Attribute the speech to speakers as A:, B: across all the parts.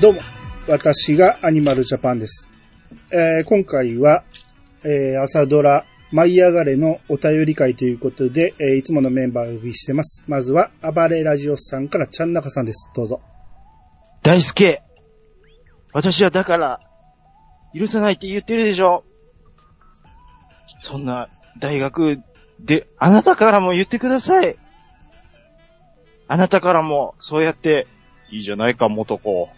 A: どうも、私がアニマルジャパンです。えー今回は、えー朝ドラ、舞い上がれのお便り会ということで、えーいつものメンバーをお呼びしてます。まずは、暴れラジオスさんからちゃんなかさんです。どうぞ。
B: 大輔私はだから、許さないって言ってるでしょそんな、大学で、あなたからも言ってください。あなたからも、そうやって、いいじゃないか、元子。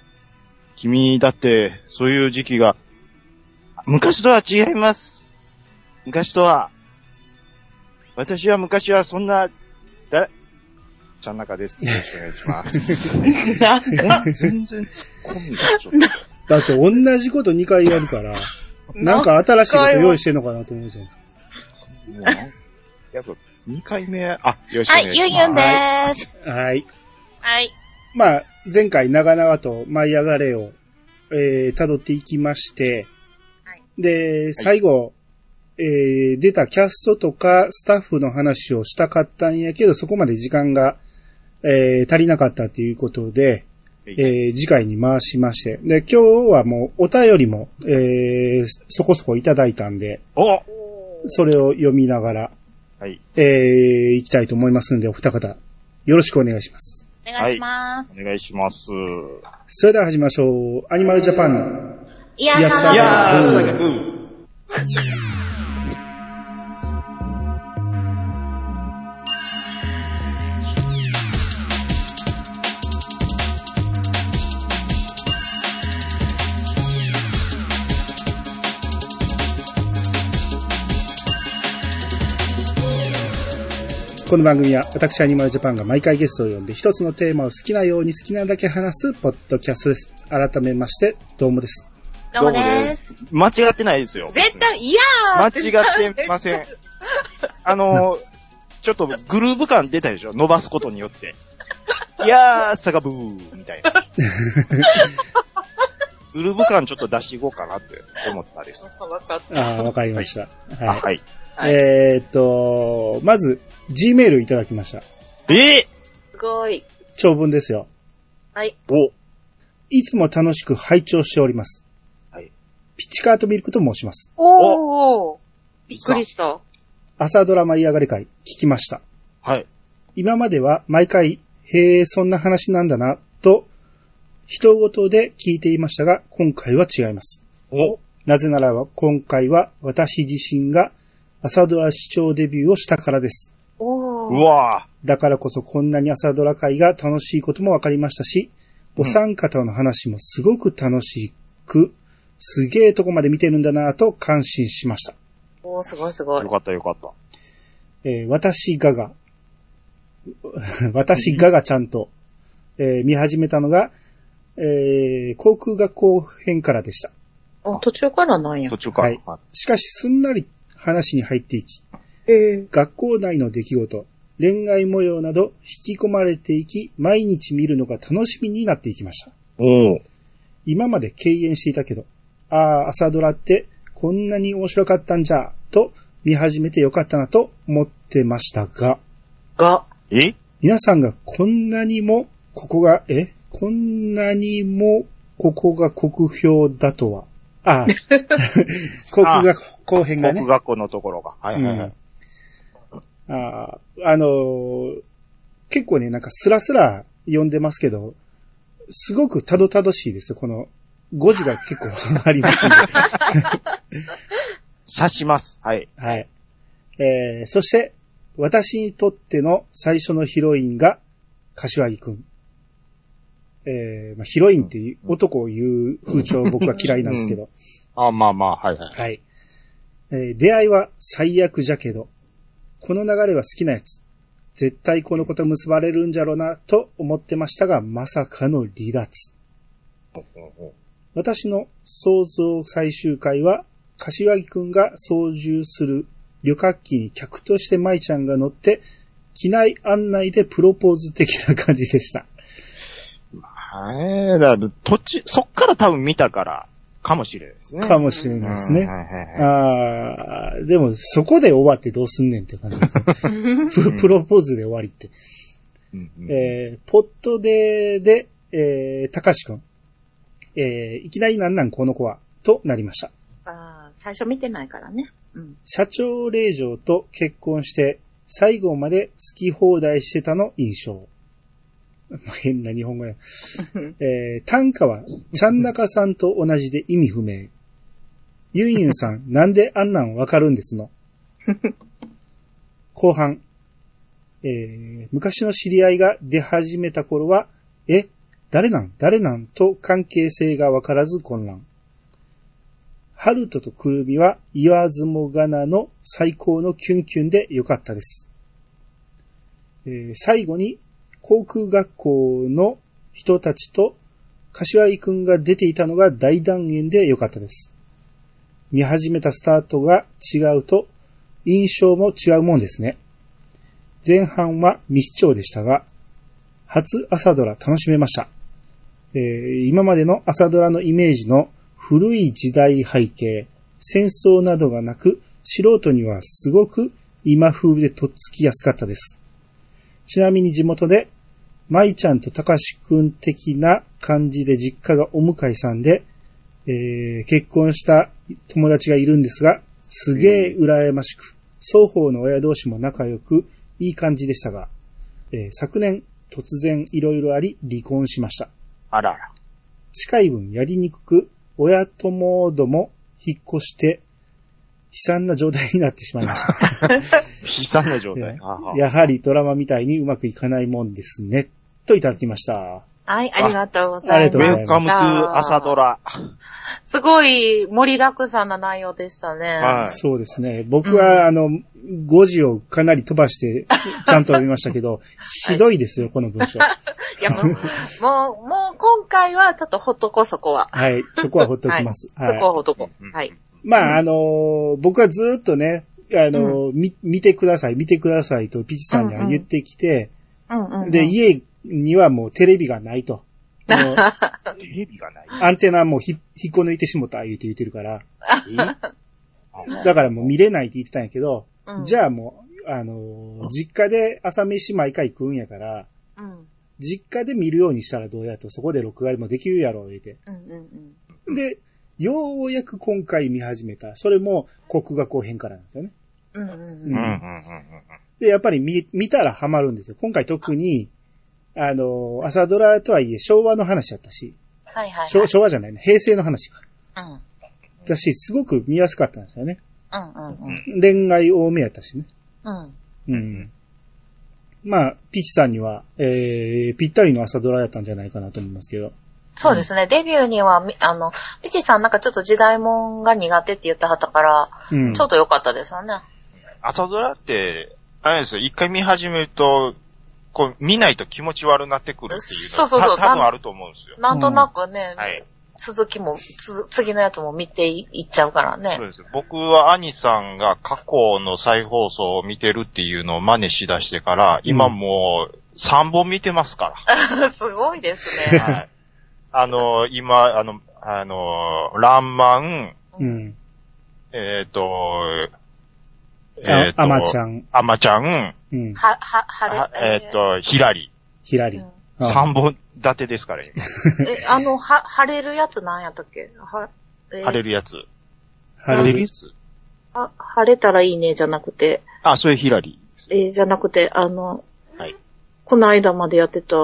B: 君だって、そういう時期が、昔とは違います。昔とは、私は昔はそんな、だ、ちゃん中です。よろしくお願いします。
C: なんか、
B: 全然突っ込んだ。ちょっと
A: だって、同じこと2回やるから、なんか新しいこと用意してんのかなと思うじゃないですか。
B: もう やっぱ2回目、あ、よろしくお
C: は
B: 願いしま
C: い、
B: す。
C: ゆんゆんでーす。
A: はい。
C: はい。
A: まあ、前回長々と舞い上がれを、えー、辿っていきまして、
C: はい
A: で、最後、えー、出たキャストとかスタッフの話をしたかったんやけど、そこまで時間が、えー、足りなかったということで、
B: はい
A: えー、次回に回しまして。で、今日はもうお便りも、えー、そこそこいただいたんで、
B: お
A: それを読みながら、
B: はい、
A: えー、いきたいと思いますんで、お二方、よろしくお願いします。
C: お願いします。
B: お願いします。
A: それでは始めましょう。アニマルジャパンの。
C: いや
A: いやさ
B: いやー、
A: うん
B: さかく。
A: この番組は私アニマルジャパンが毎回ゲストを呼んで一つのテーマを好きなように好きなだけ話すポッドキャストです。改めまして、どうもです。
C: どうもです。
B: 間違ってないですよ。
C: 絶対、いやー
B: 間違ってません。あのー、ちょっとグルーヴ感出たでしょ伸ばすことによって。いやー、さかぶー、みた いな。グルーヴ感ちょっと出していこうかなって思ったです。
C: わかった。
A: ああ、わかりました。
B: あ、
A: は
B: はい。
A: い。えーっと、まず、G メールいただきました。
B: え
C: すごい。
A: 長文ですよ。
C: はい。
B: ー、お、
A: いつも楽しく拝聴しております。
B: はい
A: ピチカートミルクと申します。
C: おー。びっくりした。
A: 朝ドラマ嫌がり会、聞きました。
B: はい。
A: 今までは毎回、へえ、そんな話なんだな、と、人ごとで聞いていましたが、今回は違います。
B: お、
A: なぜならば、今回は私自身が朝ドラ視聴デビューをしたからです。
C: お
B: う
C: ー。
B: わ
A: だからこそこんなに朝ドラ会が楽しいことも分かりましたし、お三方の話もすごく楽しく、すげえとこまで見てるんだなぁと感心しました。
C: おー、すごいす
B: ー。
C: ごい
B: よ。かったよかった。
A: えー私がが、 私ががちゃんと、えー見始めたのが、えー航空学校編からでした。
C: あ、途中からなんや
B: 途。中か。
A: はいしかし、すんなり話に入っていき、
C: へー。
A: 学校内の出来事、恋愛模様など引き込まれていき、毎日見るのが楽しみになっていきました。
B: おー
A: 今まで敬遠していたけど、ああ、朝ドラってこんなに面白かったんじゃ、と見始めてよかったなと思ってましたが、
C: が、
B: え
A: 皆さんがこんなにも、ここが、えこんなにも、ここが国評だとは。ああ、国が後編がね
B: 僕。学校のところが。は
A: う
B: いはいはい
A: ん。ああ、あのー結構ね、なんかスラスラ読んでますけど、すごくたどたどしいですよ。この5時が結構ありますんで。
B: 刺します。はい。
A: はい。えー、そして、私にとっての最初のヒロインが、柏木くん。えー、まあ、ヒロインっていう、男を言う風潮僕は嫌いなんですけど。
B: あ、まあまあ、はいはい。
A: はい。えー出会いは最悪じゃけど、この流れは好きなやつ。絶対この子と結ばれるんじゃろうな、と思ってましたが、まさかの離脱。私の想像最終回は、柏木くんが操縦する旅客機に客として舞ちゃんが乗って、機内案内でプロポーズ的な感じでした。
B: はい。だから途中、そっから多分見たから、かもしれないですね。
A: か
B: も
A: もしれないです
B: は
A: ね。
B: いはいはい。
A: あーでも、そこで終わってどうすんねんって感じですね。ププロポーズで終わりって。
B: うんうん
A: えー、ポットデーで、えー、たかしくん。えーいきなりなんなんこの子は、となりました。
C: あー最初見てないからね。うん。
A: 社長令嬢と結婚して、最後まで好き放題してたの印象。変な日本語や。えー短歌は、ちゃんなかさんと同じで意味不明。ゆんゆんさん、なんであんなんわかるんですの後半、えー昔の知り合いが出始めた頃は、え、誰なん誰なんと関係性がわからず混乱。ハルトとクルミは言わずもがなの最高のキュンキュンで良かったです。えー最後に航空学校の人たちと柏木くんが出ていたのが大断言で良かったです。見始めたスタートが違うと印象も違うもんですね。前半は未視聴でしたが、初朝ドラ楽しめました。えー今までの朝ドラのイメージの古い時代背景、戦争などがなく、素人にはすごく今風でとっつきやすかったです。ちなみに地元で、舞ちゃんとたかしくん的な感じで実家がお向かいさんで、えー結婚した友達がいるんですが、すげえ羨ましく、双方の親同士も仲良く、いい感じでしたが、えー昨年突然いろいろあり離婚しました。
B: あらあら。
A: 近い分やりにくく、親ともども引っ越して、悲惨な状態になってしまいました。
B: 悲惨な状態
A: ね。
B: ああ
A: やはりドラマみたいにうまくいかないもんですね。といただきました。
C: はい、ありがとうござ
A: あ
C: い
A: り
C: ま
A: が
C: す。
A: と
B: ウ
A: うございます
B: ェルカムトゥ朝ドラ。
C: すごい盛りだくさんな内容でしたね。
B: はい
A: そうですね。僕は、あの、5時をかなり飛ばして、ちゃんと読みましたけど、ひどいですよ、この文章。
C: いや、もう、もう、もう今回はちょっとほっとこうそこは。
A: はい。そこはほっときます。は
C: そ
A: い
C: こ。はほっとこ
B: うん
C: う。はい。
A: まあ、あのー僕はずーっとね、あのーみ見てください、見てくださいとピチさんには言ってきて、
C: うんうんうん。
A: で、家にはもうテレビがないと。も う
B: テレビがない。
A: アンテナもひ引っこ抜いてしもた言うて言ってるから、
B: え
A: だからもう見れないって言ってたんやけど、
C: う ん
A: じゃあもう、あのー実家で朝飯毎回食うんやから、
C: うん。
A: 実家で見るようにしたらどうやと、そこで録画もできるやろ、言うて。
C: うんうんうん。
A: で、ようやく今回見始めた。それも、国画後編からなんですよね。
C: うんうん
B: うん
C: う
B: うんう
C: ん。
B: んうん
A: で、やっぱり見、見たらハマるんですよ。今回特に、あのー朝ドラとはいえ昭和の話やったし、
C: はいはい。
A: 昭昭和じゃないね、平成の話か。
C: うん。うん
A: だし、すごく見やすかったんですよね。
C: うんうん。
A: 恋愛多めやったしね。
C: うん。
A: う
B: うん
A: ん。まあ、ピチさんには、えー、ぴったりの朝ドラやったんじゃないかなと思いますけど。
C: そうですね。デビューにはみ、あの、ピチさんなんかちょっと時代もんが苦手って言ってはったから、
A: うん。
C: ちょうど良かったですよね。
B: 朝ドラって、あれですよ、一回見始めると、こう、見ないと気持ち悪なってくるっていうの
C: そうそうそ
B: た
C: う
B: 多分
C: なん
B: あると思うんですよ。
C: なんとなくね、
B: はい。
C: 続きも、つ次のやつも見ていいっちゃうからね
B: そう。です。僕は兄さんが過去の再放送を見てるっていうのを真似しだしてから、今もう3本見てますか
C: すごいです
B: ら。
C: ね。
B: はい。あの、今、あの、あの、ランマン、
A: うん。
B: えっ、と、
A: あ、アマち
B: ん。
A: ゃん。
B: アマちゃん、
A: うん。
C: は、は、は
B: はえっ、と、ヒラリ。
A: ヒラ
C: う
A: リ
C: ん
A: ー。
B: 3本立てですから、今。
C: え、あの、は、晴れるやつなんやったっけは、え
B: 晴れ
C: る。
B: るやつ。
A: 晴れる
B: やつ
C: は、晴れたらいいね、じゃなくて、
B: あ、それヒラリーです。
C: えーじゃなくて、あの、
B: はい。
C: この間までやってた、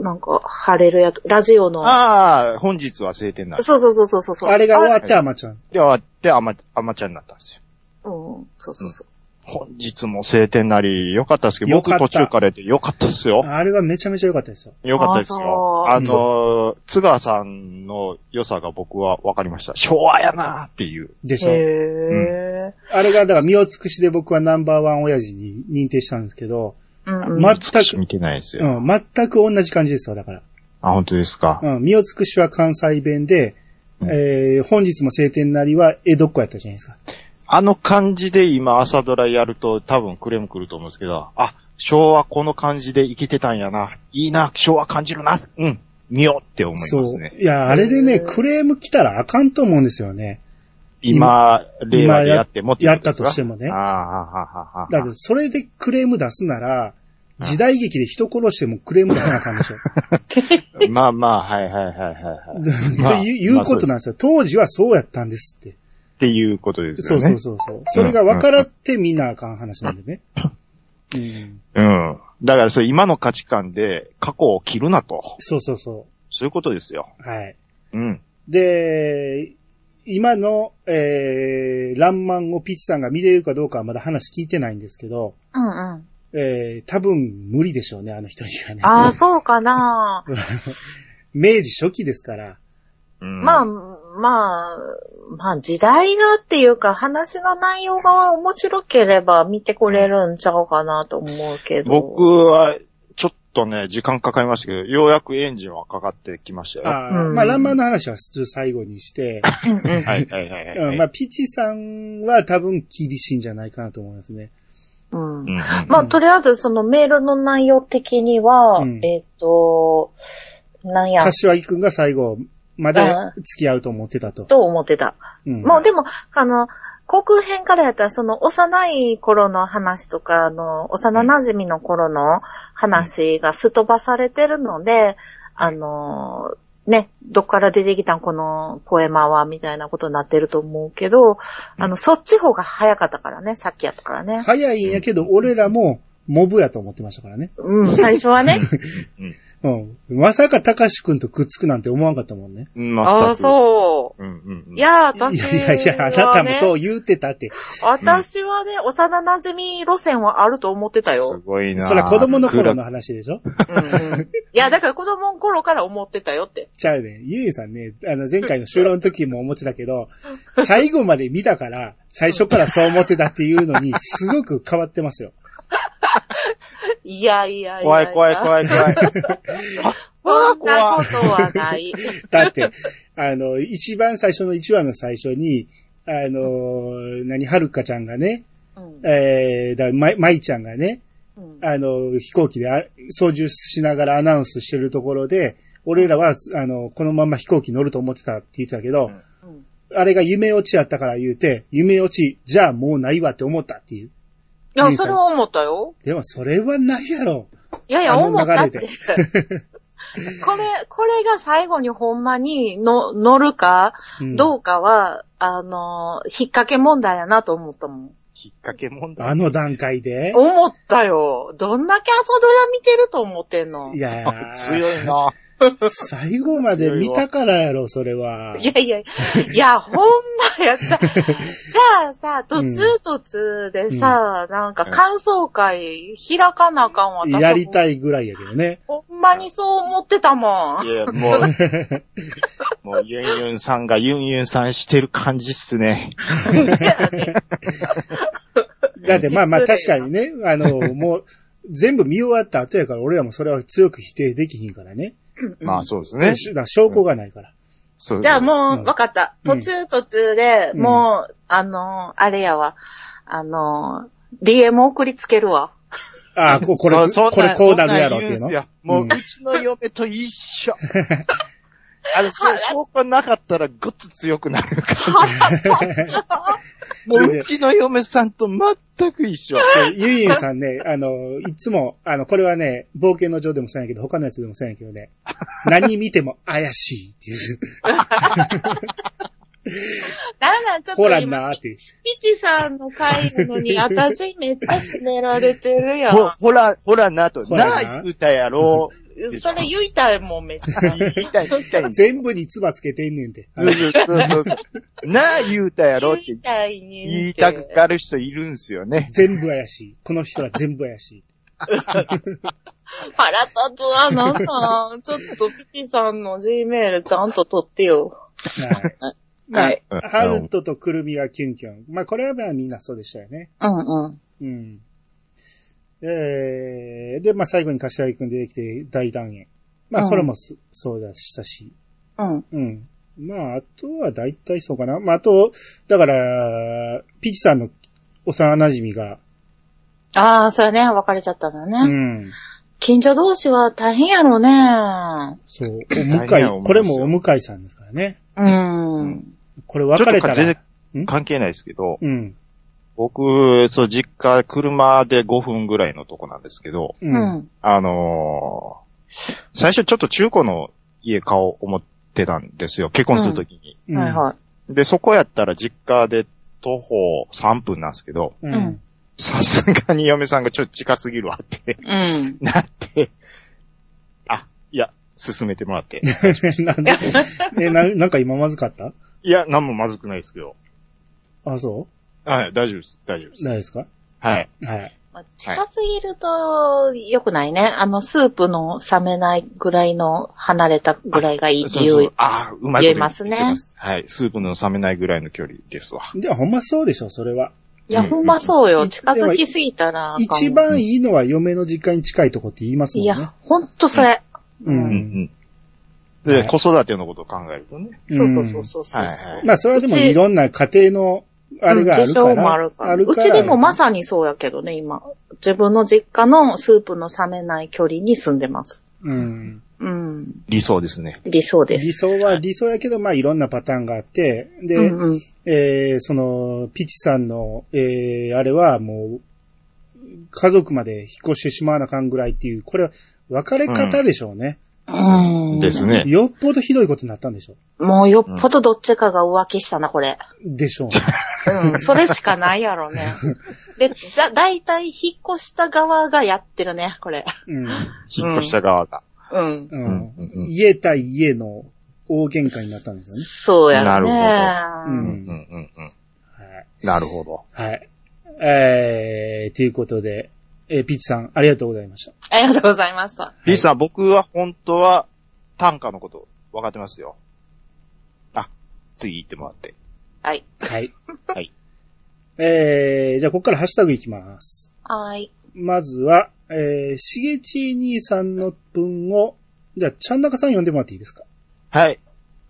C: なんか、晴れるやつ、ラジオの、
B: ああ、本日は晴天なんで。
C: そうそうそうそうそう。
A: あれが終わって
B: あ
A: アマちゃん。
B: で、あって、あま、あまちゃんになったんですよ。
C: うん、そうそうそう。
B: 本日も晴天なり、良かったですけど、
A: 良かっ
B: 僕
A: た
B: 途中からで良かったですよ。
A: あれはめちゃめちゃ良かったですよ。
B: 良かったですよ。あ
C: あ
B: の、津川さんの良さが僕は分かりました。昭和やなーっていう。
A: でしょ。
C: へ
A: あれが、だから身を尽くしで僕はナンバーワン親父に認定したんですけど、
C: ぇー。うんうん。
A: ま
B: 少し見てないです
A: う
B: よ。
A: ん、全く同じ感じですよ、だから。
B: あ、本当ですか。
A: うん、身を尽くしは関西弁で、
B: うん
A: えー、本日も晴天なりは江戸っ子やったじゃないですか。
B: あの感じで今朝ドラやると多分クレーム来ると思うんですけど、あ、昭和この感じでいけてたんやな。いいな、昭和感じるな。うん、見ようって思いますね。
A: いや、あれで
C: へ
A: ね、
C: ー
A: クレーム来たらあかんと思うんですよね。
B: 今、令和でやっても
A: やったとして
B: も。
A: もね
B: あ。あ、はははは。
A: だけど、それでクレーム出すなら、時代劇で人殺してもクレーム出さなあかんでしょ。
B: まあまあ、はいはいは いはいはい。 まあ
A: といういうことなんですよ。当時はそうやったんですって。
B: っていうことです
A: そ
B: よ
A: う
B: ね。
A: そうそうそう。それが分からってみんなあかん話なんで ね。うん。
B: うん。だからそれ今の価値観で過去を切るなと。
A: そうそうそ
B: そういうことですよ。
A: う。はい。
B: うん。
A: で、今の、えー、ランマンをピッチさんが見れるかどうかはまだ話聞いてないんですけど、
C: うんうん。
A: えー、多分無理でしょうね、あの人にはね。
C: ああ、そうかな。
A: 明治初期ですから。
B: うん
C: まあ、まあ、まあ、時代がっていうか、話の内容が面白ければ見てくれるんちゃうかなと思うけど。
B: 僕は、ちょっとね、時間かかりましたけど、ようやくエンジンはかかってきましたよ。
A: あー
C: うん
A: まあ、ランマンの話はちょっと最後にして、
C: うんうん。
B: はいはいはいはい。
A: うんまあ、ピッチさんは多分厳しいんじゃないかなと思いますね。
C: うん
B: うんうん
C: まあ、とりあえず、そのメールの内容的には、
A: うん
C: えっ、と、なんや、
A: 柏木くんが最後まで付き合うと思ってたと。
C: と思ってた。
A: うん
C: まあ、でも、あの、航空編からやったら、その幼い頃の話とか、あの、幼馴染の頃の話がすっ飛ばされてるので、あの、ね、どっから出てきたんこの声マは、みたいなことになってると思うけど、あの、そっち方が早かったからね、さっきやったからね。
A: 早いんやけど、俺らもモブやと思ってましたからね。
C: うん、最初は ね。
A: うん。まさか高志くんとくっつくなんて思わんかったもんね。
B: うん全く
C: ああ、そう。
B: うんうんうん。
C: いや、
A: い
C: 私は、ね。
A: やいやいや、あなたもそう言うてたって。
C: 私はね、幼馴染路線はあると思ってた
B: す
C: よ。
B: ごいな。
A: それは子供の頃の話でしょ
C: うんうん、いや、だから子供の頃から思ってたよって。
A: ちゃうね。ゆうえさんね、あの、前回の収録の時も思ってたけど、最後まで見たから、最初からそう思ってたっていうのに、すごく変わってますよ。
C: いやいやいや
B: 怖い怖い
C: い
B: 怖い 怖い。
C: や。そんなことはない。
A: だって、あの、一番最初の1話の最初に、あの、何、はるかちゃんがね、
C: うん
A: えー、だ、ま、まいちゃんがね、
C: うん
A: あの、飛行機であ操縦しながらアナウンスしてるところで、俺らは、あの、このまま飛行機乗ると思ってたって言ってたけど、
C: うん
A: あれが夢落ちやったから言うて、夢落ち、じゃあもうないわって思ったっていう。
C: いや、それは思ったよ。
A: でもそれはないやろ。
C: いやいや、
A: あの
C: 思ったっ
A: 流れ
C: て。これ、これが最後にほんまにの乗るか、
A: うん
C: どうかは、あの、引っ掛け問題やなと思ったもん。
B: 引っ掛け問題。
A: あの段階で。
C: 思ったよ。どんだけ朝ドラ見てると思ってんの
A: い
C: い
A: やー
B: 強いな。
A: 最後まで見たからやろ、それは。
C: やいや、いや、ほんまやっちゃ、じゃあさ、途中途中でさ、なんか感想会開かなあかんわ。
A: やりた
C: い。
A: いぐらいやけどね。
C: ほんまにそう思ってたも ん
B: い。や、もう、もうユンユンさんがユンユンさんしてる感じっすね。
A: だってまあまあ
C: 実
A: 確
C: 数だ
A: か
C: よ
A: にね、あの、 もう、全部見終わった後やから、俺らもそれは強く否定できひんからね。
B: まあそうです
A: だ
B: ね。
A: から証拠がないから。
B: そう
C: じゃあ
A: う
C: も
A: ん
C: う、わかった。
A: う
C: 途
A: ん
C: 中途中で、
A: うん
C: もう、あのー、あれやわ。あのー、DM 送りつけるわ。
A: ああ、ここれ、
B: そ
A: これこうなるやろっていう
B: そんなん言
A: の
B: んす。よもう、
A: う
B: うんちの嫁と一緒。 あの、そう証拠なかったらごっつ強くなる から。もう、うちの嫁さんと全く 一緒。
A: でゆいゆいさんね、あの、いつも、あの、これはね、冒険の上でもそうやけど、他のやつでもそうやけどね、何見ても怪しいっていう、
C: なんなん、ちょっと
A: ほら
C: 今、
A: なーっていう。
C: ピチさんの会なのに、私めっちゃ詰められてるやん。
B: ほ、ほら、ほらなと。
A: ほらな
B: なあ、言うたやろ。でしょ
C: それ言いたいもん、めっちゃ。
B: 言いたい、言いた い。
A: 全部に唾つけてんねんて。あ
B: そう
A: の
B: そうそうそう。なあ、言うたやろって
C: 言いたいに。
B: 言いたくなる人いるんすよね。
A: 全部怪しい。この人ら全部怪しい。
C: 腹立つわ、なんなん。ちょっとピチさんの G メールちゃんと取ってよ。
A: はい。まあ
C: はい。
A: ハルトとクルミがキュンキュン。まあ、これはまあみんなそうでしたよね。
C: うんうん。
A: うん。えー、で、まあ、最後に柏木くん出てきて大団円。まあ、それもそそうでしたし。
C: うん。
A: うん。まあ、あとは大体そうかな。まあ、あと、だから、ピチさんの幼馴染が、
C: ああ、そうやね。別れちゃったんだね。
A: うん。
C: 近所同士は大変やろうね。
A: そう、お
B: 大変や
A: 向
B: 思
A: い、
B: う
A: これもお向いさんですからね。
C: うん。
A: これ別れた
B: ちょっと
A: ら、
B: 全然関係ないですけど、
A: うん。
B: 僕、そう、実家、車で5分ぐらいのとこなんですけど、
A: う。
C: うんん。
B: あのー最初ちょっと中古の家買おう思ってたんですよ。結婚するときに、
A: うん。
C: はいはい。
B: で、そこやったら実家で徒歩3分なんですけど、
A: う
C: うんん。
B: さすがに嫁さんがちょっと近すぎるわって
C: うん。
B: なって、あ、いや、進めてもらって。
A: なんで、え、な、なんか今まずかった
B: いや、なんもまずくないですけど。
A: あ、そ
B: はい、大丈夫です、大丈夫で
A: う大丈夫
B: す。
A: ですか
B: はい。
A: はい。
C: まあ近すぎると良くないね。あの、スープの冷めないぐらいの離れたぐらいがいいって
B: そう
C: い
B: そうう。ああ、うまいこと
C: 言えますね
B: 言ってはい。スープの冷めないぐらいの距離ですわ。
A: じゃあほんまそうでしょ、それは。
C: いや、ほんまそう
A: う
C: よ。
A: ん
C: 近づきすぎたらあかん。
A: 一番いいのは嫁の実家に近いとこって言いますも
C: い
A: んね。
C: や、ほんとそれ。
A: う
B: うんんうん。
A: はい
B: で、子育てのことを考えるとね。
C: そうそうそうそうそう。
B: はいはい
A: まあ、それはでも
C: うち
A: いろんな家庭の、あれがあ
C: うん
A: る
C: 事
A: か
C: 情
A: ら。
C: もあるから。うちでもまさにそうやけどね、今。自分の実家のスープの冷めない距離に住んでます。
A: うん。
C: うん。
B: 理想ですね。
C: 理想で
A: 理
C: す。
A: 想は理想やけど、まあ、いろんなパターンがあって、で、
C: うんうん。
A: えーその、ピチさんの、えーあれはもう、家族まで引っ越してしまわなあかんぐらいっていう、これは別れ方でしょうね。
C: うん。
B: です。ね。
A: よっぽどひどいことになったんでしょ
C: もうよっぽどどっちかが浮気したな、これ。
A: う。でしょうね。
C: うん、それしかないやろね。で、だ、大体引っ越した側がやってるね、これ。
A: うん。
B: 引っ越した側が。
C: うん。
A: う。
B: うんんうん
A: 家対家の大喧嘩になったんです
C: そうや
B: なる
C: ね。
A: ほどう
B: うんんうんうんうん。
A: よね。
B: なるほど。
A: はい。はい。えー、ということで、えーピチさん、ありがとうございました。
C: ありがとうございました。
B: リーさん、僕は本当は短歌のこと分かってますよ。あ、次行ってもらって。
C: はい。
A: はい。
B: はい。
A: えー、じゃあ、ここからハッシュタグいきます。
C: はーい。
A: まずは、えー、しげち兄さんの文を、じゃあ、ちゃんなかさん読んでもらっていいですか
B: はい。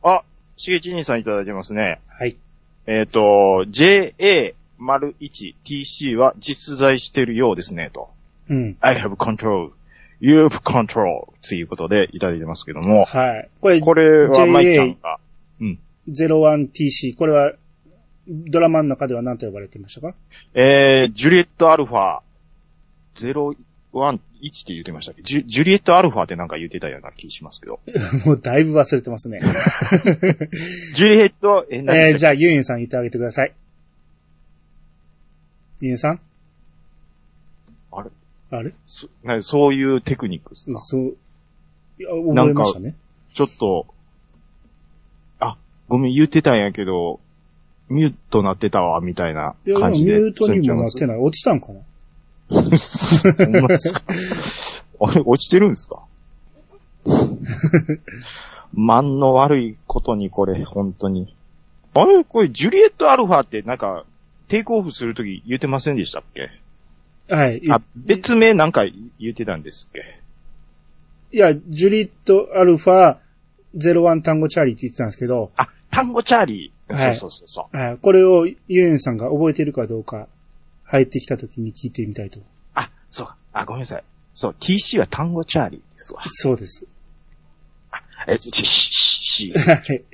B: あ、しげちにさんいただいてますね。
A: はい。
B: えっ、と、JA01TC は実在してるようですね、と。
A: うん。
B: I have control, you have control ということでいただいてますけども。
A: はい。これ、
B: これは
A: JA
B: マイちゃんが。
A: 01TC。これは、ドラマの中では何と呼ばれていましたか
B: えー、ジュリエットアルファ01って言ってましたっけジュジュリエットアルファってなんか言ってたような気しますけど。
A: もうだいぶ忘れてます ね。
B: ジュリエット、えー、何
A: え
B: で
A: ー、
B: し
A: じゃ
B: たっけ
A: あ、ユンユンさん言ってあげてください。ユンユンさん
B: あれ
A: あれ
B: そなそういうテクニックです
A: そ
B: か
A: そう。いや、覚えましたね。
B: ちょっと、あ、ごめん、言ってたんやけど、ミュートなってたわ、みたいない
A: や、でも
B: 感
A: ミ
B: じで。
A: ュートにもなってない。落ちたんかな
B: ほんまですか あれ、落ちてるんです か万の悪いことにこれ、本当に。あれこれ、ジュリエットアルファってなんか、テイクオフするとき言ってませんでしたっけ
A: はい。
B: あ、別名なんか言ってたんですっけ
A: いや、ジュリットアルファ01単語チャーリーって言ってたんですけど、
B: あ、単語チャーリー。
A: はい
B: そうそうそうそう。
A: あこれをユンユンさんが覚えてるかどうか、入ってきた時に聞いてみたいと。
B: あ、そうか。あ、ごめんなさい。そう、TC は単語チャーリーですわ。
A: そうです。
B: え、ち、し、し、し。
A: はい。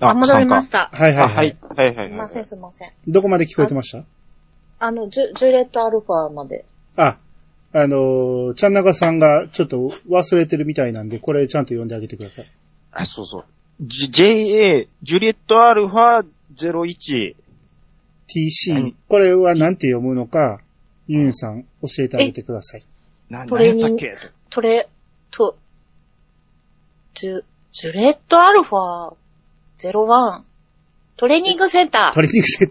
C: あ、戻りまし。た。
A: はいは
B: 参
A: い
B: 加あ、
A: は
B: はい
A: い。、
B: はい、はい。
C: すいません、
B: はい
C: すいません。
A: どこまで聞こえてました
C: あの、ジュ、ジュレットアルファまで。
A: あ、あのー、ちゃんなかさんがちょっと忘れてるみたいなんで、これちゃんと読んであげてください。
B: あ、そうそう。J- JA、ジュリエットアルファ01。
A: TC、
B: はい
A: これはなんて読むのか、ユンユンさん教えてあげてください。
B: な、
C: ト
B: 何
C: レ
B: や
C: ー
B: っ
C: ニ
B: たっ
C: ング
B: け
C: トレ、と、ジュ、ジュレットアルファ01。トレーニングセンタ
A: ト
C: ー。
A: レーニングセン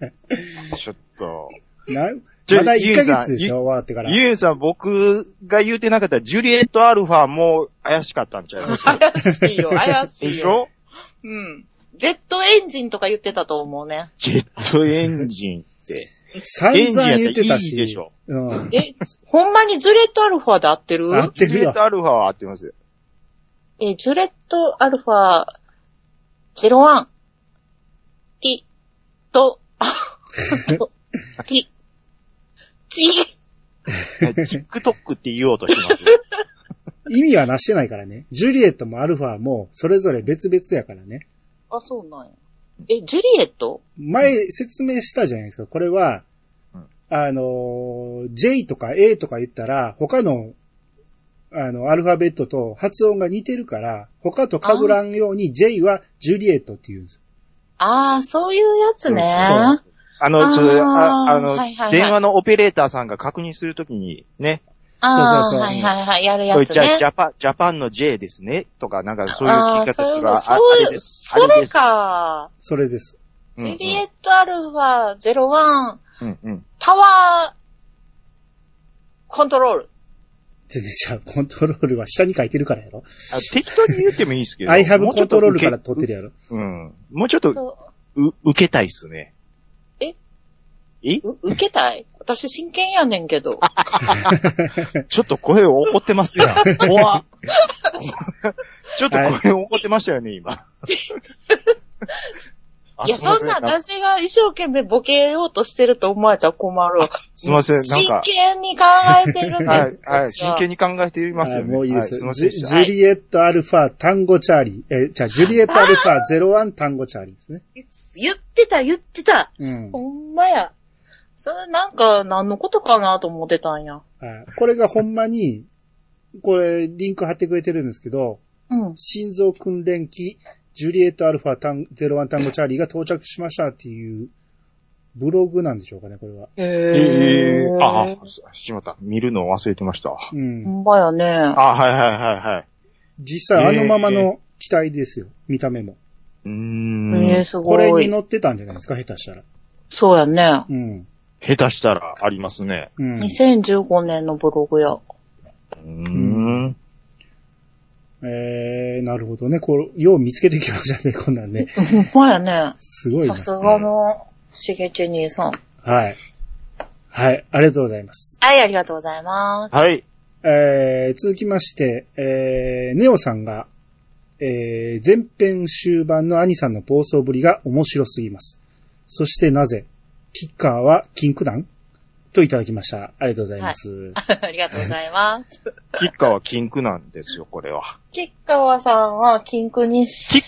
A: ター。
B: ちょっと。
A: な
B: ちょ
A: まだ1
B: ユン
A: ヶ
B: ユンさん
A: 月ですよ、終わってから。
B: ゆうさん、僕が言うてなかったら、ジュリエットアルファも怪しかったんちゃいますか
C: 怪しいよ、怪し
B: で
C: い
B: し
C: よ。
B: ょ
C: うん。ジェットエンジンとか言ってたと思うね。
B: ジェットエンジンって。
A: 散
B: エンジンや
A: 々
B: っ
A: 言って
B: た
A: た
B: らい
A: し。
B: いでしょ。
A: うん。
C: え、ほんまにジュレットアルファで合ってる
A: 合っ
B: ジ
A: て
B: ュ
A: る
B: リエッ
A: よ。
B: トアルファは合ってますよ。
C: え、ジュレットアルファ01、ティ、と、 あティ、チ、
B: TikTok って言おうとしてますよ。
A: 意味はなしてないからね。ジュリエットもアルファも、それぞれ別々やからね。
C: あ、そうなんや。え、ジュリエット
A: 前説明したじゃないですか。これは
B: うん、
A: あのー、J とか A とか言ったら、他の、あの、アルファベットと発音が似てるから、他と被らんように J はジュリエットって言うんです。
C: ああ、そういうやつね。
A: うんそ
B: あの、それ
C: あー
B: ああの、
C: はいはいはい
B: 電話のオペレーターさんが確認するときにね、
C: あ
A: そ
C: あ、
A: うそうそう
C: はいはいはい、やるや
B: これ
C: つ
B: じゃ
C: ね
B: ジ。ャパ、ジャパンの J ですね、とか、なんかそういう
C: あ
B: 聞
C: あ
B: き
C: ー、
B: 方
C: そう
B: す
C: いう
B: る
C: の、
B: あ
C: そ
B: あ
C: う
B: れ
C: い
B: で
C: う、
B: す。
C: それか。
A: それです。
B: あ
C: ジ
B: れ
C: ュ
B: です。
C: リエットアルファ01
B: うんうん。うん
C: タワーコントロール。
A: でじゃあ、コントロールは下に書いてるからやろ。
B: あ適当に言ってもいいで すけど。
A: I have
B: もうちょっと
A: control から
B: 受け
A: 取ってるやろ。
B: うん。もうちょっと、、
C: そう
B: 受けたいっすね。
C: え
B: え
C: う受けたい私真剣やねんけど。
B: ちょっと声を怒っ てますよ。怖っちょっと声を怒ってましたよね、今。あ
C: いや、
B: すま
C: そ
B: せ
C: んな
B: あ
C: 私が一生懸命ボケようとしてると思われたら困るわ。
B: すいません、なん
C: 真
B: か。
C: 剣に考えてるん
B: は
C: で
B: い、はい、
C: すよ。
B: 真剣に考えていますよ
A: あ
B: ね。
A: もういいで
B: はす
A: す。
B: いませ
A: ジ
B: ん
A: ュ
B: でし
A: ジ
B: た。
A: ュリエットアルファ、単語チャーリー。え、じゃあ、ジュリエットアルファ01単語チャーリーですね。
C: 言ってた、言ってた。
A: うん。
C: ほんまや。それなんか何のことかなと思ってたんや。
A: はいこれがほんまに、これ、リンク貼ってくれてるんですけど、
C: うん。
A: 心臓訓練機、ジュリエットアルファ単01単語チャーリーが到着しましたっていう、ブログなんでしょうかね、これは。
C: へ
B: ええ
C: ー。
B: あ、あ、しまった。見るのを忘れてました。
A: う
C: ほ
A: ん。
C: んまやね。
B: あ、はいはいはいはい。
A: 実際あのままの機体ですよ、見た目も。
B: うーん。
C: ええす
A: これ
C: ご
A: に
C: い。
A: 乗ってたんじゃないですか、下手したら。
C: そうやね。
A: うん。
B: 下手したらありますね。
A: うん。
C: 2015年のブログや。
B: うーん。
A: えー、なるほどね。これ、よう見つけてきましたね、こん なんね。
C: ほんまやね。
A: すごいな
C: さ。すがの、しげち兄さん。
A: はい。はい、ありがとうございます。
C: はい、ありがとうございます。
B: はい。
A: えー、続きまして、えー、ネオさんが、えー、前編終盤の兄さんの暴走ぶりが面白すぎます。そしてなぜ、キッカーは禁句団といただきました。ありがとうございます。
C: ありがとうございます。
B: キッカーは禁句なんですよ、これは。
C: 吉川さんは、禁句にし、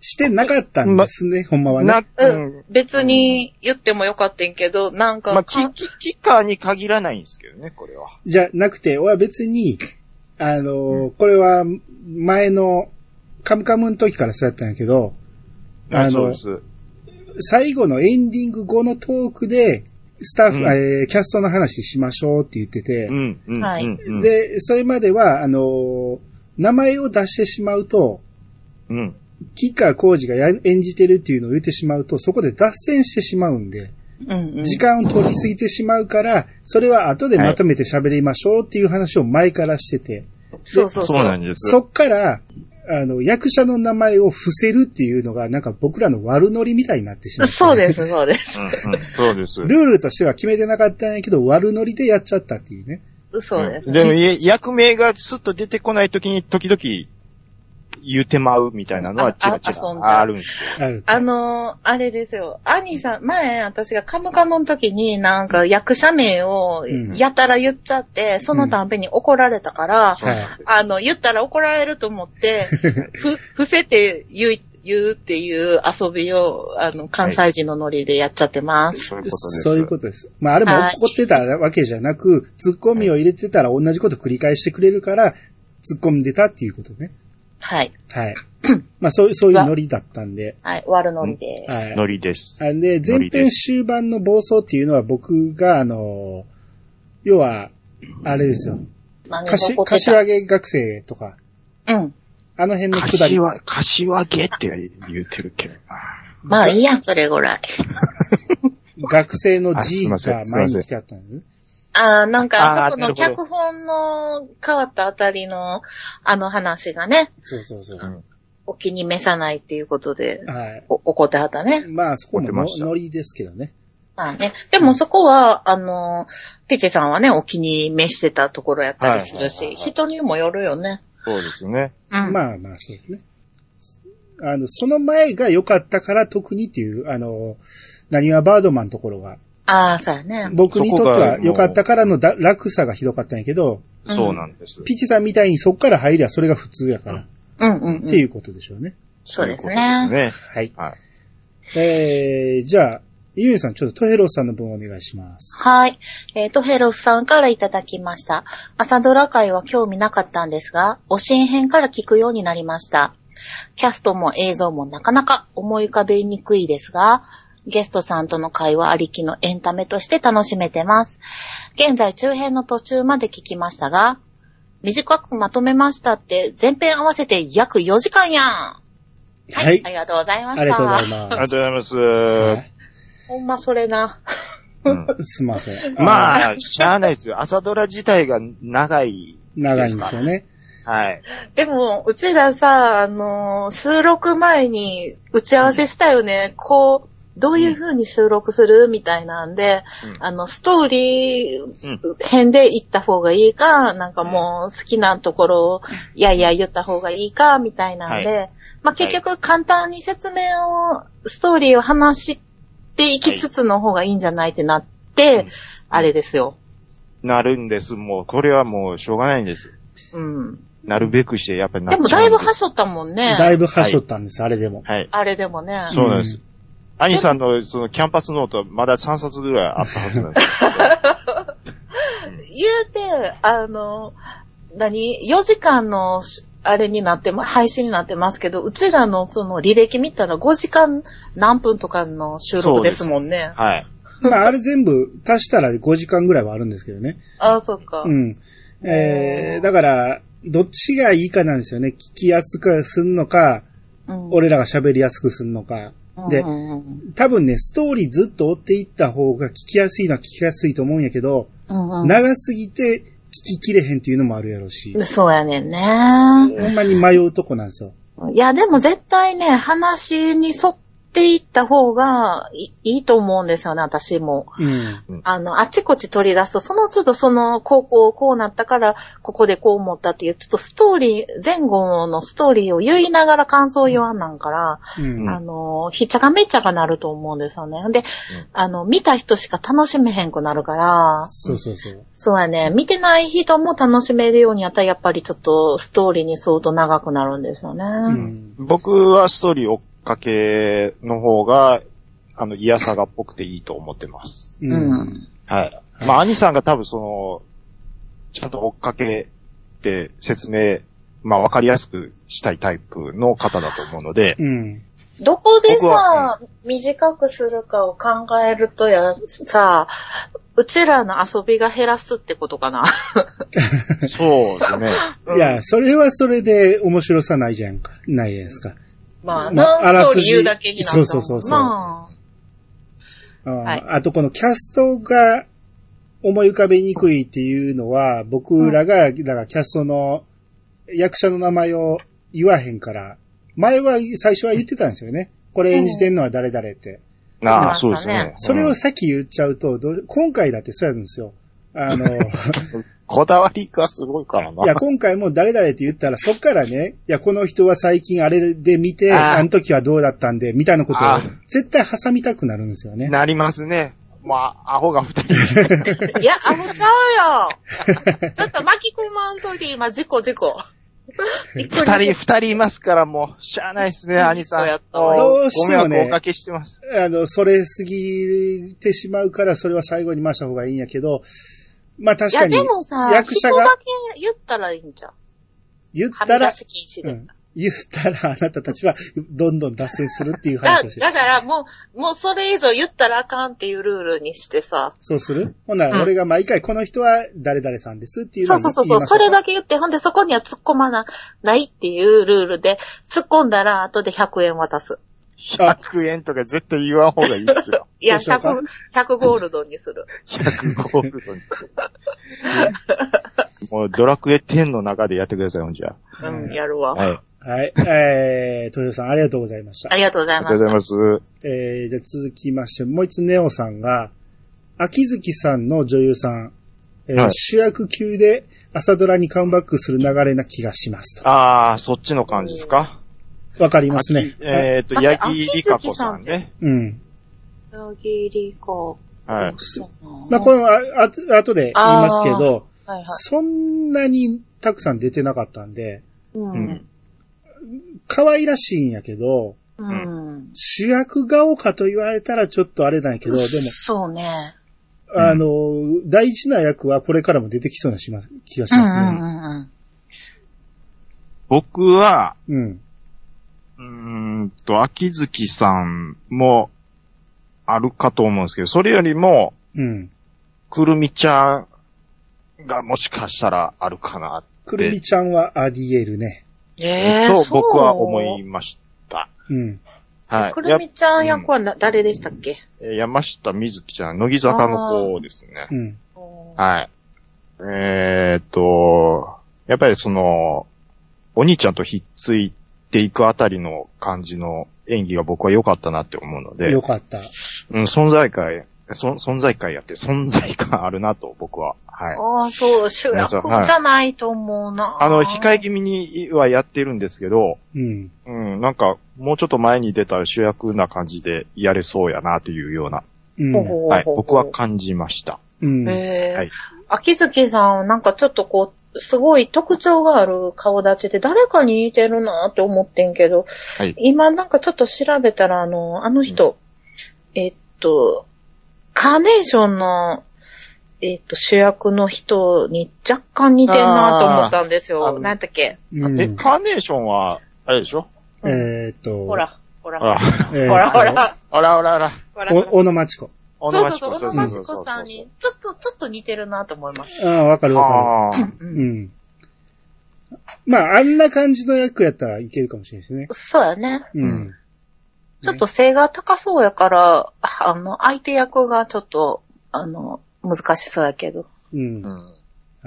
A: してなかったんです ね、ほんまはね。
B: な、
C: う
B: うん
C: ん。、別に言ってもよかったんけど、なんか、
B: まあ、キ
C: か
B: ッ、キキッカーに限らないんですけどね、これは。
A: じゃなくて、俺は別に、あのーこれは前のカムカムの時からそうやったんやけど、あの
B: そうです。
A: 最後のエンディング後のトークで、スタッフ、
B: うん
A: えーキャストの話しましょうって言ってて
B: う、ん、うん、
C: はい
B: うんうん。
A: で、それまでは、あのー名前を出してしまうと、
B: うん。
A: 吉川浩司がや演じてるっていうのを言ってしまうと、そこで脱線してしまうんで、
C: うんうん。
A: 時間を取りすぎてしまうから、それは後でまとめて喋りましょうっていう話を前からしてて、
C: そうそう
B: そう
C: そ
B: な
C: う。
B: んです。
A: そっから、あの、役者の名前を伏せるっていうのが、なんか僕らの悪ノリみたいになってしまって。
C: そうです、そうです。
B: うんうんそうです。
A: ルールとしては決めてなかったんやけど、悪ノリでやっちゃったっていうね。
C: そうです。
B: でも、い役名がスッと出てこないときに、時々、言うてまうみたいなのは、
C: あ
B: ちらち
C: あ遊んじゃ
B: ら
C: う
B: あるんですよ。
A: ある
C: あのーあれですよ。兄さん、前、私がカムカムの時に、なんか役者名を
A: うん
C: やたら言っちゃって、そのたんびに怒られたから、
B: そうなんです
C: あの、言ったら怒られると思って、 ふ、伏せて言う、言うっていう遊びを、あの、関西人のノリでやっちゃってます。
B: そういうことです。
A: そういうことです。まあ、あれも
C: はい
A: 怒ってたわけじゃなく、ツッコミを入れてたら同じこと繰り返してくれるから、ツッコんでたっていうことね。
C: はい。
A: はい。 まあ、そういう、そういうノリだったんで。
C: はい。悪ノリです。
A: はい。
B: ノリです。
A: あで、前
B: ノ
A: 編
B: リで
A: 終盤の暴走っていうのは僕が、あの、要は、あれですよ。
C: 何が
A: かし
C: 起こって
A: 柏
C: た
A: 木学生とか、
C: うん。
A: あの辺のくだり。
B: 柏、柏げって言ってるけどな。
C: まあいいやん、それぐらい。
A: 学生の
B: あす
A: G
B: い
A: が
B: ませんすい
A: 前
B: ません
A: に来てあったんですね。
C: ああ、なんか、
B: あー
C: あそこ
B: な
C: の
B: るほ
C: 脚本の変わったあたりの、あの話がね、
A: そうそうそう。
B: うん
C: お気に召さないっていうことで、
A: はい。
C: お怒ってはったね。
A: まあ、そこ
B: 怒って
A: も
B: ま
A: の
B: した
A: ノリですけどね。
C: まあね。でもそこは、あの、ピチさんはね、お気に召してたところやったりする
B: はいはい
C: し、
B: はいはい
C: 人にもよるよね。
B: そうですよね。
C: うん。
A: まあまあ、そうですね。あの、その前が良かったから特にっていう、あの、何はバードマンのところが、
C: ああ、そうやね。
A: 僕にとって
B: そこ
A: は
B: が
A: 良かったからのだ楽さがひどかったんやけど、
C: うん
B: そうなんです。
A: ピチさんみたいにそっから入りゃそれが普通やから、
C: うんうん、
A: っ
C: う
A: てい
C: ん。
A: うことでしょうね。
C: そうです
B: そういう
C: ね。
B: ことですね。
A: はい。
B: はい。
A: えー、じゃあ、ゆうえさん、ちょっとトヘロスさんの分お願いします。
C: はい。えっ、と、ヘロスさんからいただきました。朝ドラ会は興味なかったんですが、おしん編から聞くようになりました。キャストも映像もなかなか思い浮かべにくいですが、ゲストさんとの会話ありきのエンタメとして楽しめてます。現在中編の途中まで聞きましたが、短くまとめましたって、前編合わせて約4時間やん。はい、
A: はい
C: あ。りがとうございました。
A: ありがとうござい
B: ありが
A: ます
B: とうございます。
A: はい。
C: ほんまそれな。
B: うん
A: すいません。あ
B: まあ、しゃあないですよ。朝ドラ自体が長い。
A: ー。長いんですよね。
B: はい。
C: でも、うちらさ、あのー収録前に打ち合わせしたよね。こう、どういう風に収録するみたいなんで、
B: うん
C: あの、ストーリー
B: うん。
C: 編で行った方がいいか、なんかもう好きなところを、いやいや言った方がいいか、みたいなんで、まあ、結局簡単に説明を、ストーリーを話していきつつの方がいいんじゃないってなって、
B: うん
C: あれですよ。
B: なるんです。もう、これはもう、しょうがないんです。
C: うん。
B: なるべくして、やっぱりなっ
C: で
B: ちゃうん
C: も
B: です
C: だいぶはしょったもんね。
A: だいぶはしょったんです、あれでも。
B: はい。
C: あれでもね。
B: そうなんです
A: ん。
B: 兄さんの、その、キャンパスノート、まだ3冊ぐらいあったはずなん です
C: 言うて、あの、何 ?4 時間のし、あれになってま、配信になってますけど、うちらのその履歴見たら5時間何分とかの収録ですもんね。
B: はい。
A: まあ、あれ全部足したら5時間ぐらいはあるんですけどね。
C: ああ、そっか。
A: うん。えー、
C: おー
A: だから、どっちがいいかなんですよね。聞きやすくすんのか、
C: うん、
A: 俺らが喋りやすくすんのか。で
C: うんうん
A: 多分ね、ストーリーずっと追っていった方が聞きやすいのは聞きやすいと思うんやけど、
C: うんうん
A: 長すぎて聞ききれへんっていうのもあるやろし。
C: そうやねんね。
A: ほんまに迷うとこなんですよ。
C: いや、でも絶対ね、話に沿っていった方がいいいと思うんですよね、私も。
A: うん。
C: あの、あちこち取り出すと、その都度その、こうこうこうなったから、ここでこう思ったっていう、ちょっとストーリー、前後のストーリーを言いながら感想を言わんなんから、
A: うん。
C: あの、ひっちゃかめっちゃかなると思うんですよね。で、あの、見た人しか楽しめへんくなるから、
A: そうそうそう。
C: そうやね、見てない人も楽しめるようにやったら、やっぱりちょっとストーリーに相当長くなるんですよね。
A: うん。
B: 僕はストーリー追っかけの方が、あの、イヤサガっぽくていいと思ってます。
A: う。
C: うんん。
B: はい。まあ、兄さんが多分その、ちゃんと追っかけって説明、まあ、わかりやすくしたいタイプの方だと思うので、
A: うん。
C: どこで
B: 僕は
C: さ、短くするかを考えるとや、さ、うちらの遊びが減らすってことかな。
B: そうです ね。
A: いや、それはそれで面白さないじゃんか。ないじゃないですか。
C: まあ、
A: まあ
C: 何ストーリー言
A: あらすじ
C: うだけになったもん
A: そうそうそうそう
C: ま
A: あ,、
C: はい
A: あとこのキャストが思い浮かべにくいっていうのは、僕らが、だからキャストの役者の名前を言わへんから、前は最初は言ってたんですよね。これ演じてんのは誰々って。
B: ああ、そうです
C: 言って
B: ね。
A: それ
B: う
A: を
B: ん
A: 先言っちゃうと、どう今回だってそうやるんですよ。あの、
B: こだわりがすごいからな。
A: いや、今回も誰々って言ったら、そっからね、いや、この人は最近あれで見て、
B: あ
A: あ
B: ー
A: の時はどうだったんで、みたいなことを
B: あ
A: 絶対挟みたくなるんですよね。
B: なりますね。まあ、アホが 二人。
C: あ。いや、あぶちゃうよ。ちょっと巻き込まんといて、今、事故事故。びっくり
B: 二人、二人いますからもう、しゃあないです ね、兄さん。
A: どう
B: ご
A: して
B: 迷
A: もね
B: 惑おかけしてます。
A: あの、それすぎてしまうから、それは最後に回した方がいいんやけど、まあ
C: い
A: 確か
C: や、
A: に
C: で、もさ、
A: 役者が
C: 人だけ言ったらいいんじゃん。
A: 言
C: は
A: った
C: み
A: ら
C: 出、し禁止
A: う
C: で。
A: ん、言ったらあなたたちはどんどん脱線するっていう
C: だ
A: 話をして。
C: だからもう、もうそれ以上言ったらあかんっていうルールにしてさ。
A: そうするほんなら、俺が毎回この人は誰々さんですっていうのを
C: そうそうそ
A: 言い
C: うそ、
A: うまし
C: そ
A: ょ
C: れだけ言って、ほんでそこには突っ込まなないっていうルールで、突っ込んだら後で100円渡す。
A: あ
B: 100円とか絶対言わん方がいいです よ。
C: いや、
A: そうしようか
C: 100、100ゴールドにする。
B: 100ゴールドに。もう、ドラクエ10の中でやってください、ほんじゃ。
C: うん、やるわ。
B: はい。
A: はい。えー、豊さんありがとうございました
C: あ。りがとうござ
B: あ
C: い
B: りが
C: ま
B: とう
C: し
B: ご
C: た
B: ざい。ます。
A: えー、じゃあ続きまして、もう一つネオさんが、秋月さんの女優さん、えー
B: はい
A: 主役級で朝ドラにカムバックする流れな気がしますと。
B: ああ、そっちの感じですか
A: わかりますね。
B: 秋えっと、
C: はい
B: 八木里香子さんね。
A: うん。
C: ヤギリコ。
B: はい。
A: まあ、この、あ、あと、後で言いますけど、
C: はいはい。
A: そんなにたくさん出てなかったんで、
C: う
B: うん
C: ん。。
A: 可愛らしいんやけど、
C: うん。
A: 主役顔かと言われたらちょっとあれなんやけど、でも、
C: そうね。
B: ん
A: あの、大事な役はこれからも出てきそうなしま気がし
C: うんう
A: ます
C: ん
A: ね。
C: うんうん。
B: 僕は、
A: うん。
B: うーんと、秋月さんもあるかと思うんですけど、それよりも、
A: うん。
B: くるみちゃんがもしかしたらあるかな
A: くるみちゃんはあり得るね。
C: ええ
B: と
C: そう
B: 僕は思いました。
A: うん。
B: はい。
C: くるみちゃん役はな、誰でしたっけ
B: や山下美月ちゃん、乃木坂の子ですね
A: う。ん。
B: はい。えー、っと、やっぱりその、お兄ちゃんとひっついていくあたりの感じの演技が僕は良かったなって思うので、
A: よかった。
B: うん、存在感、そ存在感やって、存在感あるなと僕は、はい。
C: ああ、そう、主役じゃないと思うな。
B: あの、控え気味にはやってるんですけど、
A: うん。
B: うん、なんか、もうちょっと前に出た主役な感じでやれそうやなというような、
A: うん。
C: ほうほうほう
B: はい、僕は感じました。
A: うん。
C: ええ
B: はい
C: 秋月さん、なんかちょっとこう、すごい特徴がある顔立ちで誰かに似てるなって思ってんけど、
B: はい
C: 今なんかちょっと調べたら、あの、あの人、えっと、カーネーションの、えっと、主役の人に若干似てるなと思ったんです
B: あーあ
C: よ。
B: の
C: なんだっけ
A: うん
B: え、カーネーションは、あれでしょ
A: えーっと、
C: ほら、ほら、
B: あら、
C: ほら、
A: えー
C: ほら、ほら。
B: あらあらあら。
A: お、小野町子。
C: そうそうそう、小野
A: マ
C: 町子さんに、ちょっと、ちょっと似てるなと思います。
A: ああ、わかるわか
B: ああ。
A: る。うん。まあ、あんな感じの役やったらいけるかもしれないですね。
C: そうやね。
A: う
B: うん
A: ん。
C: ちょっと性が高そうやから、あの、相手役がちょっと、あの、難しそうやけど。
A: うん。
B: う
A: は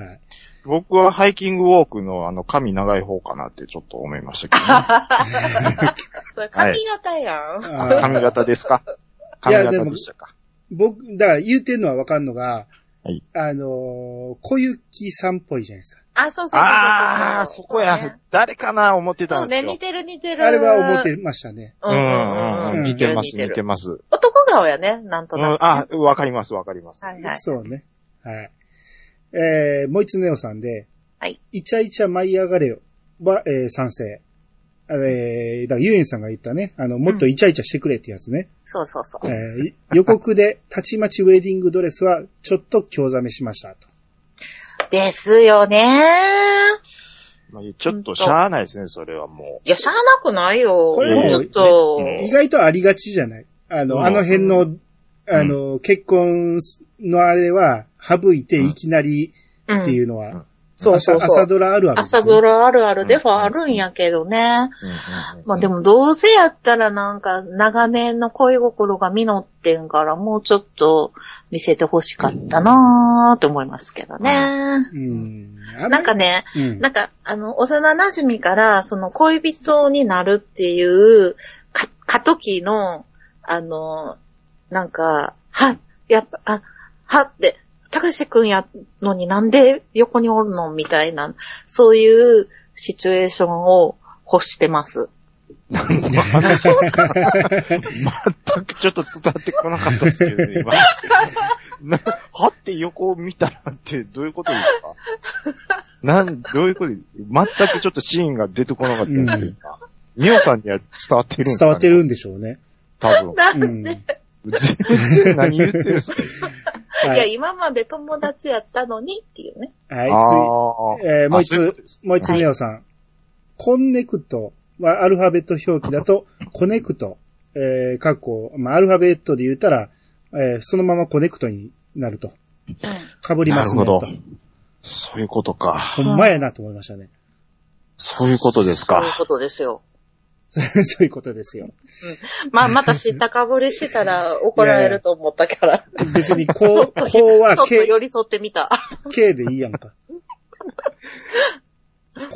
B: ん
A: い。
B: 僕はハイキングウォークのあの、髪長い方かなってちょっと思いましたけ
C: それ髪型やん。
B: どね。髪型ですか髪
A: いやで
B: 型
A: も
B: でしたか
A: 僕、だから言うてんのはわかんのが、
B: はい
A: あのー小雪さんっぽいじゃないですか。
C: あ、そうそうそうそう。
B: ああ、そこや。誰かな思って
C: そ
B: た
C: うん
B: です
C: ね、
B: よ
C: 似。てる似てる。
A: あれは思ってましたね。
C: うんうん
B: う
C: うんん。
B: 似てます、
C: る
B: 似てます。うん
C: 男顔やね、なんとなく。
B: あ、わかります、わかります。
C: はいはい。
A: そうね。はい。えー、もう一つネオさんで、
C: はい。
A: イチャイチャ舞い上がれよは、えー、賛成。えー、だからユーエンさんが言ったね、あの、もっとイチャイチャしてくれってやつね。
C: そうそうそう。
A: えーい予告で、たちまちウェディングドレスは、ちょっと興ざめしましたと。
C: ですよね
B: まあちょっとしゃあないですね、それはも
C: いや、しゃあなくないよ。
A: これ
B: も
C: ちょっと。
B: ね
A: 意外とありがちじゃないあ
B: う
A: の、
B: ん
A: あの辺の、あの、結婚のあれは、省いていきなり
C: うん
A: っていうのは、
B: うん
C: そう
A: 朝
C: そうそ
A: 朝
C: う。
A: ドラあるある、
C: 朝ド。ラあるあるではあるんやけどね。
B: う。うんうんうん
C: まあで、もどうせやったらなんか長年の恋心が実ってんからもうちょっと見せて欲しかったなーと思いますけどね。
A: うん。
C: なんかね、
A: うん、
C: なんかあの、幼馴染からその恋人になるっていうか過渡期の、あの、なんか、は、やっぱ、あ、はって、たかしくんやのになんで横におるのみたいな、そういうシチュエーションを欲してます。
B: 全くちょっと伝わってこなかったですけどね、今。な、はって横を見たらってどういうことですかなん、どういうこと全くちょっとシーンが出てこなかったですけど、
A: うん
B: 今ミオさんには伝わってるんですか、ね、
A: 伝わってるんでしょうね。
B: 多分。
C: な
A: うん。はい
B: 全然何言ってるんですか、
C: いや、今まで友達やったのにっていうね。
A: はい、
B: ー
A: えーもう一つ
B: あそいことです
A: 次、もう一つ、ネオさん。コンネクトはアルファベット表記だと、コネクト、えー、かっこ、まあ、アルファベットで言ったら、えーそのままコネクトになると。被りますね。
B: なるほど
A: と
B: そういうことか。
A: ほんまやなと思いましたね。
B: そういうことです
C: そういう
B: か。
C: ことですよ。
A: そういうことですよ。
C: まあ、また知ったかぶりしたら怒られると思ったから。
A: 別に、こう、 こう
C: ちょっ
A: は
C: と
A: K、
C: 寄り添ってみた。
A: K でいいやんか。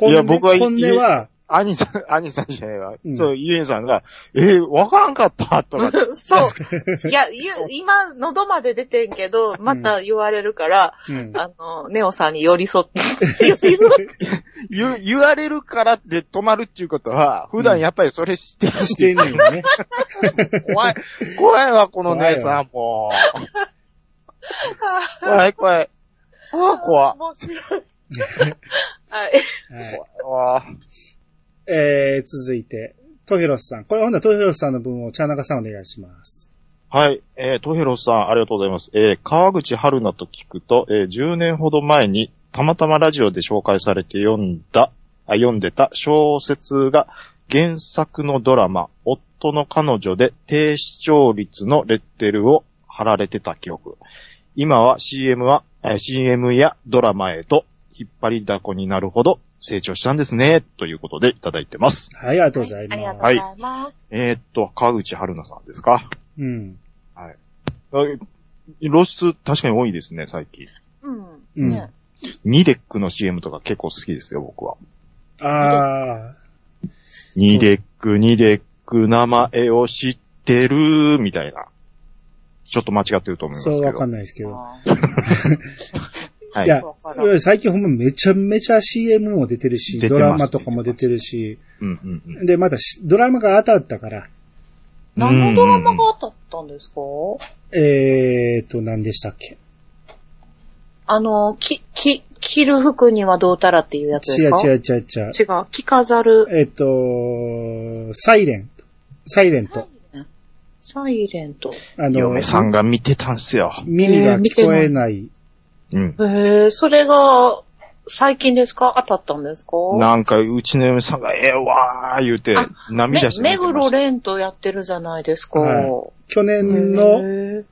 B: いや僕は
A: 本音は、
B: 兄さん、兄さんじゃないわ。
A: うん
B: そう、ゆえさんが、えー、わからんかったとか、
C: そう。いや、ゆ今、喉まで出てんけど、また言われるから、
A: うん
C: あの、ネオさんに寄り添って、寄り添って。
B: 言う、言われるからって止まるっていうことは、普段やっぱりそれ知ってる
A: し
B: してて
A: んねんよね。
B: 怖い、怖いわ、この姉さん、もう。怖い、怖い。怖い、怖
C: 面白い。はい。
A: はい
B: い。怖い
A: えー、続いて、トヘロスさん。これほんならトヘロスさんの分をチャーナカさんお願いします。
B: はい。えー、トヘロスさん、ありがとうございます。えー、川口春奈と聞くと、えー、10年ほど前に、たまたまラジオで紹介されて読んだ、あ、読んでた小説が、原作のドラマ、夫の彼女で低視聴率のレッテルを貼られてた記憶。今は CM は、えー CM やドラマへと引っ張りだこになるほど成長したんですね、ということでいただいてます。
A: はい、ありがとうございます。
C: ありがとうございます。
B: えーっと、川口春奈さんですか
A: うん。
B: あ露出確かに多いですね、最近。
C: うん。
A: うん
C: ね
B: ニデックの CM とか結構好きですよ、僕は。
A: あ
B: ニデック、ニデック、名前を知ってる、みたいな。ちょっと間違ってると思
A: ー、
B: い
A: そう
B: ますけ
A: わ
B: ど。
A: かんないですけど。
C: あー
B: はい
A: や
B: い。
C: わからん
A: 最近ほんまめちゃめちゃ CM も出てるし、
B: 出て
A: ド
B: ます
A: ラマとかも出てるし、
B: うんうんうん。
A: で、またしドラマが当たったから、
C: 何のドラマが当たったんですか
A: えーと、何でしたっけ
C: あの、き、き、着る服にはどうたらっていうやつ
A: 違
C: ですか
A: う違
C: う。
A: う違う違う。
C: 違う。着飾る。
A: えっ、と、サイレント。サイレント。
C: サイレント。
A: あの
B: 嫁、さんが見てたんすよ。
A: 耳が聞こえない。
B: うん。
C: へえ、それが、最近ですか当たったんですか
B: なんか、うちの嫁さんが、ええわー言うて
C: あ、め
B: 涙して見
C: 目
B: てました
C: 黒蓮とやってるじゃないですか。
A: は去年の、
C: の、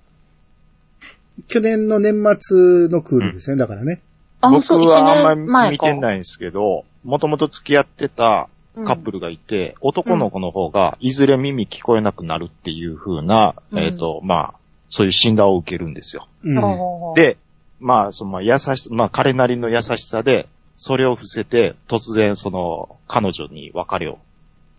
A: 去年の年末のクールですね、だからね。
C: あ、
B: 僕
C: そう、一
B: はあ
C: 年
B: んまり
C: 前
B: 見
C: か。
B: てないんですけど、もともと付き合ってたカップ
C: ル。
B: ルがいて、男の子の方がいずれ耳聞こえなくなるっていう風な、
C: うん
B: えっ、と、まあ、そういう診断を受けるんですよ。
A: うん。
C: うん、
B: で、まあ、その、優しさ、まあ、彼なりの優しさで、それを伏せて、突然、その、彼女に別れを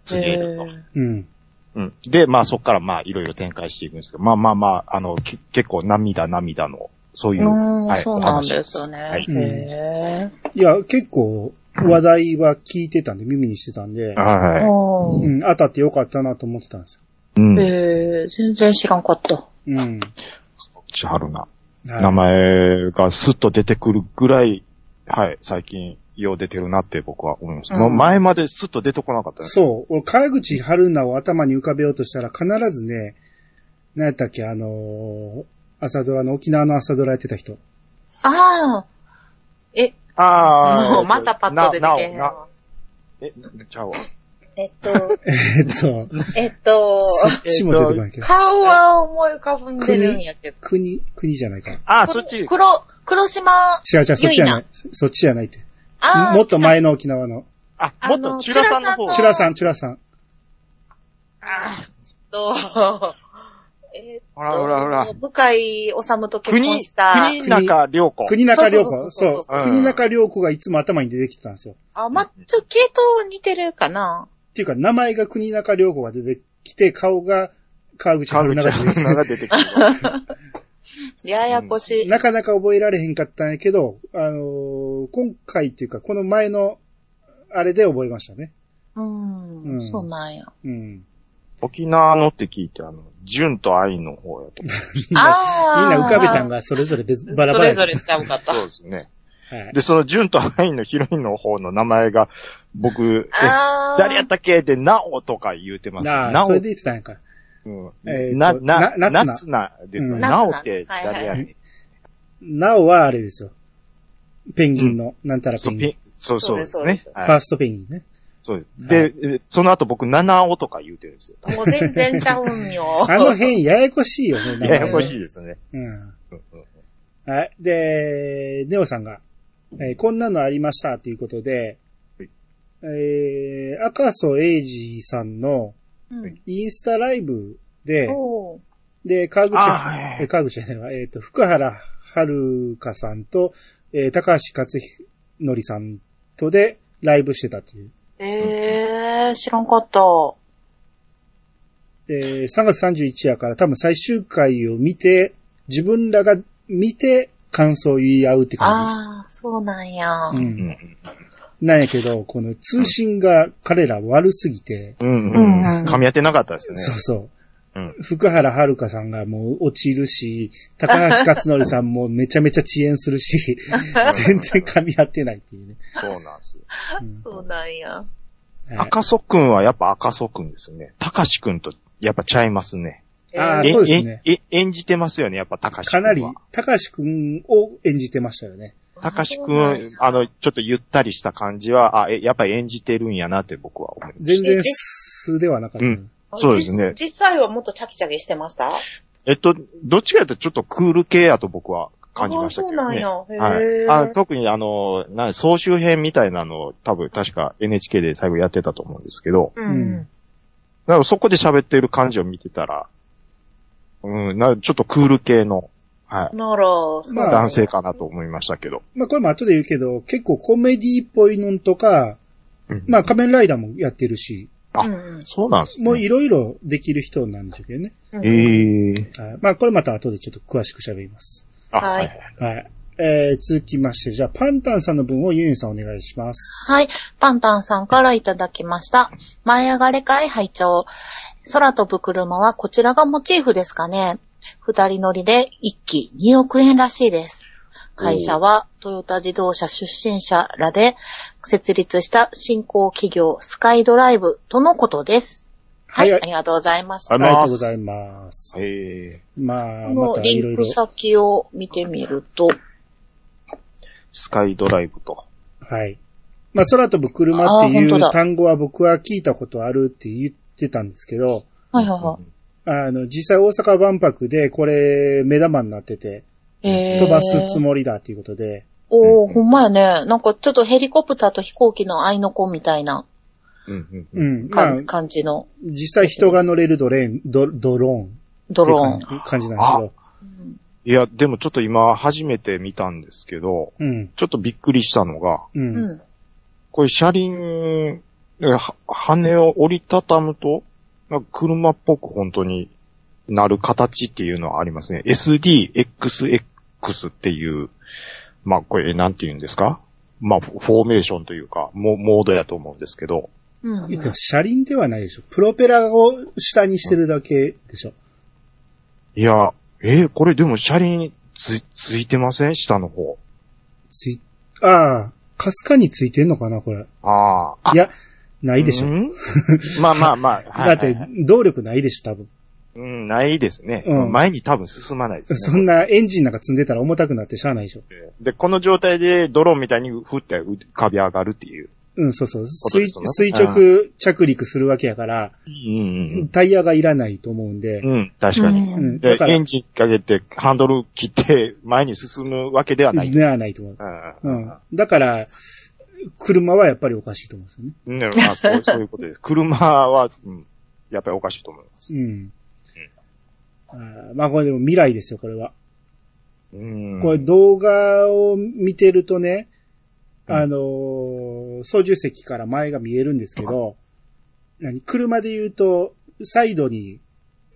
B: 告げると
C: へ。え
A: うん。
B: うん、で、まあ、そこから、まあ、いろいろ展開していくんですけど、まあまあまあ、あの、け結構涙涙の、そういう、
C: うん、
B: はい
C: そうなんですよね。
B: お話
A: ですはい
C: へ
A: いや、結構、話題は聞いてたんで、耳にしてたんで、
C: え。
B: は
C: う
A: うんん、当たってよかったなと思ってたんですよ。
B: い。うん。
C: へえ、全然知らんかった。
A: うん。
B: 千春菜。
A: はい
B: 名前がスッと出てくるぐらい、はい、最近、よう出てるなって僕は思います。
C: うん
B: もう前までスッと出てこなかったです。
A: そう。俺、川口春奈を頭に浮かべようとしたら、必ずね、何やったっけ、あのー朝ドラの、沖縄の朝ドラやってた人。
C: ああ。え、
B: あ
C: もうまたパッと出てけへん
B: な
C: わ。
B: え、なちゃうわ。
C: えっと、
A: えっと、
C: えっと、
A: そっちも出てこないけど。
C: 顔は思い浮かぶんでるんやけど。
A: 国、国じゃないか。
B: あ、そっち。
C: 黒、黒島、
A: 違う違う、そっちじゃない。そっちじゃないって。
C: ああ。
A: もっと前の沖縄の。
B: あ、
C: あ
B: も
C: の
B: っと、チュラさんの方
C: チ
A: チュ
C: ュラ
A: ラさん、チュラさん。
C: あーっと、えーっと、
B: ほらほらほら。
C: 深井治と結婚
B: 国、
C: した。
B: 国中良子。
A: 国中良
C: そう
A: 子。
C: そうそうそう
A: そう。
B: う
A: 国
B: ん
A: 中良子がいつも頭に出てきてたんですよ。
C: あ、ま、ちょ、系統似てるかな
A: っていうか、名前が国中良子が出てきて、顔が川口
B: 川
A: 春
B: 口
A: 奈が出て
B: 春
A: き
B: 菜が出てくる。
C: ややこしい。
A: て。なかなか覚えられへんかったんやけど、あのー今回っていうか、この前の、あれで覚えましたね。
C: うん、
A: うん
C: そうなんや。
A: うん。
B: 沖縄のって聞いて、あの、純と愛の方やと思
A: みんな、
C: ああ。
A: みんな浮かべたんがそれぞれ別、バラバラや。
C: それぞれちゃうかった
B: う。。そうですね。
A: はい。
B: で、その純と愛のヒロインの方の名前が、僕、え
C: ああ。
B: 誰やったっけで、なおとか言うてますね。
A: なあ、
B: なお
A: それで言ってたんやから。
B: うん
A: えーと
B: な、な、
A: な
B: な
A: な
B: つなですよ
A: うん
B: ね。なおって誰や
C: はい
B: ね
A: は
B: ん
A: なおはあれですよ。ペンギンの、なんたら
B: そ
A: ペ
B: う
A: ン
B: ピ
A: ギン。
B: ンそうそうです
C: そう
B: ね
C: です。
A: ファ
B: は
A: ー
B: い
A: ストペンギンね。
B: そう
A: は
B: です。で、えその後僕、七尾とか言うてるんですよ。
C: もう全然ちゃうんよ。
A: あの辺ややこしいよね。名前
B: ややこしいですね。
A: うん。
B: うんうん
A: はい。で、ネオさんが、えーこんなのありましたということで
B: はい、
A: えー、赤楚衛二さんの
C: うん。
A: インスタライブで、
C: おー
A: で、川口、
B: あはいはいはい
A: えー川口じゃないわ、えっ、と、福原遥さんと、えー高橋克典さんとでライブしてたという。
C: えー、知らんかった。
A: えー3月31日やから多分最終回を見て、自分らが見て感想を言い合うって感
C: ああ、そうなんや。
A: じ。う。
B: うんん
A: なんやけど、この通信が彼ら悪すぎて、
B: うん
C: うん
B: う
C: うん
B: ん。噛み合ってなかったですね。
A: そうそう。
B: うん
A: 福原遥さんがもう落ちるし、高橋克典さんもめちゃめちゃ遅延する し、全然噛み合ってないっていうね。
B: そうなんですよ。
A: うん
C: そうなんや。
A: はい
B: 赤楚くんはやっぱ赤楚くんですね。高志くんとやっぱちゃいますね。
A: あー
B: え
A: そうですね
B: ええ演じてますよね、やっぱ高志く
A: か
B: んは。
A: なり、高志くんを演じてましたよね。
B: たかしくん、あの、ちょっとゆったりした感じは、あ、え、やっぱり演じてるんやなって僕は思います。
A: 全然素ではなかった。
B: うんそうですね
C: じ実際はもっとチャキチャキしてました
B: えっと、どっちかというとちょっとクール系やと僕は感じましたけどね。
C: あーそうなんや。
B: はい
C: へ。
B: あ
C: ー
B: 特にあの、な総集編みたいなのを多分確か NHK で最後やってたと思うんですけど、
C: う
A: うん
C: ん。
B: だからそこで喋ってる感じを見てたら、うん、なちょっとクール系の、はい、
C: なら、そう
A: まあ
B: 男性かなと思いましたけど。
A: まあこれも後で言うけど、結構コメディっぽいのんとか、
B: うん
A: まあ仮面ライダーもやってるし、
B: あ
C: うん
B: そうなんですね。
A: もういろいろできる人なんでしょうけどね。
C: うん
B: ええ
A: はいまあこれまた後でちょっと詳しく喋ります。
B: あ、
C: はい
B: はいはい。
A: はい。えー、続きまして、じゃあパンタンさんの分をユンユンさんお願いします。
C: はい。パンタンさんからいただきました。舞い上がれ会拝聴空飛ぶ車はこちらがモチーフですかね。二人乗りで一機2億円らしいです。会社はトヨタ自動車出身者らで設立した新興企業スカイドライブとのことです。はい。
A: はい
C: ありがとうございまし
A: あ
C: た。
A: り
B: りが
A: がとう
B: とう
A: ご
B: ご
A: ざ
B: ざ
A: います。
B: ええ
A: まあ、
C: こ
A: ま
C: の
A: たい
C: リ
A: ろい
C: ン
A: ろ
C: ク。先を見てみると、
B: スカイドライブと。
A: はい。まあ、空飛ぶ車って
C: あー
A: い
C: 本当
A: う
C: だ
A: 単語は僕は聞いたことあるって言ってたんですけど、
C: はいはいは
A: あの、実際大阪万博でこれ目玉になってて、
C: い。えー
A: 飛ばすつもりだっていうことで、
C: お
B: う
C: ー、
B: ん
C: ほんまやね。なんかちょっとヘリコプターと飛行機の合いの子みたいな
B: うんうんうん
A: うん。まあ
C: 感、、感じの
A: 実際人が乗れるドレーン、ドドローンって
C: ド
A: いう感
C: ローン
A: じ感じなんです
C: うん。
B: いや、でもちょっと今初めて見たんですけど、
A: けど、うん。
B: ちょっとびっくりしたのが、
A: う。
C: うんん。
B: これ車輪、は羽を折りたたむと、なんか車っぽく本当になる形っていうのはありますね。SDXX っていう、まあこれなんて言うんですかまあフォフォーメーションというか、モモードやと思うんですけど、
C: うん。
A: でも車輪ではないでしょ。プロペラを下にしてるだけでしょ。
B: いや、えーこれでも車輪つ、ついてません下の方。
A: つい、ああ、かすかについてんのかな、これ。
B: ああ。
A: いや、ないでしょ。
B: うんまあまあまあ。はい
A: だっ
B: は
A: て
B: いはい、
A: 動力ないでしょ、多分。
B: うん、ないですね。
A: うん
B: 前に多分進まないですね。
A: そんなエンジンなんか積んでたら重たくなってしゃあないでしょ。
B: で、この状態でドローンみたいにふって浮かび上がるっていう。
A: うん、そうそう。
B: こと
A: 垂
B: ですよね
A: 垂直着陸するわけやから、
B: うん
A: タイヤがいらないと思うんで
B: うん。、うん、確かに。
A: う
C: うん
A: ん、だ
B: で
A: か、ら、
B: エンジンかけてハンドル切って前に進むわけではない。
A: ではないと思う。
B: う。
A: うん
B: うん
A: ん。だから、車はやっぱりおかしいと思うんで
B: ねまあそうそういうこと です。車は、うん、やっぱりおかしいと思います
A: す。よね。うん。あーまあこれでも未来ですよ、これは。
B: うん。
A: これ動画を見てるとね、
B: うん
A: あのー操縦席から前が見えるんですけど、何車で言うと、サイドに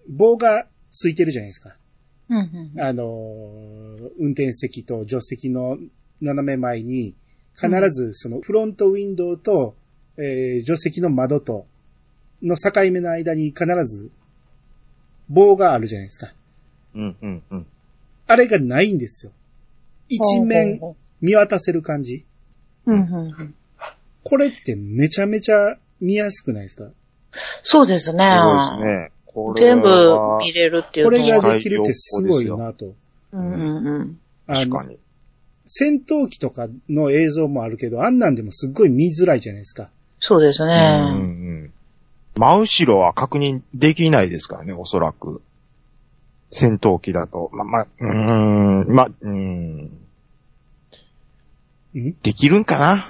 A: 棒がついてるじゃないですか。
C: うんうん
A: あのー運転席と助手席の斜め前に、必ずそのフロントウィンドウと、えー助手席の窓と、の境目の間に必ず棒があるじゃないですか。
B: うん、うん、うん。
A: あれがないんですよ。一面
C: うん
A: 見渡せる感じ。
C: うんうん。
A: これってめちゃめちゃ見やすくないですか
C: そうですね。
B: すごいですね。これは
C: 全部見れるっていう
A: これ
C: のは
A: ができるってすごいなと。
C: うんうんうん。
A: あ
B: 確か
A: の、
B: に。
A: 戦闘機とかの映像もあるけど、あんなんでもすっごい見づらいじゃないですか。
C: そうです
B: うん
C: ね。
B: うん真後ろは確認できないですからね、おそらく。戦闘機だと。ま、ま、うーん、ま、うーん。
A: ん
B: できるん かな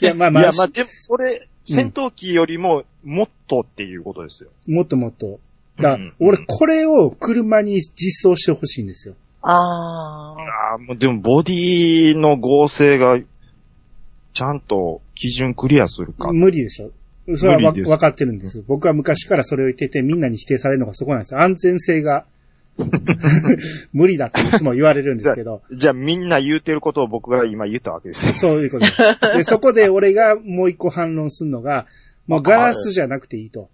A: いや、まあ
B: い
A: まあ
B: や、、まあ、でも、それ、戦闘機よりも、もっとっていうことですよ。
A: もっともっと。だ
B: うん
A: 俺、これを車に実装してほしいんですよ。
C: ああ。
B: ああ、もう、でも、ボディの合成が、ちゃんと基準クリアするか。
A: 無理でしょ。それは
B: 無
A: わ
B: 理です
A: 分かってるんです。僕は昔からそれを言ってて、みんなに否定されるのがそこなんですよ。安全性 が無理だっていつも言われるんですけ ど、
B: じゃあ、みんな言うてることを僕が今言ったわけですよ。
A: そういうことです。で、そこで俺がもう一個反論するのが、もうガラスじゃなくていいと。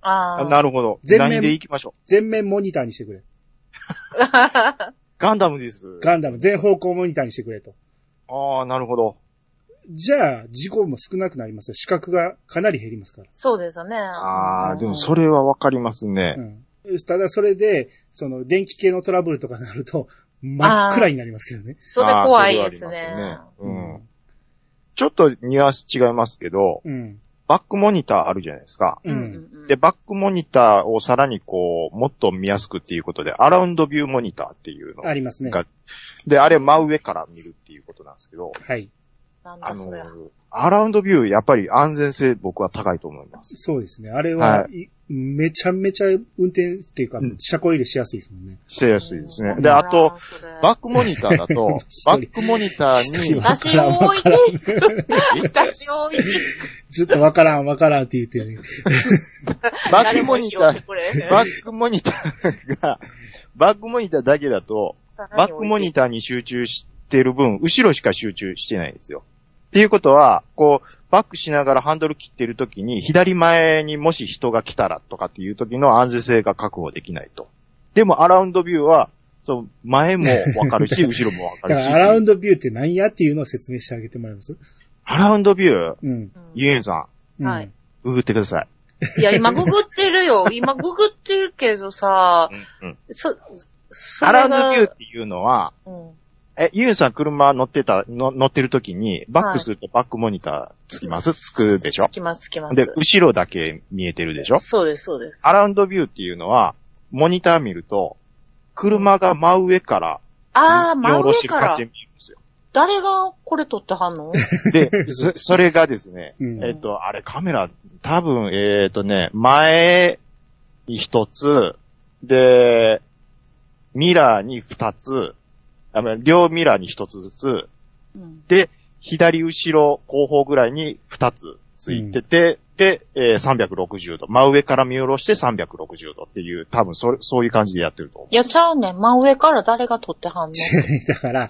C: あ
B: あ
C: あ。
B: なるほど。
A: 全面
B: 何で行きましょう。
A: 全面モニターにしてくれ。
B: ガンダムです。
A: ガンダム全方向モニターにしてくれと。
B: ああ、なるほど。
A: じゃあ、事故も少なくなりますよ。視覚がかなり減りますから。
C: そうですね。
B: ああ、でもそ
C: れ。
B: れはわかりますね。
A: うん。ただ、それで、その、電気系のトラブルとかになると、真っ暗になりますけどね。
C: それ
B: あー
C: 怖いです
B: それはあり
C: ね
B: ま。すうん。ちょっとニュアンス違いますけど、
A: うん。
B: バックモニターあるじゃないですか。
A: う。
C: うんんうん
B: で、バックモニターをさらにこう、もっと見やすくっていうことで、アラウンドビューモニターっていうの。
A: ありますね。
B: がで、あれ真上から見るっていうことなんですけど、
A: はい。
C: なん
B: あ
C: だそ
B: の
C: れは。、
B: アラウンドビュー、やっぱり安全性僕は高いと思います。
A: そうですね。あれは、
B: はい
A: めちゃめちゃ運転っていうか
B: うん、
A: 車庫入れしやすいですもんね。
B: してやすいですね
C: う。ん
B: で、あと、、
C: バ
B: バックモニタ ーだと
A: 一、人
B: バックモニターに、
A: わ
C: 私
A: からん
C: を
A: わ
C: 置い
A: からん。
C: て、私を置いて、
A: ずっとわからんわからんって言ってるね。
B: バッ
C: 誰
B: クモ
C: も
B: ニ
C: 拾
B: タ
C: って
B: ー、
C: くれへん。
B: バックモニターが、バックモニターだけだと、バックモニターに集中してる分、後ろしか集中してないんですよ。っていうことは、こう、バックしながらハンドル切ってるときに、左前にもし人が来たらとかっていうときの安全性が確保できないと。でも、アラウンドビューは、そう、前もわかる し、後ろもわか
A: だか
B: るし。
A: ら、アラウンドビューって何やっていうのを説明してあげてもらえます
B: アラウンドビュー、
A: うん。
C: うん
B: ゆえんさ
A: うん
C: はい。
B: ん、ググってください。
C: いや、今ググってる よ。今ググってるけどさ、
B: うんうん
C: そ、そ
B: ア
C: れが
B: ラウンドビューっていうのは、
C: うん
B: え、ユンさん車乗ってた、の乗ってる時に、バックするとバックモニターつきます、つくでしょ
C: つきます、つきます。
B: で、後ろだけ見えてるでしょ
C: そうです、そうです。
B: アラウンドビューっていうのは、モニター見ると、車が真上から、
C: あー、
B: 見下
C: 真
B: ろ
C: 上
B: し
C: か
B: 感
C: ら
B: じ。に見えるんですよ。
C: 誰がこれ撮っては んの
B: で、 そそれがですね、
A: うん
B: えっと、あれカメラ、多分、えっとね、前に一つ、で、ミラーに二つ、あ両ミラーに一つずつ、
C: うん
B: で、左後ろ後方ぐらいに2つついてて、で、えー360度。真上から見下ろして360度っていう、多分それ、そういう感じでやってると思う。
C: いや、ちゃうねん。真上から誰が撮ってはんの
A: だから、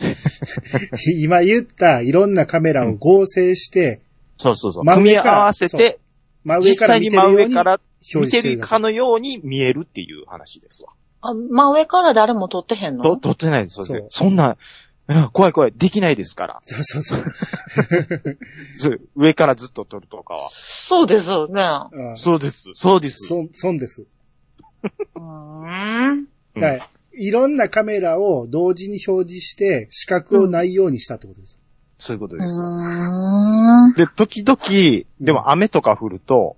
A: 今言ったいろんなカメラを合成して、
B: そうそうそう。
A: 真上
B: 組み
A: から
B: 合わせて、
A: 真上か
B: 実
A: ら
B: 際
A: 見
B: に
A: てるよ
B: 真
A: うに
B: 上から見
A: 表示
B: て
A: してる
B: る
A: だけ
B: かのように見えるっていう話ですわ。
C: あ真上から誰も撮ってへん
B: と、
C: の
B: 撮ってないです。そ
A: そう
B: そんな、うん怖い怖い、できないですから。
A: そうそうそう。
B: ず上からずっと撮るとかは。
C: そうですよね。
A: うん
B: そうです。そうです。
A: そ、損です。
C: うーん。
B: うん
A: はい。いろんなカメラを同時に表示して、視覚をないようにしたってことです。
B: そういうこと
C: う
B: です。
C: ーん。
B: で、時々、でも雨とか降ると、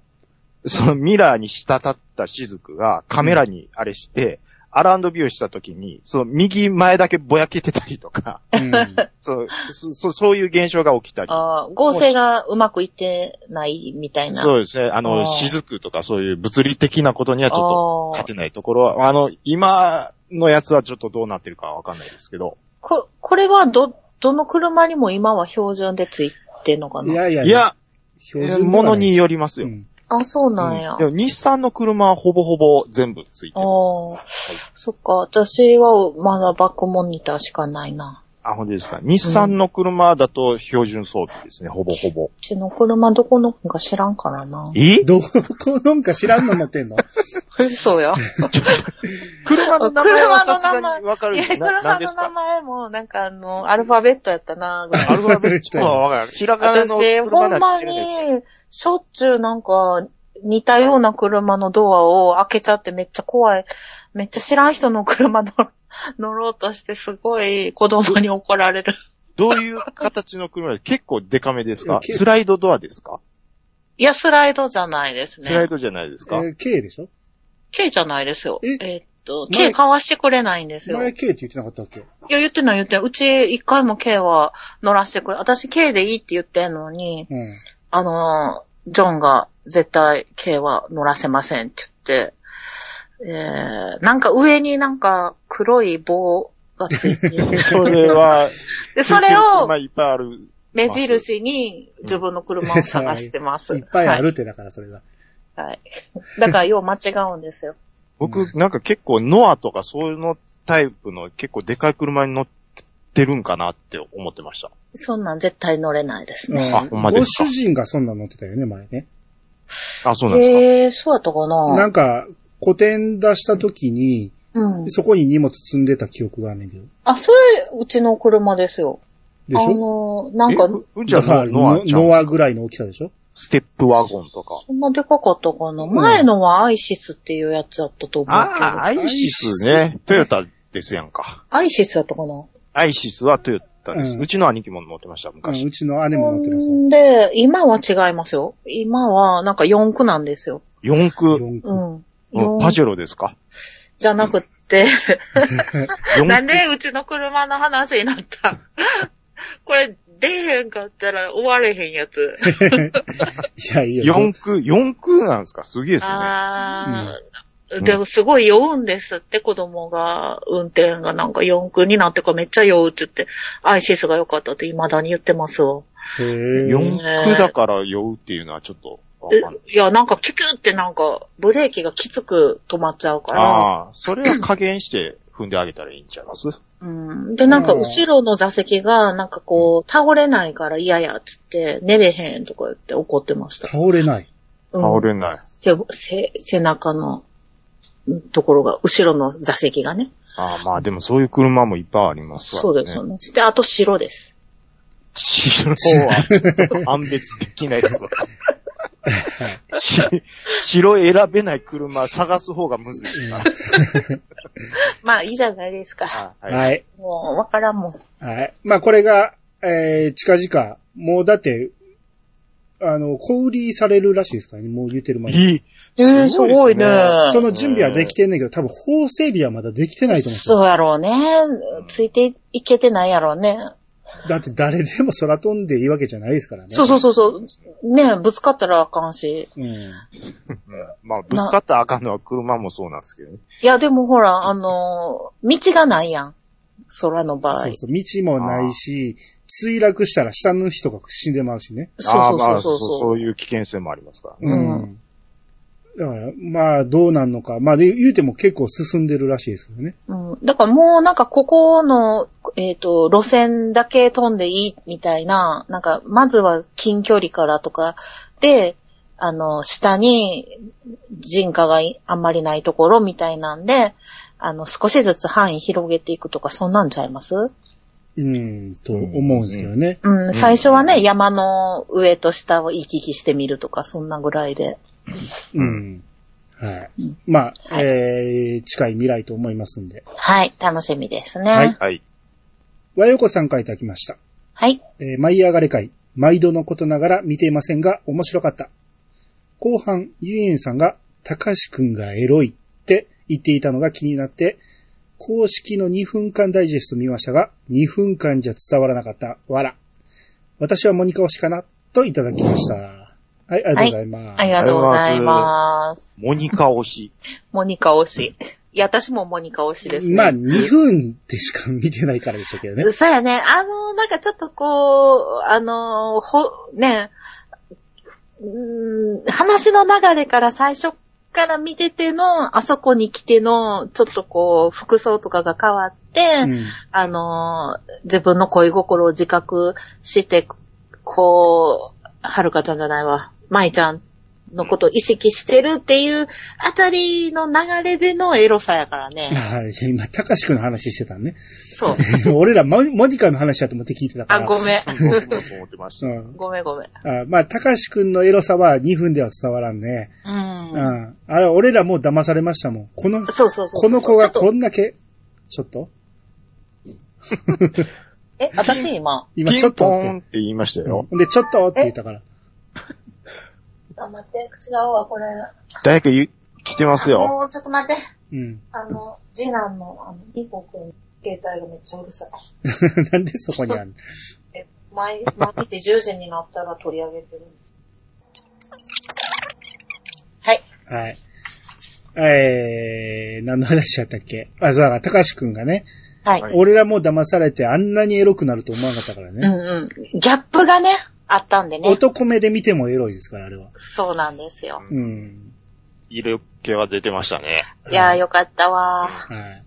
B: そのミラーに滴った雫がカメラにあれして、アラウンドビューした時に、その右前だけぼやけてたりとか、
A: うん。
B: そう、そそそういう現象が起きたり。
C: あー合成がうまくいってないみたいな。
B: そうですね。あ
C: あー
B: の、雫とかそういう物理的なことにはちょっと
C: あ
B: 勝
C: ー
B: てないところは、あの、今のやつはちょっとどうなってるかわかんないですけど。
C: こ、これはど、どの車にも今は標準でついてんのか
A: い
C: な
A: やいや
B: い、や、
A: 標準ではない
B: ものによります
A: う
B: よ。
A: ん。
C: あ、そうなんや。
B: でも日産の車はほぼほぼ全部ついて
C: あ
B: ます。
C: あ、そっか。私はまだバックモニターしかないな。
B: あ、ほんとですか。日産の車だと標準装備ですね、ほぼほぼ。
C: うちの車どこのか知らんか らな。
B: え
A: どこのんか知らんの持ってんの
C: そうや。
B: 車の名前はさすがにわかる
C: いや、
B: よ。な
C: 車
B: 何で
C: の
B: す
C: 名
B: か
C: 前も、なんかあの、アルファベットやったな、ぐらい。
B: アルファベットはわかる。ひらがなの
C: 私、ほ
B: 車
C: ん
B: だと
C: ま
B: 知
C: に
B: るんですよ。、
C: しょっちゅうなんか、似たような車のドアを開けちゃってめっちゃ怖い。めっちゃ知らん人の車乗ろ乗ろうとしてすごい子供に怒られる。
B: どういう形の車 です結構デカめですか
A: 結構
B: スライドドアですか
C: いや、スライドじゃないです
B: スライ
C: ね。
B: ドじゃないです
A: え
B: か
A: ー K でしょ
C: K じゃないですよ。
A: え
C: えーっと、
A: 前
C: K 買わしてくれないんですよ。
A: 前
C: い
A: K って言ってなかったっけ
C: や、言ってない言ってない。うち一回も K は乗らしてくれ。私 K でいいって言ってんのに、
A: うん。
C: あのー、ジョンが絶対 K は乗らせませんって言って、えー、なんか上になんか黒い棒がついてる
B: それは、
C: で、 それを
B: まあいっぱいある。
C: 目印に自分の車を探してます。
A: いっぱいあるって、だからそれが。
C: はい。はい。だからよう間違うんですよ。
B: 僕、なんか結構ノアとかそういうのタイプの結構でかい車に乗ってるんかなって思ってました。
C: そんなん絶対乗れないです
A: うん
C: ね。
B: あほんま
A: ご
B: ですか
A: 主人がそんなの乗ってたよね、前ね。
B: あ、そうなんですか
C: えー、そうやったかな
A: なんか、古典出した時に、
C: うん。
A: そこに荷物積んでた記憶があんねんけど。
C: あ、それ、うちの車ですよ。
A: でし
C: あ
A: ょ
C: の、なんか
B: え、ううんちゃん
A: だから
B: のノアちゃん。
A: ノアぐらいの大きさでしょ
B: ステップワゴンとか。
C: そんなでかかったかな、
A: うん
C: 前のはアイシスっていうやつだったと思うけど。
B: ああ、アイシスね。トヨタですやんか。
C: アイシスだったかな
B: アイシスはトヨタです。
A: う
B: うんちの兄貴も乗ってました、
A: う
B: 昔。
A: ん、うちの姉も乗ってます
C: ほ。んで、今は違いますよ。今は、なんか4区なんですよ。
B: 四駆、
A: 四駆
C: う
B: う
C: ん。
B: ん
C: 四
B: パジェロですか
C: じゃなくって、
B: 四
C: なん
B: 駆
C: でうちの車の話になった んこれ、出えへんかったら終われへんやつ。
A: いや、いいよ。
B: 四駆、四駆なんですかすげえですね。
C: ああ、
B: うん
C: でもすごい酔うんですって、子供が、運転がなんか四駆になってからめっちゃ酔うって言って、アイシスが良かったって未だに言ってますわ。
A: へー
B: 四駆だから酔うっていうのはちょっとわかんない。
C: えいや、なんかキュキュってなんか、ブレーキがきつく止まっちゃうから、
B: ああ、それは加減して踏んであげたらいいんちゃいます
C: うん、で、なんか後ろの座席が、なんかこう、倒れないから嫌やっつって、寝れへんとか言って怒ってました。
A: 倒れない。
C: うん
B: 倒れない。
C: 背背背中のうんところが、後ろの座席がね。
B: ああ、まあでもそういう車もいっぱいあります
C: そうですよね。で、あと白です。
B: 白は判別できないですわ。し白選べない車探す方がむずいですから。
C: まあ、いいじゃないですか。
B: あはい
A: はい。
C: もう、わからんもん。
A: はい。まあ、これが、えー、近々、もうだって、あの、小売りされるらしいですからね、もう言ってる前に。
B: いい。
C: ええすごいね。
A: その準備はできてんねんけど、多分法整備はまだできてないと思う
C: そうやろうね。ついていけてないやろうね。
A: んですよ。だって誰でも空飛んでいいわけじゃないですからね。
C: そうそうそうそう。ねぶつかったらあかんし。
A: うん。
B: まあ、ぶつかったらあかんのは車もそうなんですけどね。
C: いや、でもほら、あのー、道がないやん。空の場合。
A: そうそう、道もないし、墜落したら下の人が死んでまうしね。
B: ああ
C: そ
B: ま
C: うそう
B: あ、そ
C: そうう
B: そ
C: そう
B: ういう危険性もありますからね。
C: うん
A: うん。だから、まあ、どうなんのか。まあ、で、言うても結構進んでるらしいですけどね。
C: うん。だからもうなんかここの、えっ、と、路線だけ飛んでいいみたいな、なんかまずは近距離からとかで、あの、下に人家がいあんまりないところみたいなんで、あの、少しずつ範囲広げていくとか、そんなんちゃいます
A: うん、と思うんですけどね。
C: うんん、最初はね、山の上と下を行き来してみるとか、そんなぐらいで。
A: う
B: うん
A: ん。はい。まあ、
C: はい
A: えー、近い未来と思いますんで。
C: はい、楽しみですね。
A: は
C: はいい。
B: はい。
A: 和洋子さんからいただきました。えー舞い上がれ会、毎度のことながら見ていませんが面白かった。後半、ゆいゆんさんが、たかしくんがエロいって言っていたのが気になって、公式の2分間ダイジェスト見ましたが、2分間じゃ伝わらなかった。わら。私はモニカ推しかな、といただきました。はい、ありがとうございます。
C: ありがとうございます。
B: モニカ推し。
C: モニカ推し。いや、私もモニカ推しですね。
A: まあ、2分でしか見てないからでしたけどね。
C: そうやね。あの、なんかちょっとこう、あの、ほ、ね、うーん、話の流れから最初から見てての、あそこに来ての、ちょっとこう、服装とかが変わって、
A: うん。
C: あの、自分の恋心を自覚して、こう、はるかちゃんじゃないわ、まいちゃんのことを意識してるっていうあたりの流れでのエロさやか らね。
A: あー今、たかしくんの話してたね。
C: そう。
A: 俺らモモニカの話だと思って聞いてたか
C: あ、
A: ら。
C: ごめん。
B: 僕もそう思ってました。
A: うん。
C: ごめんごめん。
A: あまあ、たかしくんのエロさは2分では伝わらんね。
C: うん
A: う。ん。あれ、俺らもう騙されましたもん。この、
C: そうそうそう。
A: この子が
C: ちょっと
A: こんだけ、ちょっと
C: え、私今。
A: 今
B: ピ
A: ちょ
B: ン
A: っと
B: ポ
A: っ
B: ーンって言いました
A: て。
B: よ。
A: うんで、ちょっとって言ったから。
C: あ、待って、違うわ、これ。
B: 誰か言う来てますよ。
C: もうちょっと待って。
A: うん。
C: あの、次男の、あの、リコ君の携帯がめっちゃうるさい。
A: なんでそこにあるの
C: え、毎、毎日10時になったら取り上げてるんです。はい。
A: はい。えー、何の話やったっけあ、そうだから、たかしくんがね、
C: はい。
B: はい
A: 俺らも騙されてあんなにエロくなると思わなかったから
C: う
A: ね。
C: んうん。ギャップがね、あったんでね。
A: 男目で見てもエロいですから、あれは。
C: そうなんですよ。
A: うん。
B: 色気は出てましたね。
C: いやー、よかったわ
A: はい。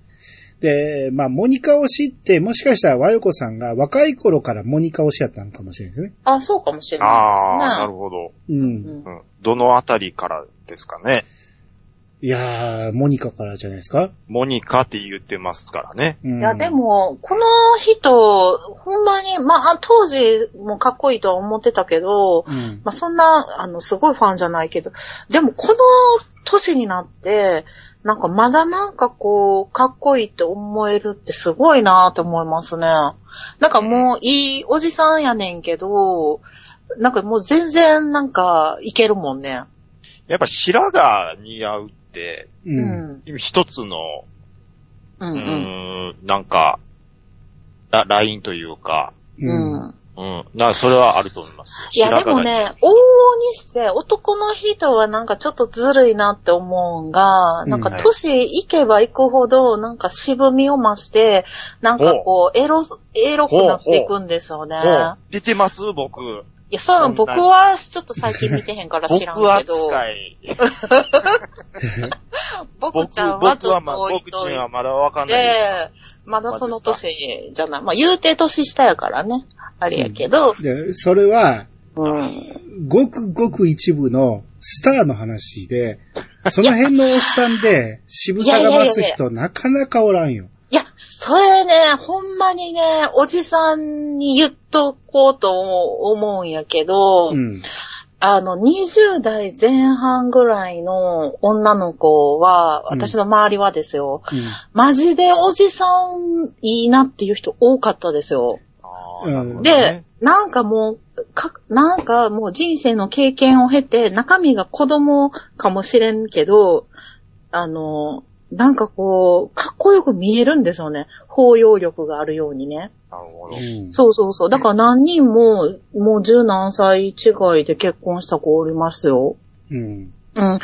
A: で、まあ、モニカ推しって、もしかしたら和代子さんが若い頃からモニカ推しやったのかもしれないですね。
C: ー。あ、そうかもしれないです
B: あ
C: ね。
B: あ、なるほど。
A: うん。
C: うん
B: うんどのあたりからですかね。
A: いやー、モニカからじゃないですか。
B: モニカって言ってますからね。
A: うん、
C: いや、で。も、この人、ほんまに、まあ、当時もかっこいいとは思ってたけど、
A: うん。
C: まあ、そんな、あの、すごいファンじゃないけど、でも、この年になって、なんか、まだなんかこう、かっこいいって思えるってすごいなと思いますね。なんかもう、いいおじさんやねんけど、なんかもう全然、なんか、いけるもんね。
B: やっぱ白が似合うって、
A: う。
C: うんん。
B: 一つの、
C: う
B: うん
C: うん。
B: ん、んなんか、ラ、ラインというか、
A: うん。
C: うん
B: うん。な、それはあると思います。
C: いや、で
B: 白
C: も
B: 髪が似合う
C: ね、往々にして男の人はなんかちょっとずるいなって思うんが、
A: うん
C: なんか
B: はい
C: 年いけばいくほどなんか渋みを増して、なんかこう、エロ、エロくなっていくんですよね。
B: もう、出てます、僕。
C: いや、そういうの僕はちょっと最近見てへんから知らん
B: 僕
C: けど、
B: 扱い。
C: 僕
B: 僕
C: ちゃん、はち
B: 僕
C: ょ
B: は
C: っと
B: ま、
C: 置い
B: 僕
C: と
B: 自身
C: い
B: はまだわかんないです。
C: て、まだその年じゃない。まあ言うて年下やからね。あれやけど、
A: で、それは、
C: うん。
A: ごくごく一部のスターの話で、その辺のおっさんで渋さが増す人なかなかおらんよ。
C: いや、それね、ほんまにね、おじさんに言っとこうと思うんやけど、
A: うん。
C: あの、20代前半ぐらいの女の子は、
A: うん
C: 私の周りはですよ、
A: うん
C: マジでおじさんいいなっていう人多かったですよ。
B: あーなるほど
C: で、
B: ね
C: なんかもう、か、なんかもう人生の経験を経て、中身が子供かもしれんけど、あの、なんかこう、かっこよく見えるんですよね。包容力があるようにね。
B: なるほ
A: う
B: ど。
A: ん。
C: そうそうそう。だから何人も、もう十何歳違いで結婚した子おりますよ。
A: うん。
C: うん。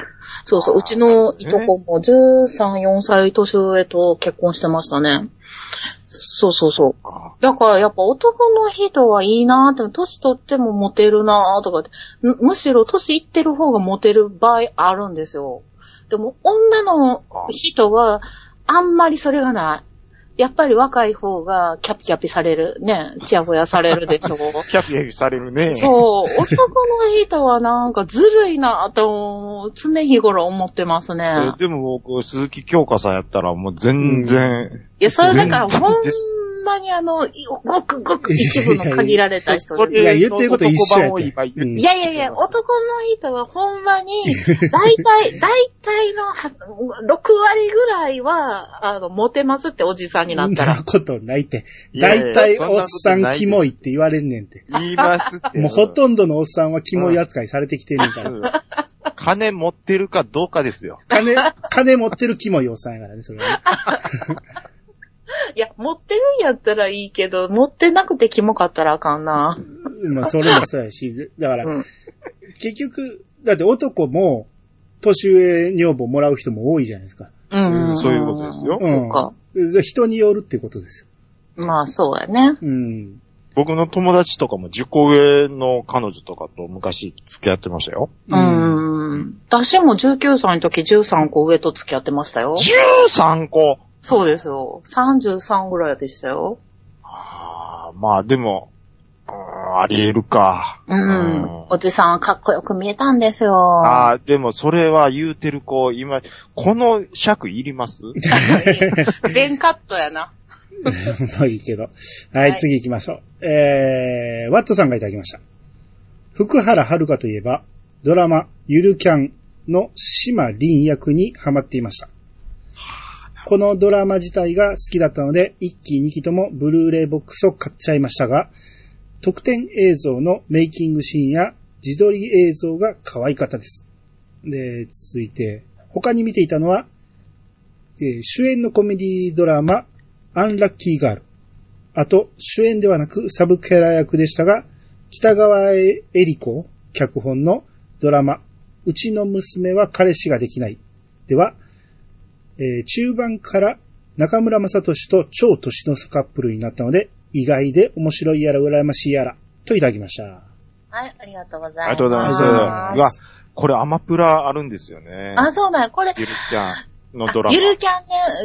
C: そうそう。うちのいとこも13、4歳年上と結婚してましたね。そうそうそう。
B: あ
C: だからやっぱ男の人はいいなーって、年取ってもモテるなーとかって、むむしろ年いってる方がモテる場合あるんですよ。でも女の人はあんまりそれがない。やっぱり若い方がキャピキャピされる、ね、チヤホヤされる でしょう。
B: キャピキャピされるね。
C: そう、男の人はなんかずるいなーと常日頃思ってますね。
B: えーでも僕、鈴木京香さんやったらもう全然、
C: いや、それだから
B: 全
C: ほん
B: 然です
C: まにあの、ごくごく一部の限られた人です
B: そ
A: いや、
B: れ
A: 言ってること一緒や
B: 男版を今
A: て。
B: 言って
A: うん
C: いやいやいや、男の人はほん まに、大体、大体のは6割ぐらいは、あの、モテますっておじさんになった
A: そんな
C: ら。
A: ことないって。
B: いやい
A: 大
B: や
A: 体おっさ
B: そんなことなんい
A: キモいって言われんねんて。
B: 言いますって。
A: もうほとんどのおっさんはキモい扱いされてきてるから。
B: うん金持ってるかどうかですよ。
A: 金、金持ってるキモいおっさんやからね、それはね。
C: いや、持ってるんやったらいいけど、持ってなくてキモかったらあかんな。
A: まあ、それもそうやし、だから、
C: うん
A: 結局、だって男も、年上女房もらう人も多いじゃないですか。
C: うん。
B: そういうことですよ
A: う
C: そうんか。。
A: で人によるってことですよ。
C: まあ、そうやね。
A: うん。
B: 僕の友達とかも10個上の彼女とかと昔付き合ってましたよ。
C: う。ん。私も19歳の時13個上と付き合ってましたよ。
B: 13個
C: そうですよ。33ぐらいでしたよ。
B: あーまあでも、うんありえるか。
C: うん。おじさんはかっこよく見えたんですよ。
B: ああ、でもそれは言うてる子、今、この尺いります
C: 全カットやな。
A: まあいいけど。はい、
C: はい
A: 次行きましょう。えー、ワットさんがいただきました。福原遥といえば、ドラマ、ゆるキャンの島凛役にハマっていました。このドラマ自体が好きだったので、1期2期ともブルーレイボックスを買っちゃいましたが、特典映像のメイキングシーンや自撮り映像が可愛かったです。で、続いて、他に見ていたのは、えー主演のコメディドラマ、アンラッキーガール。あと、主演ではなくサブキャラ役でしたが、北川恵里子脚本のドラマ、うちの娘は彼氏ができない。では、えー中盤から中村雅俊と超年の差カップルになったので、意外で面白いやら羨ましいやら、といただきました。
C: はい、ありがとうございます。
B: ありがとうございます。う
A: ありがとうございま、
B: わこれアマプラあるんですよね。
C: あ、そうだよ。これ、
B: ゆるキャンのドラマ。
C: ゆるキャ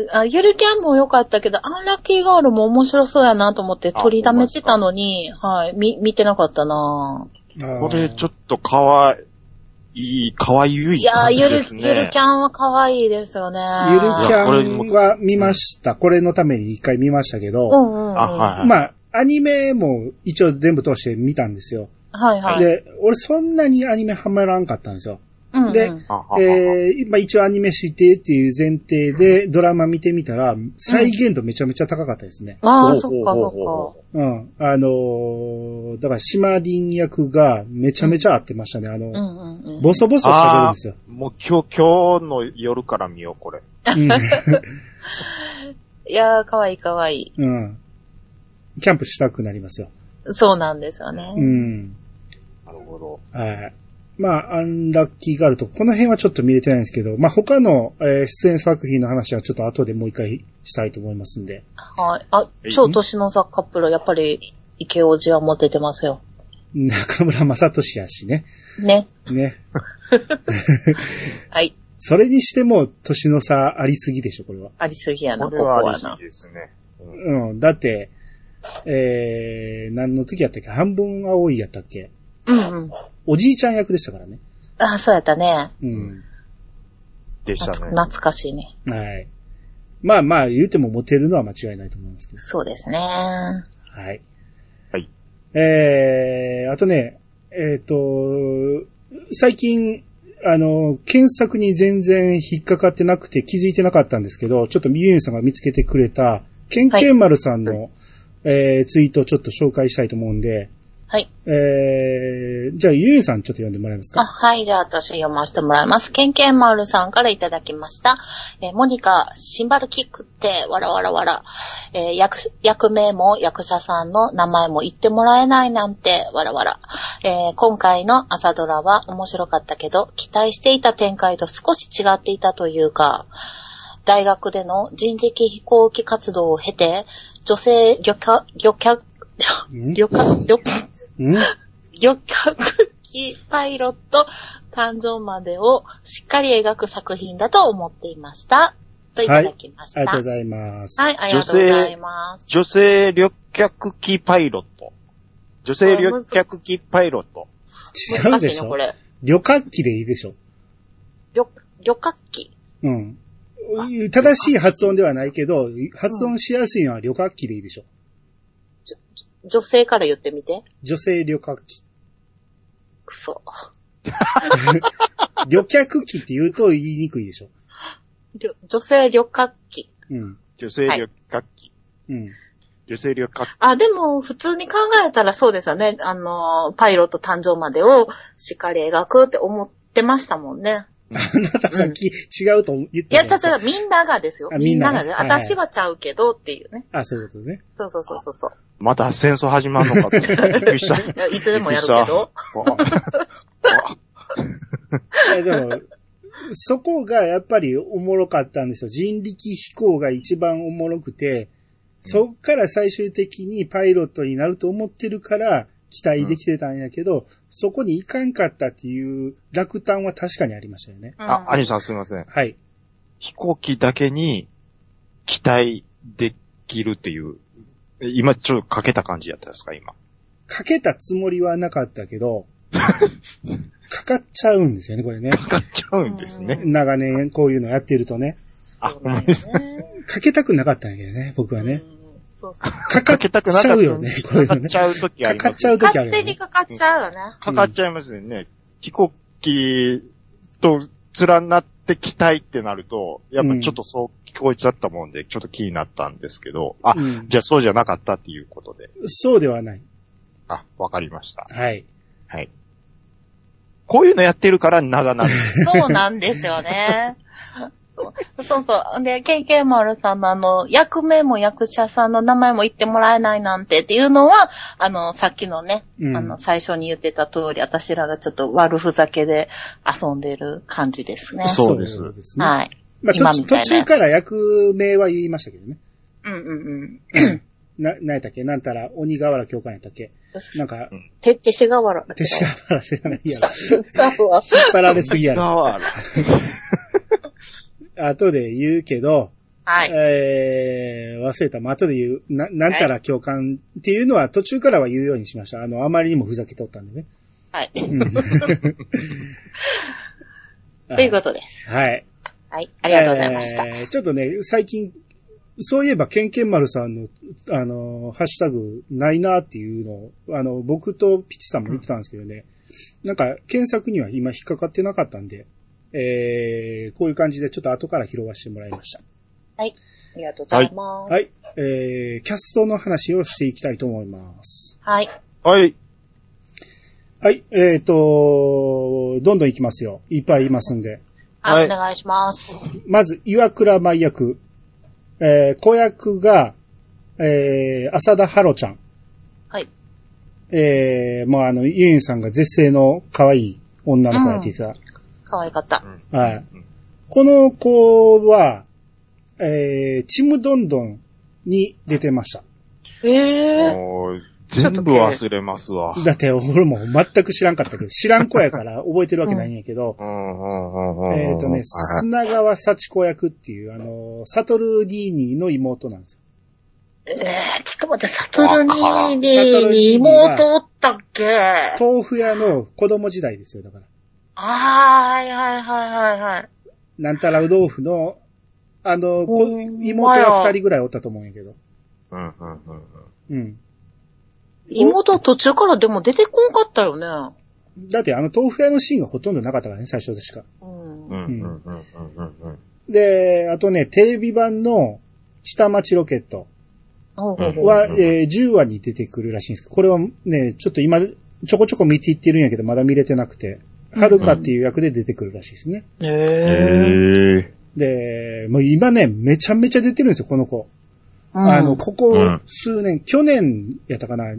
C: ンねあ、ゆるキャンも良かったけど、アンラッキーガールも面白そうやなと思って
B: あ
C: 取りだめてたのに、はい、み、見てなかったなぁ
B: これちょっとかわい、いい、可愛い
C: いやー、
B: 感じ
C: ゆる
B: で、すね。
C: ゆるキャンは可愛いですよね。
A: ゆるキ
B: これ
A: ャン
B: も
A: は見ました。これのために一回見ましたけ
C: う
A: ど、
C: んうんうん。
B: あ、はい、はい。
A: まあ、アニメも一応全部通して見たんですよ。
C: はいはい。
A: で、俺そんなにアニメハマらんかったんですよ。
C: うんうん
A: で
B: あはは
A: えー、まあ一応アニメ知ってっていう前提でドラマ見てみたら、再現度めちゃめちゃ高かったですね。
C: あ
B: ほ
C: あ、
B: う
C: そっか
B: ほう
C: そ
B: ほう
A: うん。あのーだから島林役がめちゃめちゃ合ってましたね。あ
C: っか。
A: の、
C: うんうんうん。
A: ボソボソ喋るんですよ。
B: もう今日、今日の夜から見よう、これ。
C: いやー、可愛い可愛い。
A: うん。うんキャンプしたくなりますよ。
C: そうなんですよね。
A: うん。
B: なるほど。
A: はい。まあ、アンラッキーガールと、この辺はちょっと見れてないんですけど、まあ他の、えー出演作品の話はちょっと後でもう一回したいと思いますんで。
C: はい。あ、超年の差カップル、やっぱり、池王子はモテてますよ。
A: 中村雅俊やしね。
C: ね。
A: ね。
C: はい。
A: それにしても、年の差ありすぎでしょ、これは。
C: ありすぎやな、
B: こ
C: こ
B: れ
C: こ
B: はあ
C: は
B: りす
C: な。
B: ぎですね。うん
A: うん。だって、えー、何の時やったっけ半分青いやったっけ
C: うんうん。
A: おじいちゃん役でしたからね。
C: あ、そうやったね。
A: うん。
B: でしたね。
C: 懐かしいね。
A: はい。まあまあ、言うてもモテるのは間違いないと思うんですけど。
C: そうですね。
A: はい。
B: はい。
A: えー、あとね、えっ、と、最近、あの、検索に全然引っかかってなくて気づいてなかったんですけど、ちょっとゆうゆうさんが見つけてくれた、ケンケン丸さんの、えーツイートをちょっと紹介したいと思うんで、
C: はい。
A: えー、じゃあゆうゆうさんちょっと読んでもらえますか
C: あ、はい。じゃあ、私読ませてもらいます。ケンケンマールさんからいただきました。えーモニカ、シンバルキックって、わらわらわら。えー役、役名も役者さんの名前も言ってもらえないなんて、わらわら。えー今回の朝ドラは面白かったけど、期待していた展開と少し違っていたというか、大学での人的飛行機活動を経て、女性旅客、旅客、
A: ん
C: 旅客、旅客、
A: ん
C: 旅客機パイロット誕生までをしっかり描く作品だと思っていました。といただきまし
A: あ
C: た。
A: りがとうござ
C: はい、
A: います。
C: ありがとうございます。
B: 女性旅客機パイロット。女性旅客機パイロット。
A: 違う
C: 難
A: で
C: しい
A: し
C: の、
A: ょ
C: これ。
A: 旅客機でいいでしょ
C: 旅、旅客機。
A: うん。正しい発音ではないけど、発音しやすいのは旅客機でいいでしょ。
C: 女性から言ってみて。
A: 女性旅客機。
C: くそ。
A: 旅客機って言うと言いにくいでしょ。
C: りょ女性旅客機。
A: うん。
B: 女性旅客機。
A: うん。
B: 女性旅客機。
C: あ、でも、普通に考えたらそうですよね。あの、パイロット誕生までをしっかり描くって思ってましたもんね。
A: たださっき違うと言っ
C: い
A: て
C: や、
A: た
C: ちゃち
A: ゃ
C: ゃ、みんながですよ。
A: あ
C: み
A: みん
C: ん
A: なが
C: ながね。
A: はいはい
C: 私はちゃうけどっていうね。
A: あ、そういうことね。
C: そうそうそうそうそう。
B: また戦争始まる のかと思って。びっくりした。
C: いやいつでもやるけど。
A: いや、でも、そこがやっぱりおもろかったんですよ。人力飛行が一番おもろくて、そっから最終的にパイロットになると思ってるから期待できてたんやけど、そこに行かんかったっていう落胆は確かにありましたよね。
B: あ、
C: うん
B: 兄さんすいません。
A: はい。
B: 飛行機だけに期待できるっていう。え今ちょっとかけた感じやったですか、今。
A: かけたつもりはなかったけ ど、かかっちゃうんですよね、これね。
B: かかっちゃうんですね。
A: 長年こういうのやってるとね。
B: あ
C: そ
B: ほ
C: う
B: ん
C: だ
B: ま
C: よ
B: です
C: ね。
A: かけたくなかったんやけどね、僕はね。
C: うん。そうそ
A: か
C: う。
A: か
B: か
A: っ
B: けたくなかった
A: ちゃうよね、こういうの
B: かかっ
A: ね。
B: ちゃう時あ
A: か
B: り
A: か
B: ま
A: っ
B: す
A: ちゃ
B: よ
A: う
B: ね。
A: 時ある
C: 勝
A: よ
C: 手に
A: ね。
C: かかっちゃうよね。
B: かかっちゃいますよね。飛行機と連なって期待ってなると、やっぱちょっとそう聞こえちゃったもんで、ちょっと気になったんですけど、あ、
A: うん
B: じゃあそうじゃなかったっていうことで。
A: そうではない。
B: あ、わかりました。
A: はい。
B: はい。こういうのやってるから 長なる。
C: そうなんですよね。そうそうそう。で、KK 丸さんのあの、役名も役者さんの名前も言ってもらえないなんてっていうのは、あの、さっきのね、
A: うん
C: あの、最初に言ってた通り、私らがちょっと悪ふざけで遊んでる感じですね。
B: そうです
A: すね。
C: はい。
A: まあ
C: 今
A: 途
C: みたい
A: 中途
C: な
A: 中から役名は言いましたけどね。
C: うんうん
A: な、なんやったっけなんたら、鬼瓦教官やったっけ
C: う。
A: なんんか、
C: て、てしがわら。
A: 手しがばらせじゃないやろ。
C: そうわ
A: 引っ張られすぎ やろ。
B: わら。
A: 後で言うけど、
C: はい。
A: えー、忘れた。まあ、後で言う。な、なんたら教官っていうのは途中からは言うようにしました。あの、あまりにもふざけとったんでね。
C: はい。
A: うん
C: ということです。
A: はい。
C: はい。ありがとうございました。
A: えーちょっとね、最近、そういえば、ケンケン丸さんの、あの、ハッシュタグ、ないなっていうのを、あの、僕とピチさんも言ってたんですけどね、なんか、検索には今引っかかってなかったんで、えー、こういう感じでちょっと後から拾わせてもらいました。
C: ありがとうございます。
A: はい。えー、キャストの話をしていきたいと思います。
C: はい。
B: はい。
A: はい。えーと、どんどん行きますよ。いっぱいいますんで。
C: は。
B: はい
C: お
B: い
C: 願いします。
A: まず、岩倉舞役。えー、子役が、えー、浅田ハロちゃん。
C: はい。
A: えー、もうあの、ユンユンさんが絶世の可愛い女の子やっていた。
C: 可愛かった。
A: はい。この子は、えー、ちむどんどんに出てました。
C: ええ。
B: もう、全部忘れますわ。
A: だって、俺も全く知らんかったけど、知らん子や から覚えてるわけないんやけど、え
B: え
A: っ、とね、砂川幸子役っていう、あの、サトルディーニーの妹なんですよ。
C: えー、ちょっと待って、サトルニー
A: サ
C: ニ
A: ト
C: ー
A: ルニー
C: に
A: ニーは
C: 妹おったっけ
A: 豆腐屋の子供時代ですよ、だから。
C: あー、はいはいはいはいはい。
A: なんたらう豆腐の、あの、こ
C: ほんまや
A: 妹が二人ぐらいおったと思うんやけど。
B: うんうんうんうん
A: うん。
C: 妹は途中からでも出てこんかったよね。
A: だってあの豆腐屋のシーンがほとんどなかったからね、最初でしか。
C: うん
B: う。んうんうんうんうん
A: で、あとね、テレビ版の下町ロケット
C: ほうほうほう
A: は、
B: うん
A: えー10話に出てくるらしいんですけど、これはね、ちょっと今、ちょこちょこ見ていってるんやけど、まだ見れてなくて、はるかっていう役で出てくるらしいですね。
C: ええ。
B: ええ。
A: で、もう今ね、めちゃめちゃ出てるんですよ、この子。
C: うん
A: あの、、ここ
B: うん
A: 数年、去年やったかな、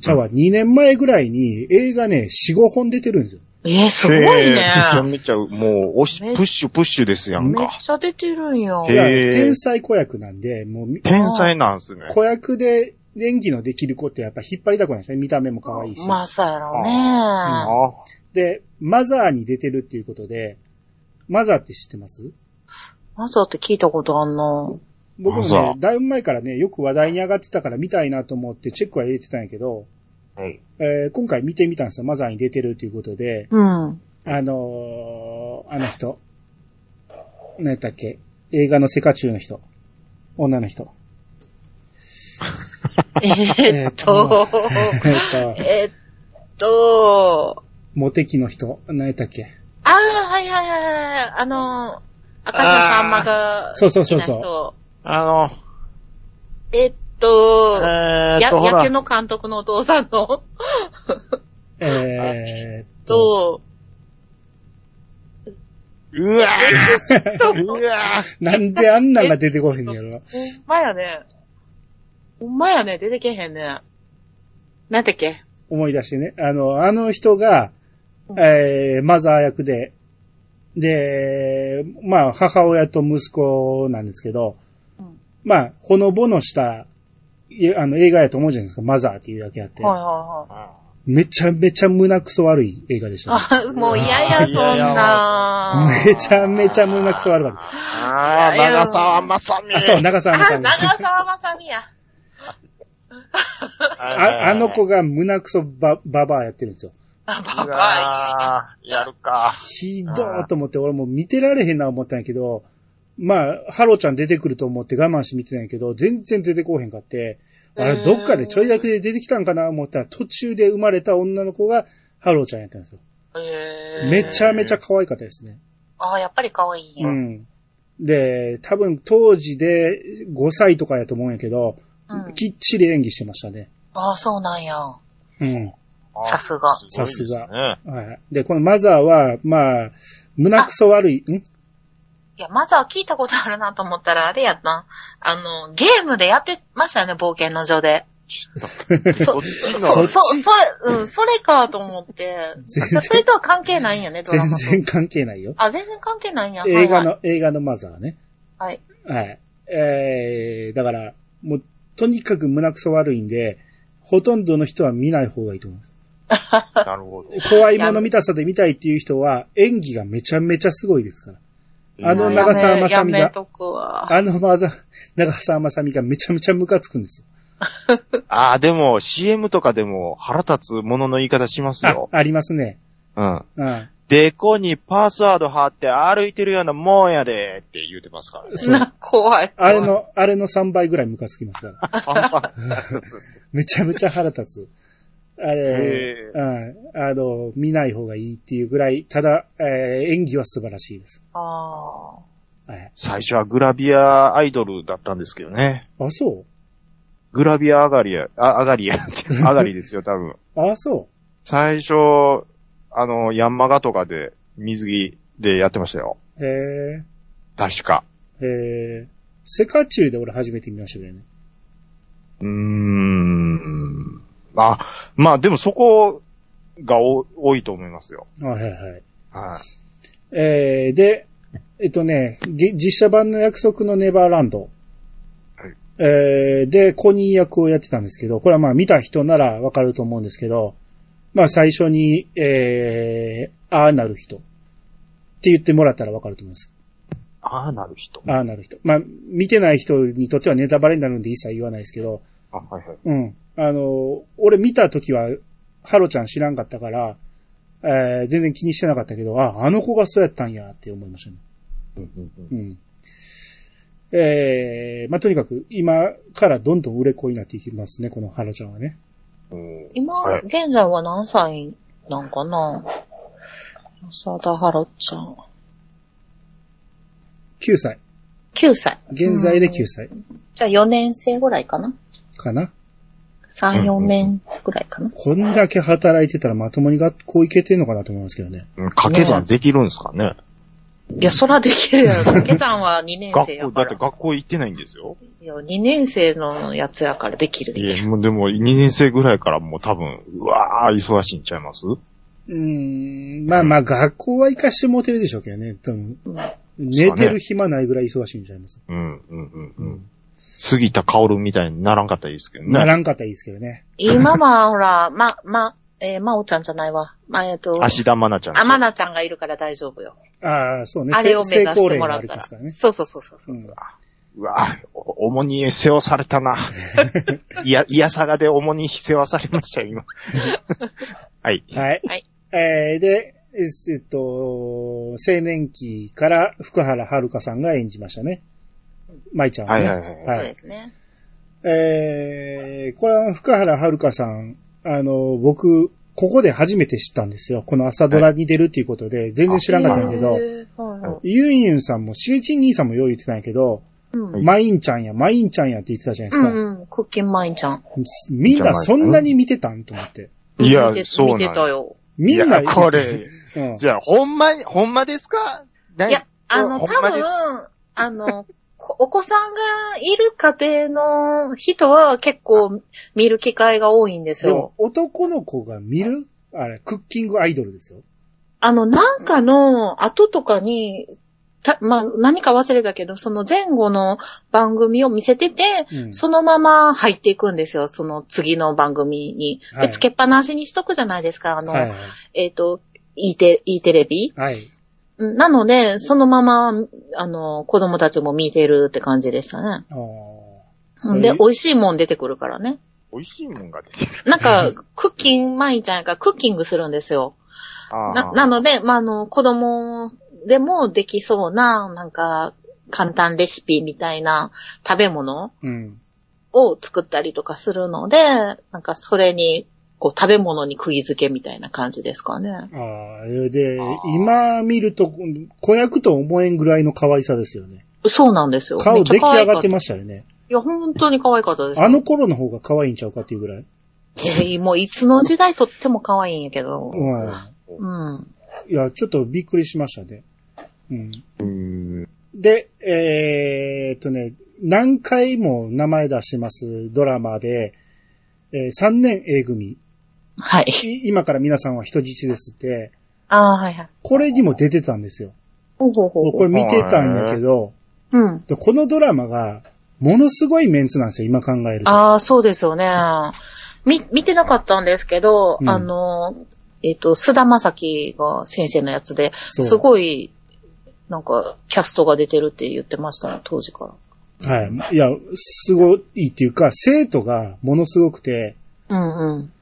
A: ちゃうわ、2年前ぐらいに映画ね、4、5本出てるんですよ。
C: えー、すごいね
B: め。ちゃめちゃ、もう、おし、プ
C: め
B: ッシュプッシュですやん
C: めっ
B: か。
C: ちゃ出てるんよ。
B: へえー
A: 天才子役なんで、もうみ、
B: 天才なんすね。
A: 子役で演技のできる子ってやっぱ引っ張りだこなんですね。見た目も可愛いし。
C: まあ、そうやろうね。
B: あ
C: あ
A: で、マザーに出てるっていうことで、マザーって知ってます
C: マザーって聞いたことあんな。
A: 僕も
B: マザ
A: ね
B: ー、
A: だいぶ前からね、よく話題に上がってたから見たいなと思ってチェックは入れてたんやけど、
B: はい
A: えー今回見てみたんですよ。マザーに出てるっていうことで、
C: うん。
A: あのー、あの人。何やったっけ映画のセカチュウの人。女の人。
C: えー
A: えっ
C: っと、
A: と、
C: えーっと、
A: モテキの人。何やったっけ
C: ああ、はいはいはいはい。あの、赤社さんまが、
A: そうそうそうそう
C: う。
B: あ
C: えーっと、
B: の、えー
C: や
B: っと、ほ
C: 野球
B: ら、
C: の監督のお父さんの、
A: えーっと、
C: と、
B: うわーうわ
A: なんであんなんが出てこへんのやろ。
C: ほんまやね。ほんまやね、出てけへんね。なんだっけ
A: 思い出してね。あの、あの人が、えー、マザー役で、で、まあ、母親と息子なんですけど
C: うん、
A: まあ、ほのぼのした、いあの、映画やと思うじゃないですか、マザーっていうだけあって。
C: はいは
A: めちゃめちゃ胸くそ悪い映画でし
C: いは
A: たね。
C: い。あ、 もう嫌や、そん
B: いやいや
C: な。
A: めちゃめちゃ胸くそ悪かった。
B: ああ、長澤まさみ。
A: あ、そう、長澤まさ
C: あ、
A: ん。
C: 長澤まさみや。
A: ああの子
B: が、
A: が胸くそば、ばばあやってるんですよ。
C: あ、ば
B: う
C: ば
B: わーやるか。
A: ひどーと思って、俺もう見てられへんな思ったんやけど、まあ、ハロちゃん出てくると思って我慢して見てたんやけど、全然出てこうへんかって、あ
C: うー
A: れ、
C: ん
A: どっかでちょい役で出てきたんかな思ったら、途中で生まれた女の子がハロちゃんやったんですよ。
C: えー
A: めちゃめちゃ可愛かったですね。
C: あ、やっぱり可愛いんや。
A: う
C: うん
A: ん。で、多分当時で5歳とかやと思うんやけど、きっちり演技してましたね。
C: あ、そうなんや。
A: うん。
C: さすが
A: さすが
B: が。
A: はい。で、このマザーは、まあ、胸くそ悪い、ん
C: いや、まずは聞いたことあるなと思ったら、あれやったな。あの、ゲームでやってましたよね、冒険の女で。
B: そっち
C: そ
B: の
C: う、、そう、それ、うん、それかと思って。
A: 全然
C: それとは関係ないんやね、ドラ
A: 全
C: マと。
A: 然関係ないよ。
C: あ、全然関係ないんや。
A: 映画
C: はいはい。
A: の、映画のマザーね。
C: はい。
A: はい。えー、だから、もう、とにかく胸くそ悪いんで、ほとんどの人は見ない方がいいと思います。
B: なるほど。
A: 怖いもの見たさで見たいっていう人は、演技がめちゃめちゃすごいですから。あの長澤まさみが
C: やめとくわ。
A: あのマザー、長澤まさみがめちゃめちゃムカつくんですよ。
B: ああ、でも CM とかでも腹立つものの言い方します
A: あ
B: よ、。
A: ありますね。
B: うん。
A: うん。
B: デコにパスワード貼って歩いてるようなもんやでって言うてますから ね。
A: そう。
C: な、怖い。
A: あれの、あれの3倍ぐらいムカつきますから。
B: 3番。 そうそう
A: めちゃめちゃ腹立つ。あれ、
B: へ
A: うん。あの、見ない方がいいっていうぐらい、ただ、えー演技は素晴らしいです。
C: あ
A: はい。
B: 最初はグラビアアイドルだったんですけどね。
A: あ、そ
B: グラビア上がりや、あ、上がりや って、上がりですよ、多分。
A: うあ、そ
B: 最初、あの、ヤンマガとかで、水着でやってましたよ。
A: う。へ
B: 確か。
A: え、へえ、セカチュウで俺初めて見ましたけどね。
B: うーん。あ、まあでもそこがお多いと思いますよ。
A: あ、はいはい。
B: はい。
A: えー、で、えっとね、ぎ実写版の約束のネバーランド。
B: はい
A: えー、で、コニー役をやってたんですけど、これはまあ見た人ならわかると思うんですけど、まあ最初に、えー、ああなる人。って言ってもらったらわかると思います。
B: ああなる人。
A: ああなる人。まあ、見てない人にとってはネタバレになるんで一切言わないですけど、
B: あ、はいはい。
A: うん。あの、俺見た時は、ハロちゃん知らんかったから、えー全然気にしてなかったけど、あ、あの子がそうやったんやって思いましたね。うん。えー、まあ、とにかく、今からどんどん売れっ子になっていきますね、このハロちゃんはね。
B: うん
C: 今、
B: はい
C: 現在は何歳なんかな浅田ハロちゃん。
A: 9歳。
C: 9歳。
A: 現在で9歳
C: じゃあ4年生ぐらいかな
A: かな。
C: ?3、4年ぐらいかな、
A: こんだけ働いてたらまともに学校行けてんのかなと思いますけどね。
B: うん掛け算できるんですかね
C: いや、そらできるやろ。掛け算は2年生
B: 学
C: や
B: 校、
C: か
B: だって
C: ら。
B: 学校行ってないんですよ。
C: いや、2年生のやつやからできるで
B: いや、
C: きる。
B: もうでも2年生ぐらいからもう多分、うわー、忙しいんちゃいます
A: うーん、まあまあ、学校は行かしてもうてるでしょうけどね。多分寝てる暇ないぐらい忙しいんじゃないます。
B: うん、うん、うん、うん。杉田薫みたいにならんかったらいいですけどね。
A: ならんかったらいいですけどね。
C: 今は、ほら、ま、ま、えー、まおちゃんじゃないわ。まあ、えっと、
B: 芦田愛菜ちゃんでしょ。
C: あまなちゃんがいるから大丈夫よ。
A: ああ、そうね。
C: あれを目指してもらっ
A: 成功例があり
C: た
A: ま
C: ら
A: すから。ね。
C: そうそうそうそうそう。
A: うん
B: うわぁ、お重に背負わされた な。いや、いやさがで重に背負わされましたよ、 今。はい。
A: はい。
C: はい
A: えーで、えっと、青年期から福原遥さんが演じましたね。舞ちゃんはね。
B: はいはいはい
C: そうですね。
A: えーこれは福原遥さん、あの、僕、ここで初めて知ったんですよ。この朝ドラに出るっていうことで、全然知らんかったんやけど、
C: へーはいはい
A: ユンユンさんも、しげちん兄さんもよう言ってたんやけど、
C: うん
A: マインちゃんや、マインちゃんやって言ってたじゃないで
C: う
A: すか。
C: んうん、クッキンマインちゃん。
A: みんなそんなに見てたんと思って。
B: いや
C: 見て、
B: そうなん
C: 見てたよ。
A: みん
B: い
A: な、
B: や、こ れ、
A: うん、
B: じゃあ、ほんまに、ほんまですかない
C: や、あの、
B: ほん
C: 多
B: まで
C: 分
B: す、
C: あの、こ お子さんがいる家庭の人は結構見る機会が多いんです
A: でも
C: よ。
A: 男の子が見るあれ、クッキングアイドルですよ。
C: あの、なんかの後とかに、たまあ、何か忘れたけど、その前後の番組を見せてて、
A: うん
C: そのまま入っていくんですよ、その次の番組に。
A: はい
C: で、つけっぱなしにしとくじゃないですか、あの、
A: はいはい。
C: えっ、と、E テ E テレビ
A: はい。
C: うんなので、そのまま、あの、子供たちも見てるって感じでしたね。
A: あ
C: うん
A: え
C: で、
A: ー
C: 美味しいもん出てくるからね。
B: 美味しいもんが出てる。
C: なんか、クッキン、毎日なんかクッキングするんですよ。
B: あ
C: な、なので、まあ、あの、子供でもできそうな、なんか、簡単レシピみたいな食べ物
A: ーうん。
C: を作ったりとかするので、なんかそれに、こう、食べ物に釘付けみたいな感じですかね。
A: あーで
B: あー、
A: 今見ると、子役と思えんぐらいの可愛さですよね。
C: そうなんですよ。め
A: 顔
C: っちゃ
A: 出来
C: 可愛
A: 上が
C: かっ
A: ったて
C: い
A: ましたよね。
C: や、本当に可愛かったです、
A: あの頃の方が可愛いんちゃうかっていうぐらい。
C: えーもういつの時代とっても可愛いんやけど。
A: うん。
C: うん。
A: いや、ちょっとびっくりしましたね。うん。
B: うーん。
A: で、えーっとね、何回も名前出してますドラマで、え3年 A 組。
C: はい。
A: い今から皆さんは人質ですって、
C: ああ、はいはい。
A: これにも出てたんですよ。
C: ほうほうほう
A: こ
C: ほ
A: れ
C: う。
A: 見てたんやけど、
C: うん。
A: でこのドラマが、ものすごいメンツなんですよ、今考えると。
C: ああ、そうですよね。み、見てなかったんですけど、
A: うん
C: あの、えっ、と、菅田将暉が先生のやつで、
A: そう
C: すごい、なんか、キャストが出てるって言ってましたね、当時から。
A: はい。いや、すごいっていうか、生徒がものすごくて、
C: うんうん。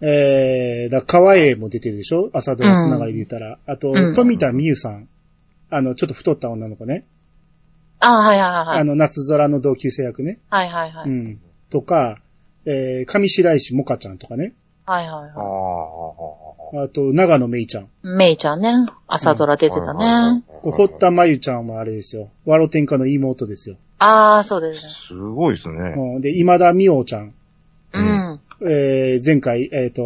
A: えー、だから川栄も出てるでしょ朝ドラつながりで言ったら。あと、
C: うん
A: 富田美優さん。あの、ちょっと太った女の子ね。
C: あはいはいは
A: あ
C: い。
A: の、夏空の同級生役ね。
C: はいはいは
A: う
C: い。
A: ん。とか、えー、上白石萌歌ちゃんとかね。
C: はいはい
B: あ
C: は
A: あと、長野めいちゃん。
C: い。メイちゃんね、朝ドラ出てたね。。
A: こう堀田真由ちゃんはあれですよ。ワロ天下の妹ですよ。
C: ああ、そうですね。
B: すごいですね。
A: うん、で、今田美桜ちゃん。
C: うん。
A: えー、前回、えっ、と、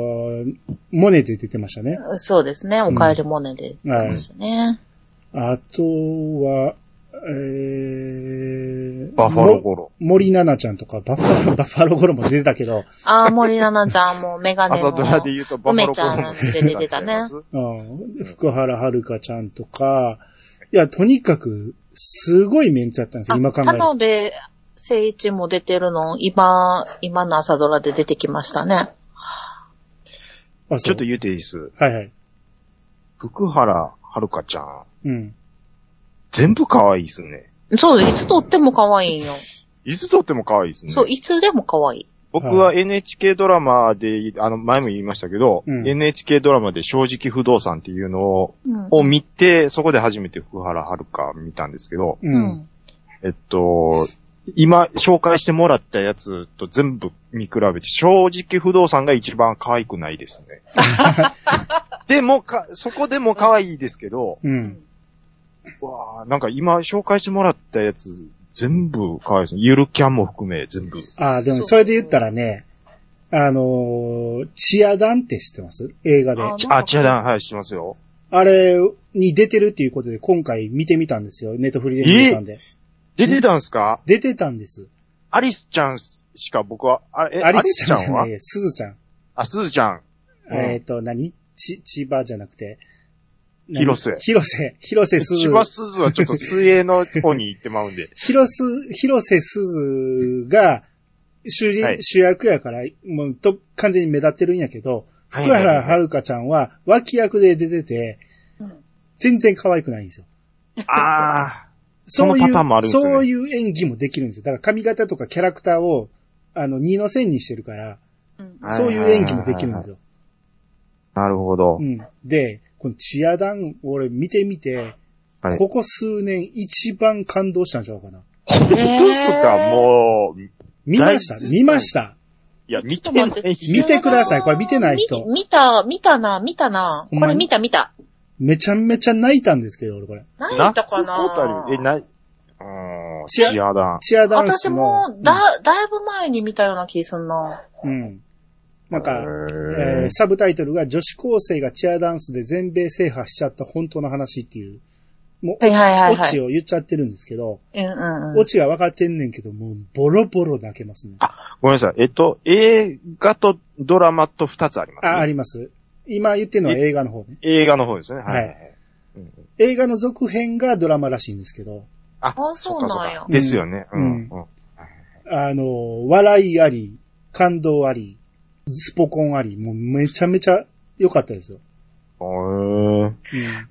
A: モネで出てましたね。
C: そうですね。お帰りモネで出ましたね。
A: あとは、えー、
B: バファローゴロ。
A: も森奈々ちゃんとか、バッファロー、バッファローゴロも出てたけど、
C: ああ、森奈々ちゃんもメ ガネの。
B: 朝ドラで言うとバファローゴロ。
C: 梅ちゃんなんて出てたね
A: うん、福原遥ちゃんとか、いや、とにかく、すごいメンツだったんですよ、
C: あ
A: 今考え
C: 田
A: ると。
C: 辺誠一も出てるの、今、今の朝ドラで出てきましたね。
A: あ、
B: ち
A: そう
B: ょっと言うていいっす。
A: はいはい。
B: 福原遥ちゃん。
A: うん。
B: 全部可愛いっすね。
C: そうです。いつ撮っても可愛いんよ。
B: いつとっても可愛いっすね。
C: そう、いつでも可愛い。
B: 僕は NHK ドラマで、あの、前も言いましたけど、
A: うん
B: NHK ドラマで正直不動産っていうのを
C: うん。
B: を見て、そこで初めて福原遥見たんですけど、
A: う。
C: うんん。
B: えっと、今紹介してもらったやつと全部見比べて、正直不動産が一番可愛くないですね。でもか、そこでも可愛いですけど、
A: うん。
B: わあなんか今紹介してもらったやつ、全部可愛いですね。ゆるキャンも含め、全部。
A: あ、でも、それで言ったらね、あのー、チアダンって知ってます映画で。
C: あ
A: あ
B: ちあ、違うな、はい、しますよ。
A: れに出てるっていうことで、今回見てみたんですよ。ネットフリで見てたんで。
B: 出てたんすか
A: 出てたんです。
B: アリスちゃんしか僕は、あれ、え
A: ア
B: アリ
A: リ
B: ス
A: ス
B: ち
A: ち
B: ゃ
A: ゃんじ
B: ん
A: ゃな
B: はい
A: です。すずちゃん。
B: あ、すずちゃん。うん
A: えっ、と、何ち、千葉じゃなくて。何
B: 広瀬
A: 広瀬。広瀬すず。
B: 千。葉すずはちょっと水泳の方に行ってまうんで
A: 広す、広瀬すずが主人、
B: はい
A: 主役やから、もうと、完全に目立ってるんやけど、
B: はい
A: 福原遥ちゃんは脇役で出てて、
C: うん
A: 全然可愛くないんですよ。
B: ああ、そ
A: そう
B: の
A: いう、
B: パターンもあるんですね
A: そういう演技もできるんですよ。だから髪型とかキャラクターを、あの、二の線にしてるから、
C: うん
B: はい
A: そういう演技もできるんですよ。
B: なるほど
A: う。ん。で、このチアダン、俺見てみて、
B: はい
A: ここ数年一番感動したんちゃうかな。
B: 本当っすか、もう。い
A: 見ました
B: 大絶賛
A: 見ました
B: や、見て
C: ちょっ
B: な
C: と待って
B: い。
A: 見てくださいこれ見てない人
C: 見見た、見たな、見たな。
A: ほん
C: こ
A: ま
C: れ
A: に
C: 見た見た。
A: めちゃめちゃ泣いたんですけど、俺これ。
C: 何
B: な
C: 見たかな
B: え、な、うーん、
A: チア
B: チアダン。
A: チアダンス
C: 私
A: の。
C: も、だ、だいぶ前に見たような気すんな。
A: うん。うん。なん
B: へ
A: か、え
B: ー
A: ーサブタイトルが女子高生がチアダンスで全米制覇しちゃった本当の話っていう、もう
C: は、いはいはい
A: オ
C: は
A: チ
C: い。
A: を言っちゃってるんですけど、
C: うんうんう
A: オ
C: ん。
A: チは分かってんねんけど、もうボロボロ泣けますね。
B: あごめんなさい。えっと、映画とドラマと二つあります、
A: あ、あります。今言ってるのは映画の方ね。
B: 映画の方ですね。はい。
A: は映画の続編がドラマらしいんですけど、
B: あ
C: あそうなんや
B: っかっかですよね。うん。うん
A: あの、笑いあり、感動あり、スポコンあり、もうめちゃめちゃ良かったですよ。
B: へー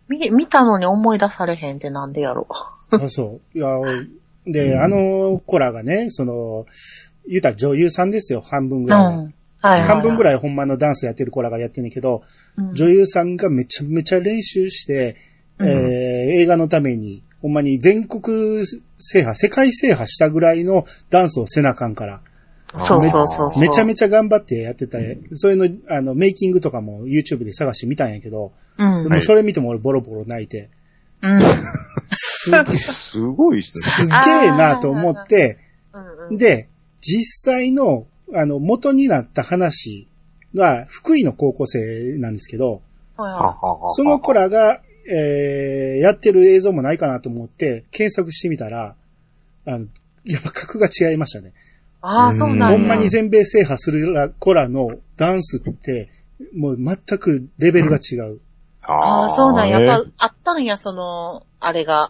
C: 見、見たのに思い出されへんってなんでやろ
A: うん。あ そう。いや、で、あの子らがね、その、言うたら女優さんですよ、半分ぐ
C: う。うん。
A: らいは。
C: はいはい。
A: 半分ぐら
C: い。
A: いほんまのダンスやってる子らがやってんねんけど、
C: うん
A: 女優さんがめちゃめちゃ練習して、
C: うん
A: えー映画のために、ほんまに全国制覇、世界制覇したぐらいのダンスをせなあかんから、
C: そうそうそうそう。
A: めちゃめちゃ頑張ってやってた、そういうの、あの、メイキングとかも YouTube で探してみたんやけど、
C: うん。
A: もうそれ見ても俺ボロボロ泣いて、
C: うん。
A: すすっ
B: すごいっすね。
A: げえなと思って、
C: うんうん。
A: で、実際の、あの、元になった話は、福井の高校生なんですけど、
C: はい
B: は
C: は
B: ははは
A: その子らが、えー、やってる映像もないかなと思って、検索してみたら、あの、やっぱ格が違いましたね。
C: いああ、そうなん
B: う
C: や。
A: ほんまに全米制覇するら子らのダンスって、もう全くレベルが違う。
C: ああ、そうなんや。
B: ね
C: やっぱ、あったんや、その、あれが。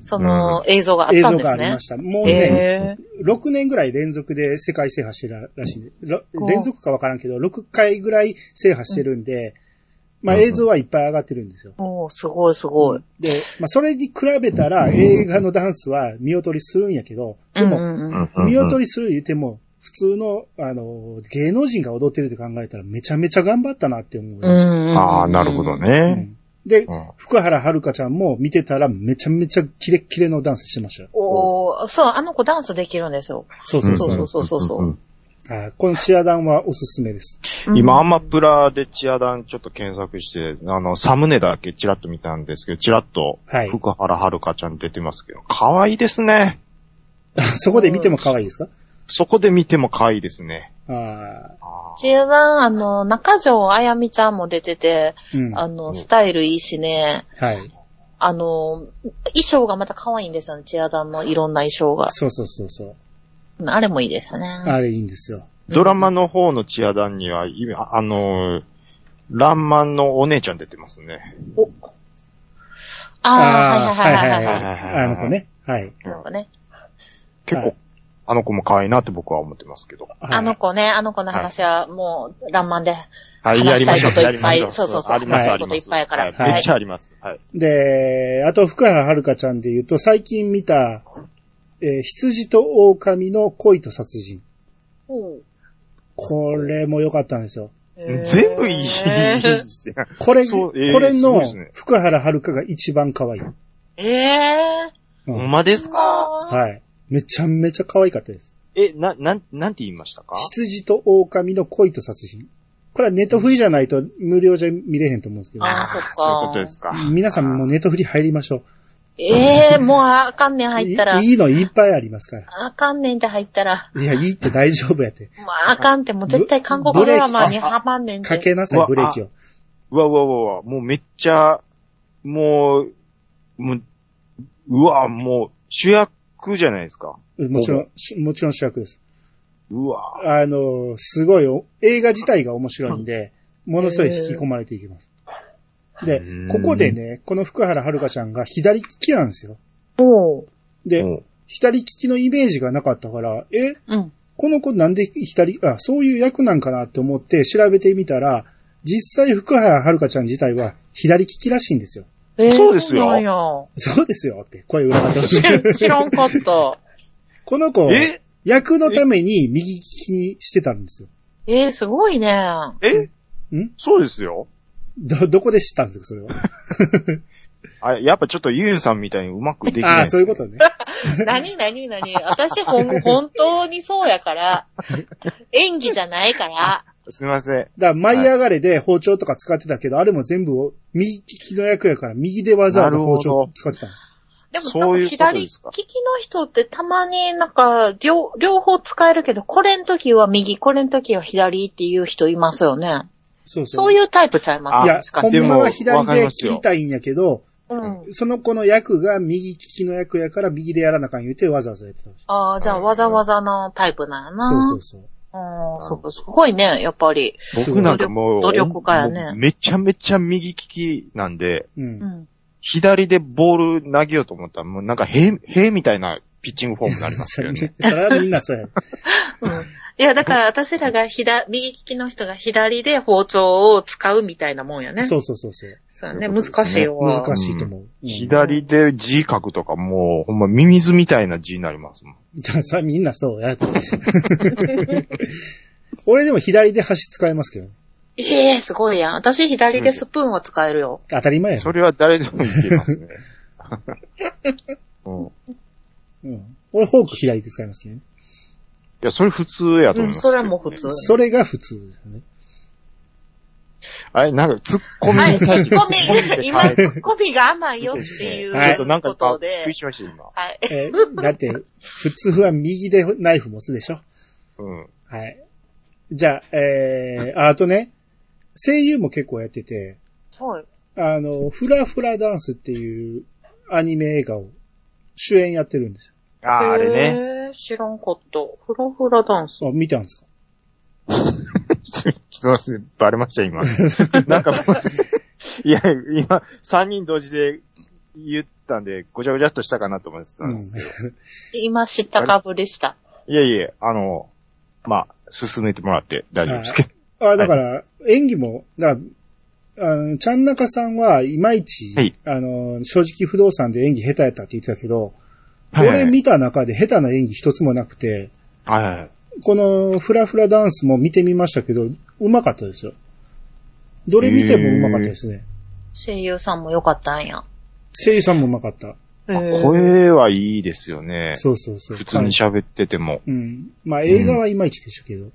C: その、映像があっ
A: 映
C: た
A: 像
C: んで
A: が
C: す
A: あり
C: ね
A: ま。した。もうね、
C: ええ。
A: 6年ぐらい連続で世界制覇してるらしいね。ろ連続かわからんけど、6回ぐらい制覇してるんで、まあ
B: うんうん
A: 映像はいっぱい上がってるんですよ。
C: おーすごいすごい。
A: で、まあそれに比べたら映画のダンスは見劣りするんやけど、で
C: う
A: も
C: んうんうん
B: うんうんうん
A: 見劣りする言っても、普通の、あの、芸能人が踊ってるって考えたらめちゃめちゃ頑張ったなって思う。
C: うんうんうん。
B: ああ、なるほど
A: う
B: ね。
A: んで
B: う、ん。
A: 福原遥ちゃんも見てたらめちゃめちゃキレッキレのダンスしてましたよ。
C: おーそう、あの子ダンスできるんですよ。
A: そうそうそう。
C: そうそうそうそう
B: うん
A: あーこのチアダンはおすすめです。
B: 今、アマプラでチアダンちょっと検索して、あの、サムネだけチラッと見たんですけど、チラッと、
A: はい。
B: 福原遥ちゃん出てますけど、可愛いですね。
A: そこで見ても可愛いですか
B: そこで見ても可愛いですね。
A: あ
B: あ
C: チアダン、あの、中条あやみちゃんも出てて、
A: ーうん。
C: あ
A: は
C: の、スタイルいいしね、
A: い。
C: あの、衣装がまた可愛いんですよね、チアダンのいろんな衣装が。
A: そうそうそうそう。
C: あれもいいですね。
A: あれいいんですよ。
B: ードラマの方のチアダンには、今ああのー、ランマンのお姉ちゃん出てますね。
C: おああ、はいはいはいはいはい。
B: はい
A: あの子ね。はい。
C: なんかね
B: 結
A: は
B: 構
A: い、
B: あの子も可愛いなって僕は思ってますけど。
A: はい
C: あの子ね、あの子の話はもう、らんまんで。
B: はい、や
C: 話
B: り
C: し
B: ま
C: たい
B: しょ
C: こ
B: う。
C: と
B: や
C: い
B: り
C: っぱ
B: ま
C: い
B: しょう。
C: そうそうそう
B: あります、
A: 話
B: あ
C: したい
B: り
C: こ
B: ま
C: と
B: す。
C: いっぱいから
B: はい
A: はい
B: めっちゃあります。はい。
A: で、あと福原遥ちゃんで言うと、最近見た、えー羊と狼の恋と殺人。これも良かったんですよ。
B: 全部いい、いい
C: えー
B: ですよ。
A: これ、
B: そうえー
A: これ
B: すごい
A: の
B: ですね
A: 福原遥が一番可愛い。
C: え
A: うん
D: ほんまで
C: ー
D: すか
A: はい。めちゃめちゃ可愛かったです。
D: え、な、なん、なんて言いましたか
A: 羊と狼の恋と殺人。これはネットフリじゃないと無料じゃ見れへんと思うんですけど。
C: あーそっか
B: ーそういうことですか。
A: 皆さんもうネットフリ入りましょう。
C: ええー、もうあかんねん入ったら
A: い。いいのいっぱいありますから。
C: あかんねんって入ったら。
A: いや、いいって大丈夫やって。
C: まあ、あかんって、もう絶対韓国ドラマにハマんねん
A: か
C: て。
A: けなさい、ブレーキを。
B: うわうわうわうわ、もうめっちゃ、もう、もう、うわ、もう主役じゃないですか。
A: もちろん、しもちろん主役です。
B: うわ。
A: あの、すごいよ、映画自体が面白いんで、ものすごい引き込まれていきます。で
B: うーん、
A: ここでね、この福原遥ちゃんが左利きなんですよ。
C: おう。
A: で、
B: も
A: 左利きのイメージがなかったから、え、
C: うん。
A: この子なんで左、あ、そういう役なんかなって思って調べてみたら、実際福原遥ちゃん自体は左利きらしいんですよ。
C: えー
B: そうですよ
C: なんや
A: そうですよって声裏が出
C: 知
A: し
C: ら
A: て。
C: ん知らんかった。
A: この子
B: う、え
A: 役のために右利きにしてたんですよ。
C: えー、すごいね。
B: え
A: ん
B: そうですよ。
A: ど、どこで知ったんですか、それは。
B: あ、やっぱちょっとユンさんみたいにうまくでき
A: あ
B: ない
A: あ、
B: です
A: そ
B: ね。
A: ういうことね。
C: 何何何私ほん、本当にそうやから。演技じゃないから。
B: すいません。
A: だから、舞い上がれで包丁とか使ってたけど、あれも全部を、右利きの役やから、右でわざわざ包
B: なるほ
A: 丁
B: ど
A: 使ってたの。
C: でも、
B: そういうこと
C: 左
B: で
C: 利
B: す
C: き
B: か
C: の人ってたまになんか、両、両方使えるけど、これの時は右、これの時は左っていう人いますよね。
A: そうそう。
C: そういうタイプちゃいます。
B: あ
A: いや
C: もし、か
A: ほ
C: して
A: んまは
B: でもわ
A: 左
B: かり
A: で
B: ます
A: 切
B: よ
A: りたいんやけど、
C: うん。
A: その子の役が右利きの役やから、右でやらなあかん言うて、わざわざやってたらしい
C: ああ、じゃあ、わざわざのタイプなんやな。
A: そうそうそう。
C: ああ、そうか、すごいね、やっぱり。
B: 僕なんかもう、
C: 努力家やね
B: もうめちゃめちゃ右利きなんで、
A: う。
C: うんん。
B: 左でボール投げようと思ったら、もうなんか塀、塀みたいなピッチングフォームになります
A: そ
B: よ
A: れ
B: ね。
A: それはみんなそうや。
C: いや、だから私らが左、右利きの人が左で包丁を使うみたいなもんやね。
A: そうそうそうそう。
C: そうね、難しいよ。
A: 難しいと思う。うん
B: 左で字書くとかもう、ほんまミミズみたいな字になりますもん。
A: じゃあさ、みんな そうや。俺でも左で箸使えますけどね。
C: ええすごいやん。私左でスプーンは使えるよ。
A: 当たり前や。
B: それは誰でもいけます ね。うん、い
A: うん。俺フォーク左で使いますけどね。
B: や、それ普通やと思
C: う
B: い
C: ん、
B: ます、
C: それはもう普通。
A: それが普通ですね。
B: あれ、なんか、ツッコミ
C: はい、
B: に
C: ツ
B: 対し
C: ッ
B: て。
C: コミ、今、
B: はい
C: ツッコミが甘いよってい
A: はい
B: ちょっ
C: う
B: となん
C: こ
B: か、
C: と
B: び
C: で
B: っく。りしました、今。
C: はい。
A: えーだって、普通は右でナイフ持つでしょ。
B: うん。
A: はい。じゃあ、えー、ああとね、声優も結構やってて、
C: はい。
A: あの、フラフラダンスっていうアニメ映画を主演やってるんです
B: ああ、あれね。
C: ね。知らんかった。フラフラダンス。
A: よ。あ、見たんですか
B: すいません、バレました、今。 なんか、いや、今、三人同時で言ったんで、ごちゃごちゃっとしたかなと思ってたんですけど。
C: 今、知ったかぶりした。
B: いやいや、あの、まあ、進めてもらって大丈夫ですけど。
A: あ、だから、演技も、だかあの、ちゃんなかさんはいまいち、
E: はい
A: あの、正直不動産で演技下手やったって言ってたけど、
E: はいはい
A: 俺見た中で下手な演技一つもなくて、
E: はいはいはい。
A: このフラフラダンスも見てみましたけど、うまかったですよ。どれ見てもうまかったですね。
C: 声優さんも良かったんや。
A: 声優さんもうまかった。
C: へー
E: 声はいいですよね。
A: そうそうそう。
E: 普通に喋ってても、
A: うん。まあ映画はいまいちでしたけど、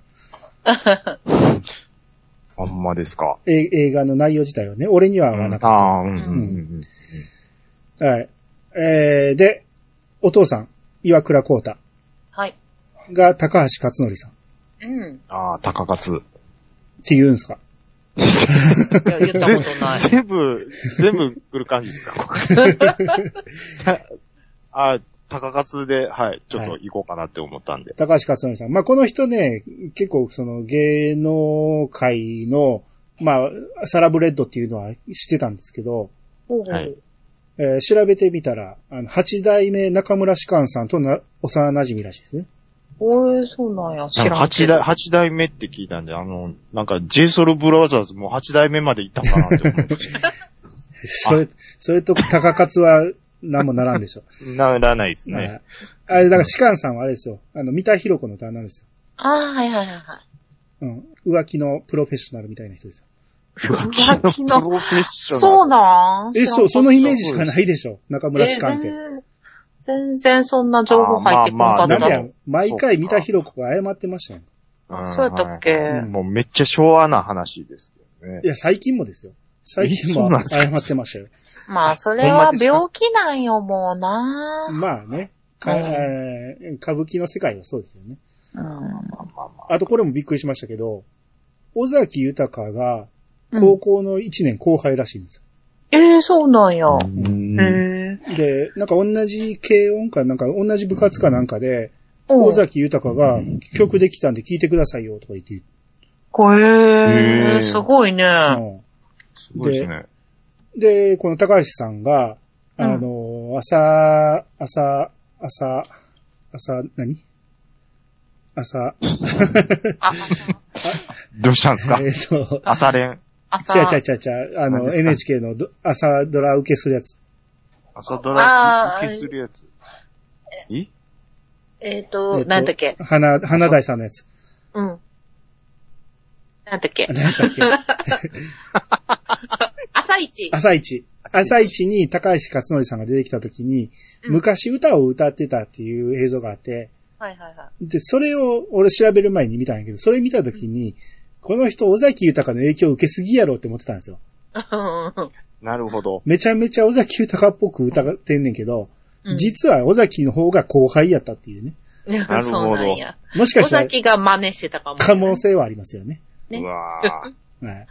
E: あんまですか。
A: え映画の内容自体はね、俺には合わなかっ
E: ああ、うんうん
C: うん
E: うん。
A: た。はい。えー、で、お父さん、岩倉光太
C: はい。
A: が高橋克典さんっ
C: うん。
E: ああ、高勝。
A: て言うんですか
C: いや、言ったことない。
E: 全部、全部来る感じです か あ、高勝で、はい、ちょっと行こうかなって思ったんで。
A: 高橋克典さん。まあ、この人ね、結構その芸能界の、まあ、サラブレッドっていうのは知ってたんですけど、
C: ほうほう
E: はい
A: えー調べてみたら、あの、八代目中村士官さんとな、幼馴染らしいですね。
C: おー、そうなんや。
E: なん
C: 知
E: から
C: んけ
E: 八
C: ど。
E: 代、八代目って聞いたんで、あの、なんか、ジェイソルブラザーズも八代目まで行ったんかなって思っ て。
A: それ、それと高勝は何もならんでしょ。
E: ならないで す
A: はい
E: ね。
A: あれ、だから士官さんはあれですよ。あの、三田博子の旦那ですよ。
C: ああ、はいはいはいはい。
A: うん。浮気のプロフェッショナルみたいな人ですよ。
E: 浮
C: 浮気の
E: プロフェッショナル。
C: そうなん
A: え、そう、そのイメージしか
E: い。
A: ないでしょ。中村士官って。
C: え全全然そんな情報入ってこんか
E: あ
C: っ
E: ーま
A: な
C: た
E: あま
A: んでや
C: の。
A: ん。毎回三田博子が謝ってましたよ。
E: ん
C: そうやったっけ
E: はいもうめっちゃ昭和な話ですけどね
A: い。や、最近もですよ。最近も
E: えそうなんです
A: 謝
E: か
A: ってましたよ。
C: まあ、それ
E: ほんま
C: は
E: ですか
C: 病気なんよ、もうな。
A: まあね。か
C: うん
A: えー歌舞伎の世界はそうですよね。
C: うん。
E: まあまあ
A: あとこれもびっくりしましたけど、尾崎豊が高校の1年後輩らしいんです
C: えー、そうなんや。
E: うん
C: へえ。
A: よ。で、なんか同じ軽音かなんか同じ部活かなんかで、
C: お
A: 尾
C: う
A: 崎豊が曲できたんで聴いてくださいよとか言って、
C: こ
E: へ
C: れ、
E: ー
C: すごいね。
E: すごいですね。
A: うんで、この高橋さんが、あの、朝、朝、朝、朝、何朝、
C: あ、
E: どうしたんですか
A: えっと、
E: 朝練。
A: 違
C: 朝。
A: う違う違う違う、あ
E: 何
A: の、
E: ですか
A: NHK のど朝ドラ受けするやつ。
E: 朝ドラ
C: あー
E: 受けするやつ。え
C: えっ
A: えー
C: と、
A: と
C: なんだっけ。
A: 花、花大さんのやつ。
C: うん。なんだっけ。
A: 何だっけ
C: 朝一。
A: 朝一。朝一に高橋克典さんが出てきた時に、
C: うん
A: 昔歌を歌ってたっていう映像があって、
C: はいはいはい。
A: で、それを俺調べる前に見たんやけど、それ見た時に、この人、尾崎豊の影響を受けすぎやろって思ってたんですよ。
C: うん
E: なるほど。
A: めちゃめちゃ尾崎豊っぽく歌ってんねんけど、
C: うん
A: 実は尾崎の方が後輩やったっていうね。
E: ほど
C: そうなんや。
A: もしか
C: 尾
A: したら、
C: 崎が真似してたかもね。
A: 可能性はありますよね。
C: ね
E: うわー
A: はい。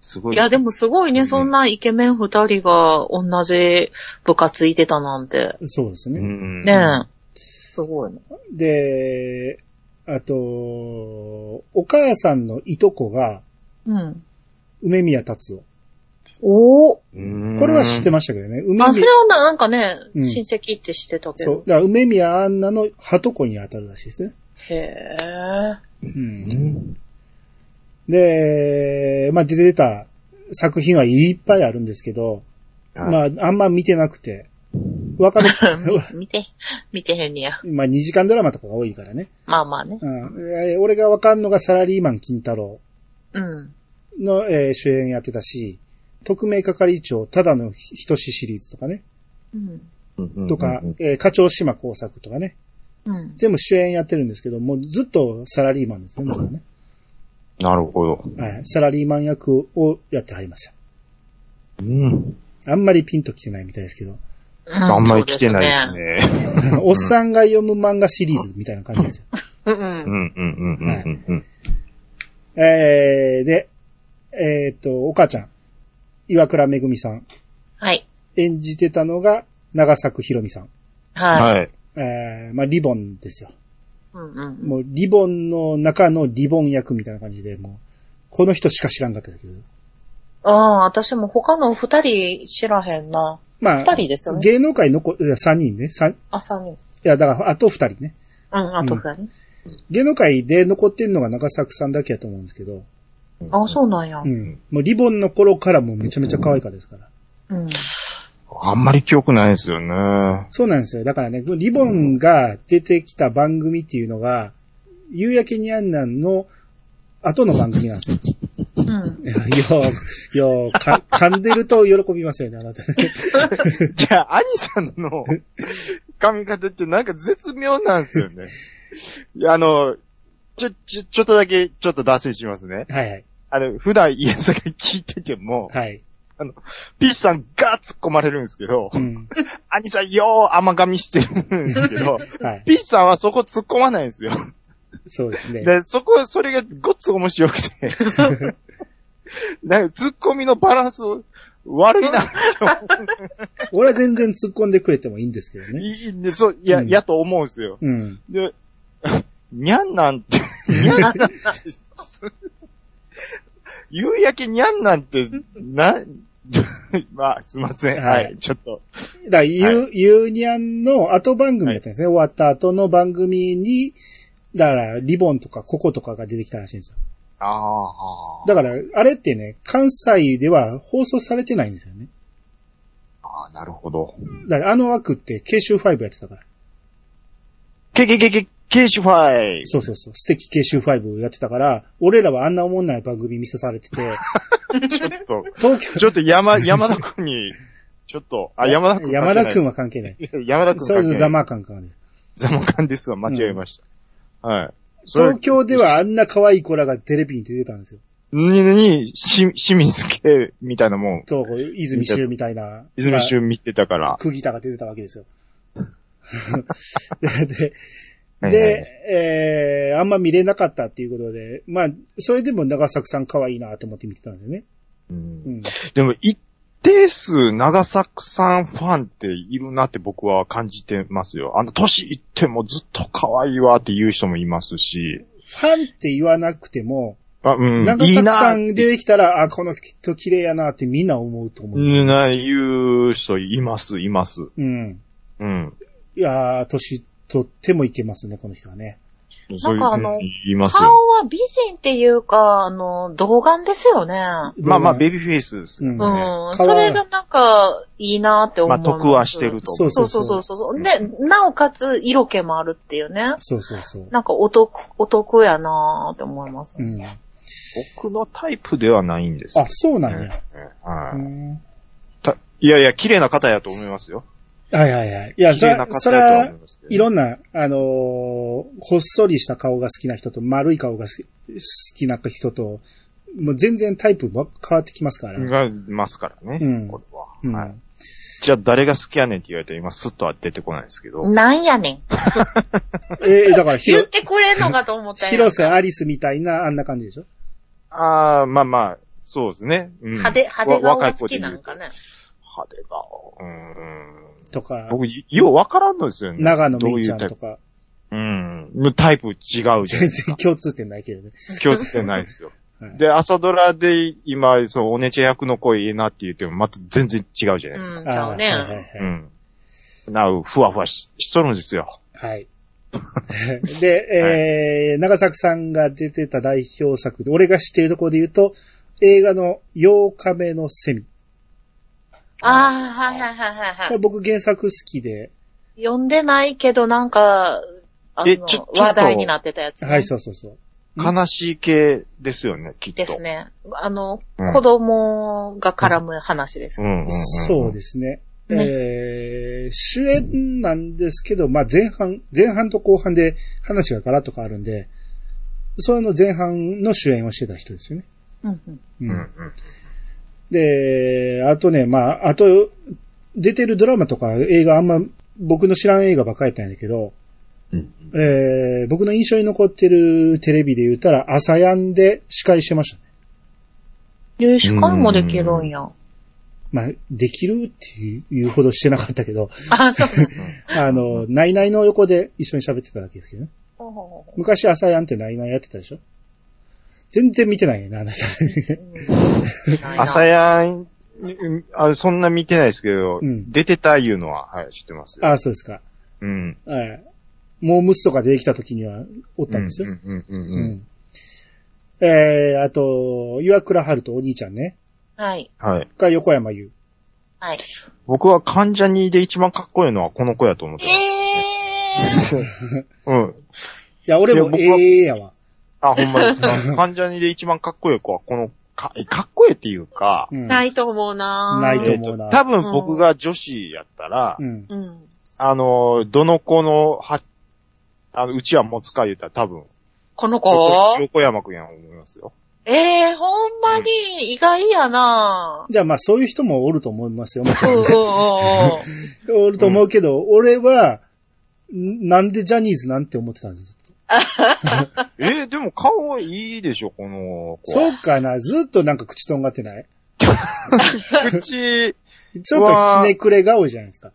E: すごい。
C: いや、でもすごいね、
E: うん
C: そんなイケメン二人が同じ部活いてたなんて。
A: そうです
E: う
A: ね。
E: ん。
C: ねえ。すごいね。
A: で、あと、お母さんのいとこが、
C: うん。
A: 梅宮達夫。
C: おお。
E: うん
A: これは知ってましたけどね。梅宮
C: まあ、それはななんかね、
A: うん
C: 親戚ってしてたけ
A: そう
C: ど。。
A: だから梅宮アンナの鳩子に当たるらしいですね。
C: へえ。
A: うん。
E: うん
A: で、まあ、出てた作品はいっぱいあるんですけど、
E: はい
A: まあ、あんま見てなくて、わかる
C: み 見て、見てへんねや。
A: まあ、2時間ドラマとかが多いからね。
C: まあまあね。
A: うん。えー俺がわかんのがサラリーマン金太郎
C: うん。
A: の、えー主演やってたし、特命係長ただの人志シリーズとかね。
C: うん。
A: とか、えー課長島工作とかね。
C: うん。
A: 全部主演やってるんですけど、もうずっとサラリーマンですね、だからね。
E: なるほど。
A: はい。サラリーマン役をやってはりまし
E: うん。
A: た。あんまりピンと来てないみたいですけど。
E: あ
C: あ
E: んまり来てないです。ね。
A: おっさんが読む漫画シリーズみたいな感じですよ。
C: そう
E: うん
C: ね
E: うんうんうんうんうん。
A: えー、で、えーっと、お母ちゃん、岩倉めぐみさん、
C: はい。
A: 演じてたのが長作ひろみさん。
C: はい。
E: はい。
A: えー、まあ、リボンですよ。
C: うんうん。
A: もう、リボンの中のリボン役みたいな感じで、もう、この人しか知らんかったけど。
C: ああ、私も他の二人知らへんな。
A: まあ、
C: 二人ですよね。
A: 芸能界残、いや三人ね。三、い
C: 朝に。
A: や、だから、あと二人ね。
C: うん、あと二人。
A: 芸能界で残ってんのが長作さんだけやと思うんですけど、
C: あ、そうなんや
A: う。ん。もうリボンの頃からもうめちゃめちゃ可愛かったですから。
C: うん。
B: あんまり記憶ないですよね。
A: そうなんですよ。だからね、リボンが出てきた番組っていうのが、夕焼けにゃんなんの後の番組なんですよ。
C: うん。
A: よう、よう、か噛んでると喜びますよね、あなた。
B: じゃあ、アニさんの髪型ってなんか絶妙なんですよね。いや、あの、ちょ、ちょ、ちょっとだけ、ちょっと脱線しますね。
A: はいはい。
B: あの、普段家さんが聞いてても、
A: はい。
B: ピースさんが突っ込まれるんですけど
A: う、ん。
B: アニさんよー甘噛みしてるんですけど、
A: はい。
B: ピースさんはそこ突っ込まないんですよ。
A: そうですね。
B: で、そこ、それがごっつ面白くて。なんか、突っ込みのバランス悪いな。
A: 俺は全然突っ込んでくれてもいいんですけどね。
B: いいねそう、いや、
A: うん
B: やと思うんですよ。
A: うん。
B: で、にゃんなんて、にゃんなんて、夕焼けにゃんなんて、な、 まあ、すいません。
A: は
B: はいい、ちょっと。
A: だから、ゆ、ゆうにゃんの後番組だったんですね。終わった後の番組に、だから、リボンとかココとかが出てきたらしいんですよ。
B: ああ
A: だから、あれってね、関西では放送されてないんですよね。
B: あー、なるほど。
A: だから、あの枠って、慶州5やってたから。
B: けけけけ、ケーシュファイ。
A: そうそうそう。素敵慶州5やってたから、俺らはあんなおもんない番組見せされ てて、
B: ちょっと、
A: 東京、
B: ちょっと山、山田くんに、ちょっと、あ、山田くん。
A: 山田くんは。関係ない。
B: 山田くん
A: そうです、ざ
B: ざま。
A: ま感関係ない。
B: ざま感ですわ、間違えました。はい。それ
A: 東京ではあんな可愛い子らがテレビに出てたんですよ。
B: に、に、し、清水系みたいなもん、
A: そう、泉州みたいな。
B: 泉州見てたから。
A: 釘田が出てたわけ ですよ。で、
B: は
A: で
B: いはい
A: えー、あんま見れなかったっていうことで、まあ、それでも長作さん可愛いなと思って見てたんですよね。
B: うん
A: うん。
B: でも、一定数長作さんファンっているなって僕は感じてますよ。あの、年いってもずっと可愛いわって言う人もいますし。
A: ファンって言わなくても、
B: あ、うん。
A: 長
B: いい
A: 作
B: な
A: さん出てきたら、あ、この人綺麗やなってみんな思うと思う。
B: うん、な、言う人います、います。
A: うん。
B: うん。
A: いやー、年とってもいけますね、この人はね。
B: そういう
C: なんかあの
B: うん言います
C: 顔
B: よ。
C: は美人っていうか、あの、童顔ですよね。
B: まあまあ、
A: で
B: ベビーフェイスですよね。
C: うん。
A: 顔は
C: それがなんか、いいなって思
B: ま
C: う。
B: あ、得はしてると。
A: そう
C: そうそうそうそう。で、なおかつ、色気もあるっていうね。
A: そうそうそう。
C: なんか、お得、お得やなって思います
A: う
C: ね。
A: ん。あ、
B: 僕のタイプではないんですよ。
A: そうなんや。
B: は
A: う
B: い
A: ん
B: たいやいや、綺麗な方やと思いますよ。
A: はいはいはい。いや、
B: 綺
A: そ
B: 麗な
A: ら、そ
B: 方やとは
A: ら
B: 思い、ますけど。
A: いろんな、あのーほっそりした顔が好きな人と、丸い顔がす好きな人と、もう全然タイプも変わってきますから。うん。
B: がいますからね、
A: うん
B: これは、はい。じゃあ誰が好きやねんって言われたら今スッとは出てこないですけど。
C: なんやねん。
A: えーだからひろ
C: 言っ、てくれんのかと思ったよ
A: 広。瀬アリスみたいな、あんな感じでしょ
B: ああ、まあまあ、そうですね。うん、
C: 派手、派手顔が好きなんか
B: ね。
C: ね。
B: 派手顔。うん。
A: とか、
B: 僕、ようわからんのですよね。
A: 長野
B: ど
A: め
B: う
A: い
B: い
A: ちゃ
B: うんタイ
A: と
B: プ。
A: か、
B: うん。もうタイプ違うじゃない
A: 全
B: です
A: 然
B: か。
A: 共通点ないけどね。
B: 共通点ないですよ。
A: はい
B: で、朝ドラで今、そう、お姉ちゃん役の声いいなって言っても、また全然違うじゃないですか。
C: うん、ちゃう
A: ーはいはい
C: ね。
A: はい
B: うん。なう、ふわふわししとるんですよ。
A: はい。 で、えー、長作さんが出てた代表作で、俺が知ってるところで言うと、映画の8日目のセミ。
C: ああ、はいはいはいはいはい。
A: 僕原作好きで、
C: 読んでないけど、なんか、あ
B: え
C: の
B: ちょちょっ、と
C: 話題になってたやつ、ね。
A: はい、そうそうそう。
B: 悲しい系ですよね、きっと。
C: ですね。あの、
B: うん
C: 子供が絡む話です
B: う。んうんうん。
A: そう
B: す。
A: ですね。
C: ね
A: えー、主演なんですけど、まあ、前半、前半と後半で話がガラッと変わるんで、それの前半の主演をしてた人ですよね。
C: うんうん
A: う
B: うんんうん。
A: で、あとね、まあ、あと、出てるドラマとか映画あんま、僕の知らん映画ばっかりやったんやけど、
B: うん
A: えー僕の印象に残ってるテレビで言ったら、朝やんで司会してましたね。
C: 入手会もできるんや。
A: まあ、できるっていうほどしてなかったけど、
C: あ、そう。
A: あの、ナイナイの横で一緒に喋ってただけですけどね。
C: ほうほうほ
A: 昔朝やんってナイナイやってたでしょ全然見てないね、あな た。
C: うう ん
B: 朝やん、うんあそんな見てないですけど、
A: うん
B: 出てたいうのは、はい、知ってますよ。
A: ああ、そうですか。
B: うん。
A: はい。モームスとか出てきた時にはおったんですよ。
B: うんうんう
A: うん
B: ん。
A: えー、あと、岩倉春とお兄ちゃんね。
C: はい。
B: はい。
A: が横山優。
C: はい。
B: 僕は関ジャニで一番かっこいいのはこの子やと思って
C: え
B: ます。うん。
A: いや、俺
B: いや
A: も
B: 僕
A: え
B: は
A: えやわ。
B: あ、ほんまです。関ジャニで一番かっこいい子はこの、か、かっこいいっていうか、
A: うん。
C: ー、ないと思うなぁ
A: ないと
B: え
A: 思う
B: ー
A: な
B: と多分僕が女子やったら、
A: うん。
C: うん。
B: あのー、どの子の、は、あの、うちは持つか言うたら多分、
C: この
B: 横
C: 子
B: 横山くんや思いますよ。
C: ええー、ほんまに意外 やなぁ。
A: じゃあまあそういう人もおると思いますよ。もち
C: うん
A: ろ
C: うんん
A: ね
C: うんうん。
A: おると思うけど、俺は、んなんでジャニーズなんて思ってたんです
B: えーでも顔いいでしょ、この子
A: そ
B: は。
A: うかなずっとなんか口とんがってない
B: 口、
A: ちょっとひねくれ顔じゃないですか。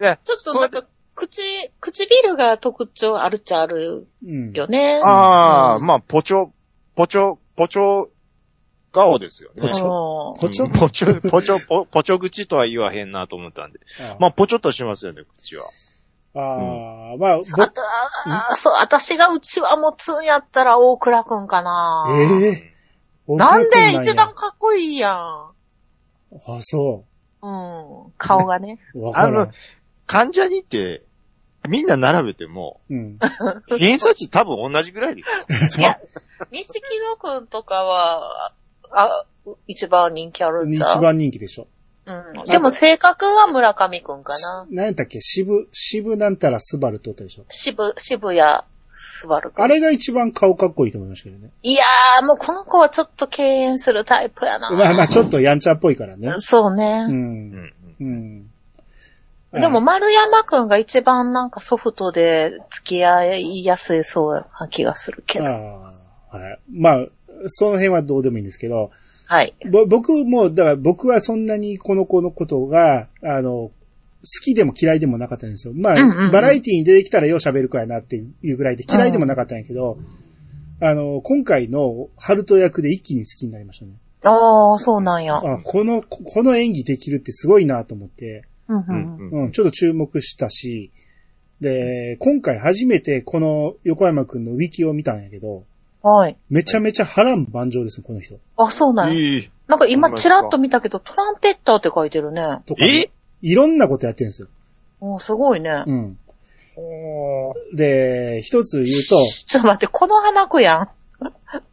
B: え、
C: ちょっとなんか、口、唇が特徴あるっちゃある
A: うん。
C: よね。
B: ああ、
C: うん
B: まあ、ぽちょ、ぽちょ、ぽちょ顔ですよね。
A: ぽちょ
C: ょ
A: ぽちょ
B: うんぽちょ、ぽちょ、ぽぽちょ口とは言わへんなと思ったんで。まあ、ぽちょっとしますよね、口は。
A: ああ、まあ、ぼ
C: あと、あーそう、私がうちは持つんやったら大倉くんかな。
A: ええ俺
C: なん
A: こや
C: で一段かっこいいやん。
A: あ、そ
C: うん。顔 がね。
A: う。わか
B: あ
A: る
B: の。患者にって、みんな並べても、
A: うん。
B: 偏差値多分同じぐらいですよ。
C: いや、西木野くんとかは、あ、一番人気あるん
A: 一
C: ちゃう
A: 番人気でしょ。
C: うん。でも性格は村上くんかな。
A: 何やったっけ渋、渋なんたらスバルってことでしょ。
C: 渋、渋谷、すばるくん。
A: あれが一番顔かっこいいと思いましたけどね。
C: いやー、もうこの子はちょっと敬遠するタイプやな。
A: まあまあ、ちょっとやんちゃっぽいからね。
C: そう
A: う。
C: ね。
B: うんん
A: うん。
C: でも、丸山くんが一番なんかソフトで付き合いやすいそうな気がするけ
A: あ
C: ど。
A: あ、はい。まあ、その辺はどうでもいいんですけど、
C: はい。
A: ぼ僕も、だから僕はそんなにこの子のことが、あの、好きでも嫌いでもなかったんですよ。まあ、
C: うんうんうん
A: バラエティに出てきたらよう喋る子やなっていうぐらいで嫌いでもなかったんやけど、あの、今回のハルト役で一気に好きになりましたね。
C: ああ、そうなんや。
A: あこの、ここの演技できるってすごいなと思って、
C: うんう
B: うん
C: うん
B: んうん
A: うん、ちょっと注目したし、で、今回初めてこの横山くんのウィキを見たんやけど、
C: はい。
A: めちゃめちゃ波乱万丈ですね、この人。
C: あ、そうなんや。
B: いい
C: なんか今チラッと見たけど、トランペッターって書いてるね。
A: とか、
B: え
A: いろんなことやってるんですよ。
C: おーすごいね。
A: うん。
B: おー
A: で、一つ言
C: ちょっと待って、この花子やん。
A: う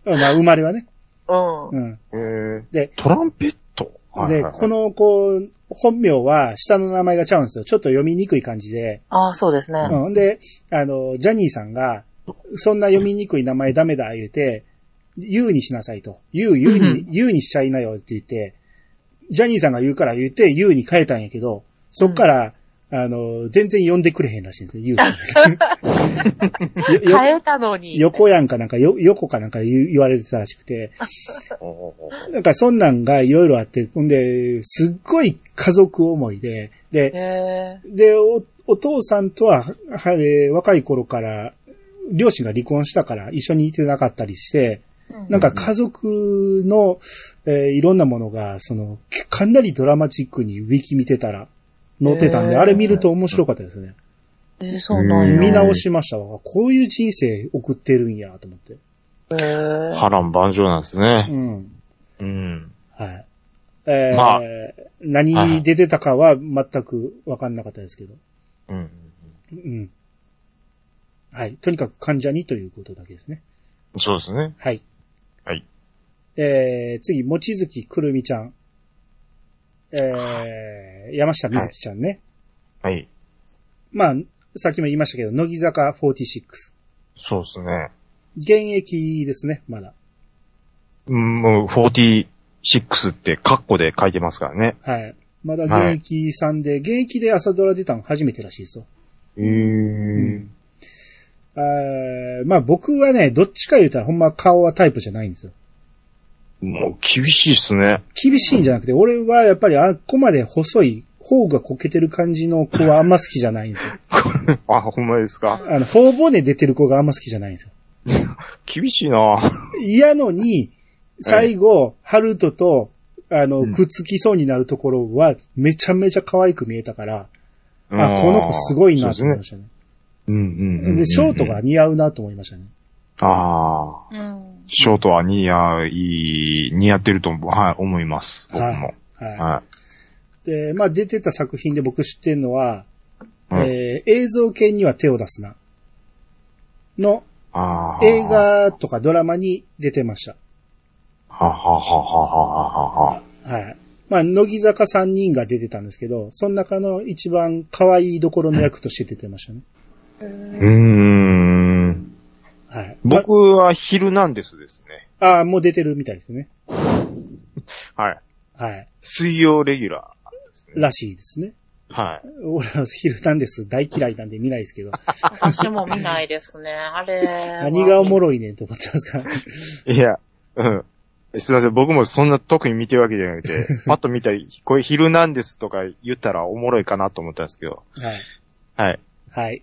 A: と、 まあ、生まれはね。
C: うん。
A: うん。
B: えー
A: で
B: トランペットはいはい
A: で、
B: はい
A: この、こう、本名は下の名前がちゃうんですよ。ちょっと読みにくい感じで。
C: ああ、そうですね。
A: うん。で、あの、ジャニーさんが、そんな読みにくい名前ダメだ、言うて、言うにしなさいと。言う、言うに、言うにしちゃいなよって言って、ジャニーさんが言うから言うて、言うに変えたんやけど、そっから、あの、全然呼んでくれへんらしいんですよ、言うよ。よ
C: 変えたのに。
A: 横やんかなんか、よ、横かなんか言う言われてたらしくて、
B: おー
A: なんかそんなんがいろいろあって、ほんで、すっごい家族思いで、で、
C: へえ。
A: で、お、お父さんとは、は、えー若い頃から、両親が離婚したから一緒にいてなかったりして、なんか家族の、えーいろんなものが、その、かなりドラマチックにウィキ見てたら、載ってたんで、
C: へー
A: あれ見ると面白かったですね。
C: えーそうなんや。
B: うん
A: 見直しましたわ。こういう人生送ってるんや、と思って。
C: へー
B: 波乱万丈なんです
A: う
B: ね。
A: ん。
B: うん。
A: はい。えー
B: まあ
A: 何に出てたかは全くわかんなかったですけど。
B: うん。
A: うん。はい。とにかく患者にということだけですね。
B: そうですね。
A: はい。
B: はい。
A: えー、次、もちづきくるみちゃん。えー、山下美月ちゃんね。
B: はい。
A: まあ、さっきも言いましたけど、乃木坂46。
B: そうですね。
A: 現役ですね、まだ。
B: うん、もう、46ってカッコで書いてますからね。
A: はい。まだ現役さんで、現役で朝ドラ出たの初めてらしいですよ。
B: えー。
A: あーまあ僕はね、どっちか言うたらほんま顔はタイプじゃないんですよ。
B: もう、厳しいっすね。
A: 厳しいんじゃなくて、俺はやっぱりあっこまで細い、方がこけてる感じの子はあんま好きじゃないんですよ。
B: あ、ほんまですか。
A: あの、頬骨出てる子があんま好きじゃないんですよ。
B: 厳しいな
A: 嫌のに、最後、ハルトと、あの、
B: うん
A: くっつきそうになるところは、めちゃめちゃ可愛く見えたから、
B: うん
A: あ、この子すごいなと
B: そう
A: 思い
B: で
A: まし
B: す
A: た
B: ね。
A: ね。
B: うんうんうんうんうん。
A: で、ショートが似合うなと思いましたね。
B: ああ、
C: うん。
B: ショートは似合う、いい、似合ってると思う、はい、思います。僕も。
A: は。
B: はい
A: で、まあ出てた作品で僕知ってるのは、
B: い。うん
A: えー映像系には手を出すな。の
B: あー
A: 映。画とかドラマに出てました。
B: ははははははは。
A: はい。まあ、乃木坂3人が出てたんですけど、その中の一番可愛いどころの役として出てましたね。
B: うーん。
A: はい。
B: 僕はヒルナンデスですね。
A: まああー、もう出てるみたいですね。
B: はい。
A: はい。
B: 水曜レギュラーですね。
A: らしいですね。
B: はい。
A: 俺はヒルタンデス大嫌いなんで見ないですけど、
C: 私も見ないですね。あれ。
A: 何がおもろいねんと思ってますから。
B: いや、うん。すいません、僕もそんな特に見てるわけじゃな くて、パッと見たら、これヒルナンデスとか言ったらおもろいかなと思ったんですけど、
A: はい。
B: はい。
A: はい。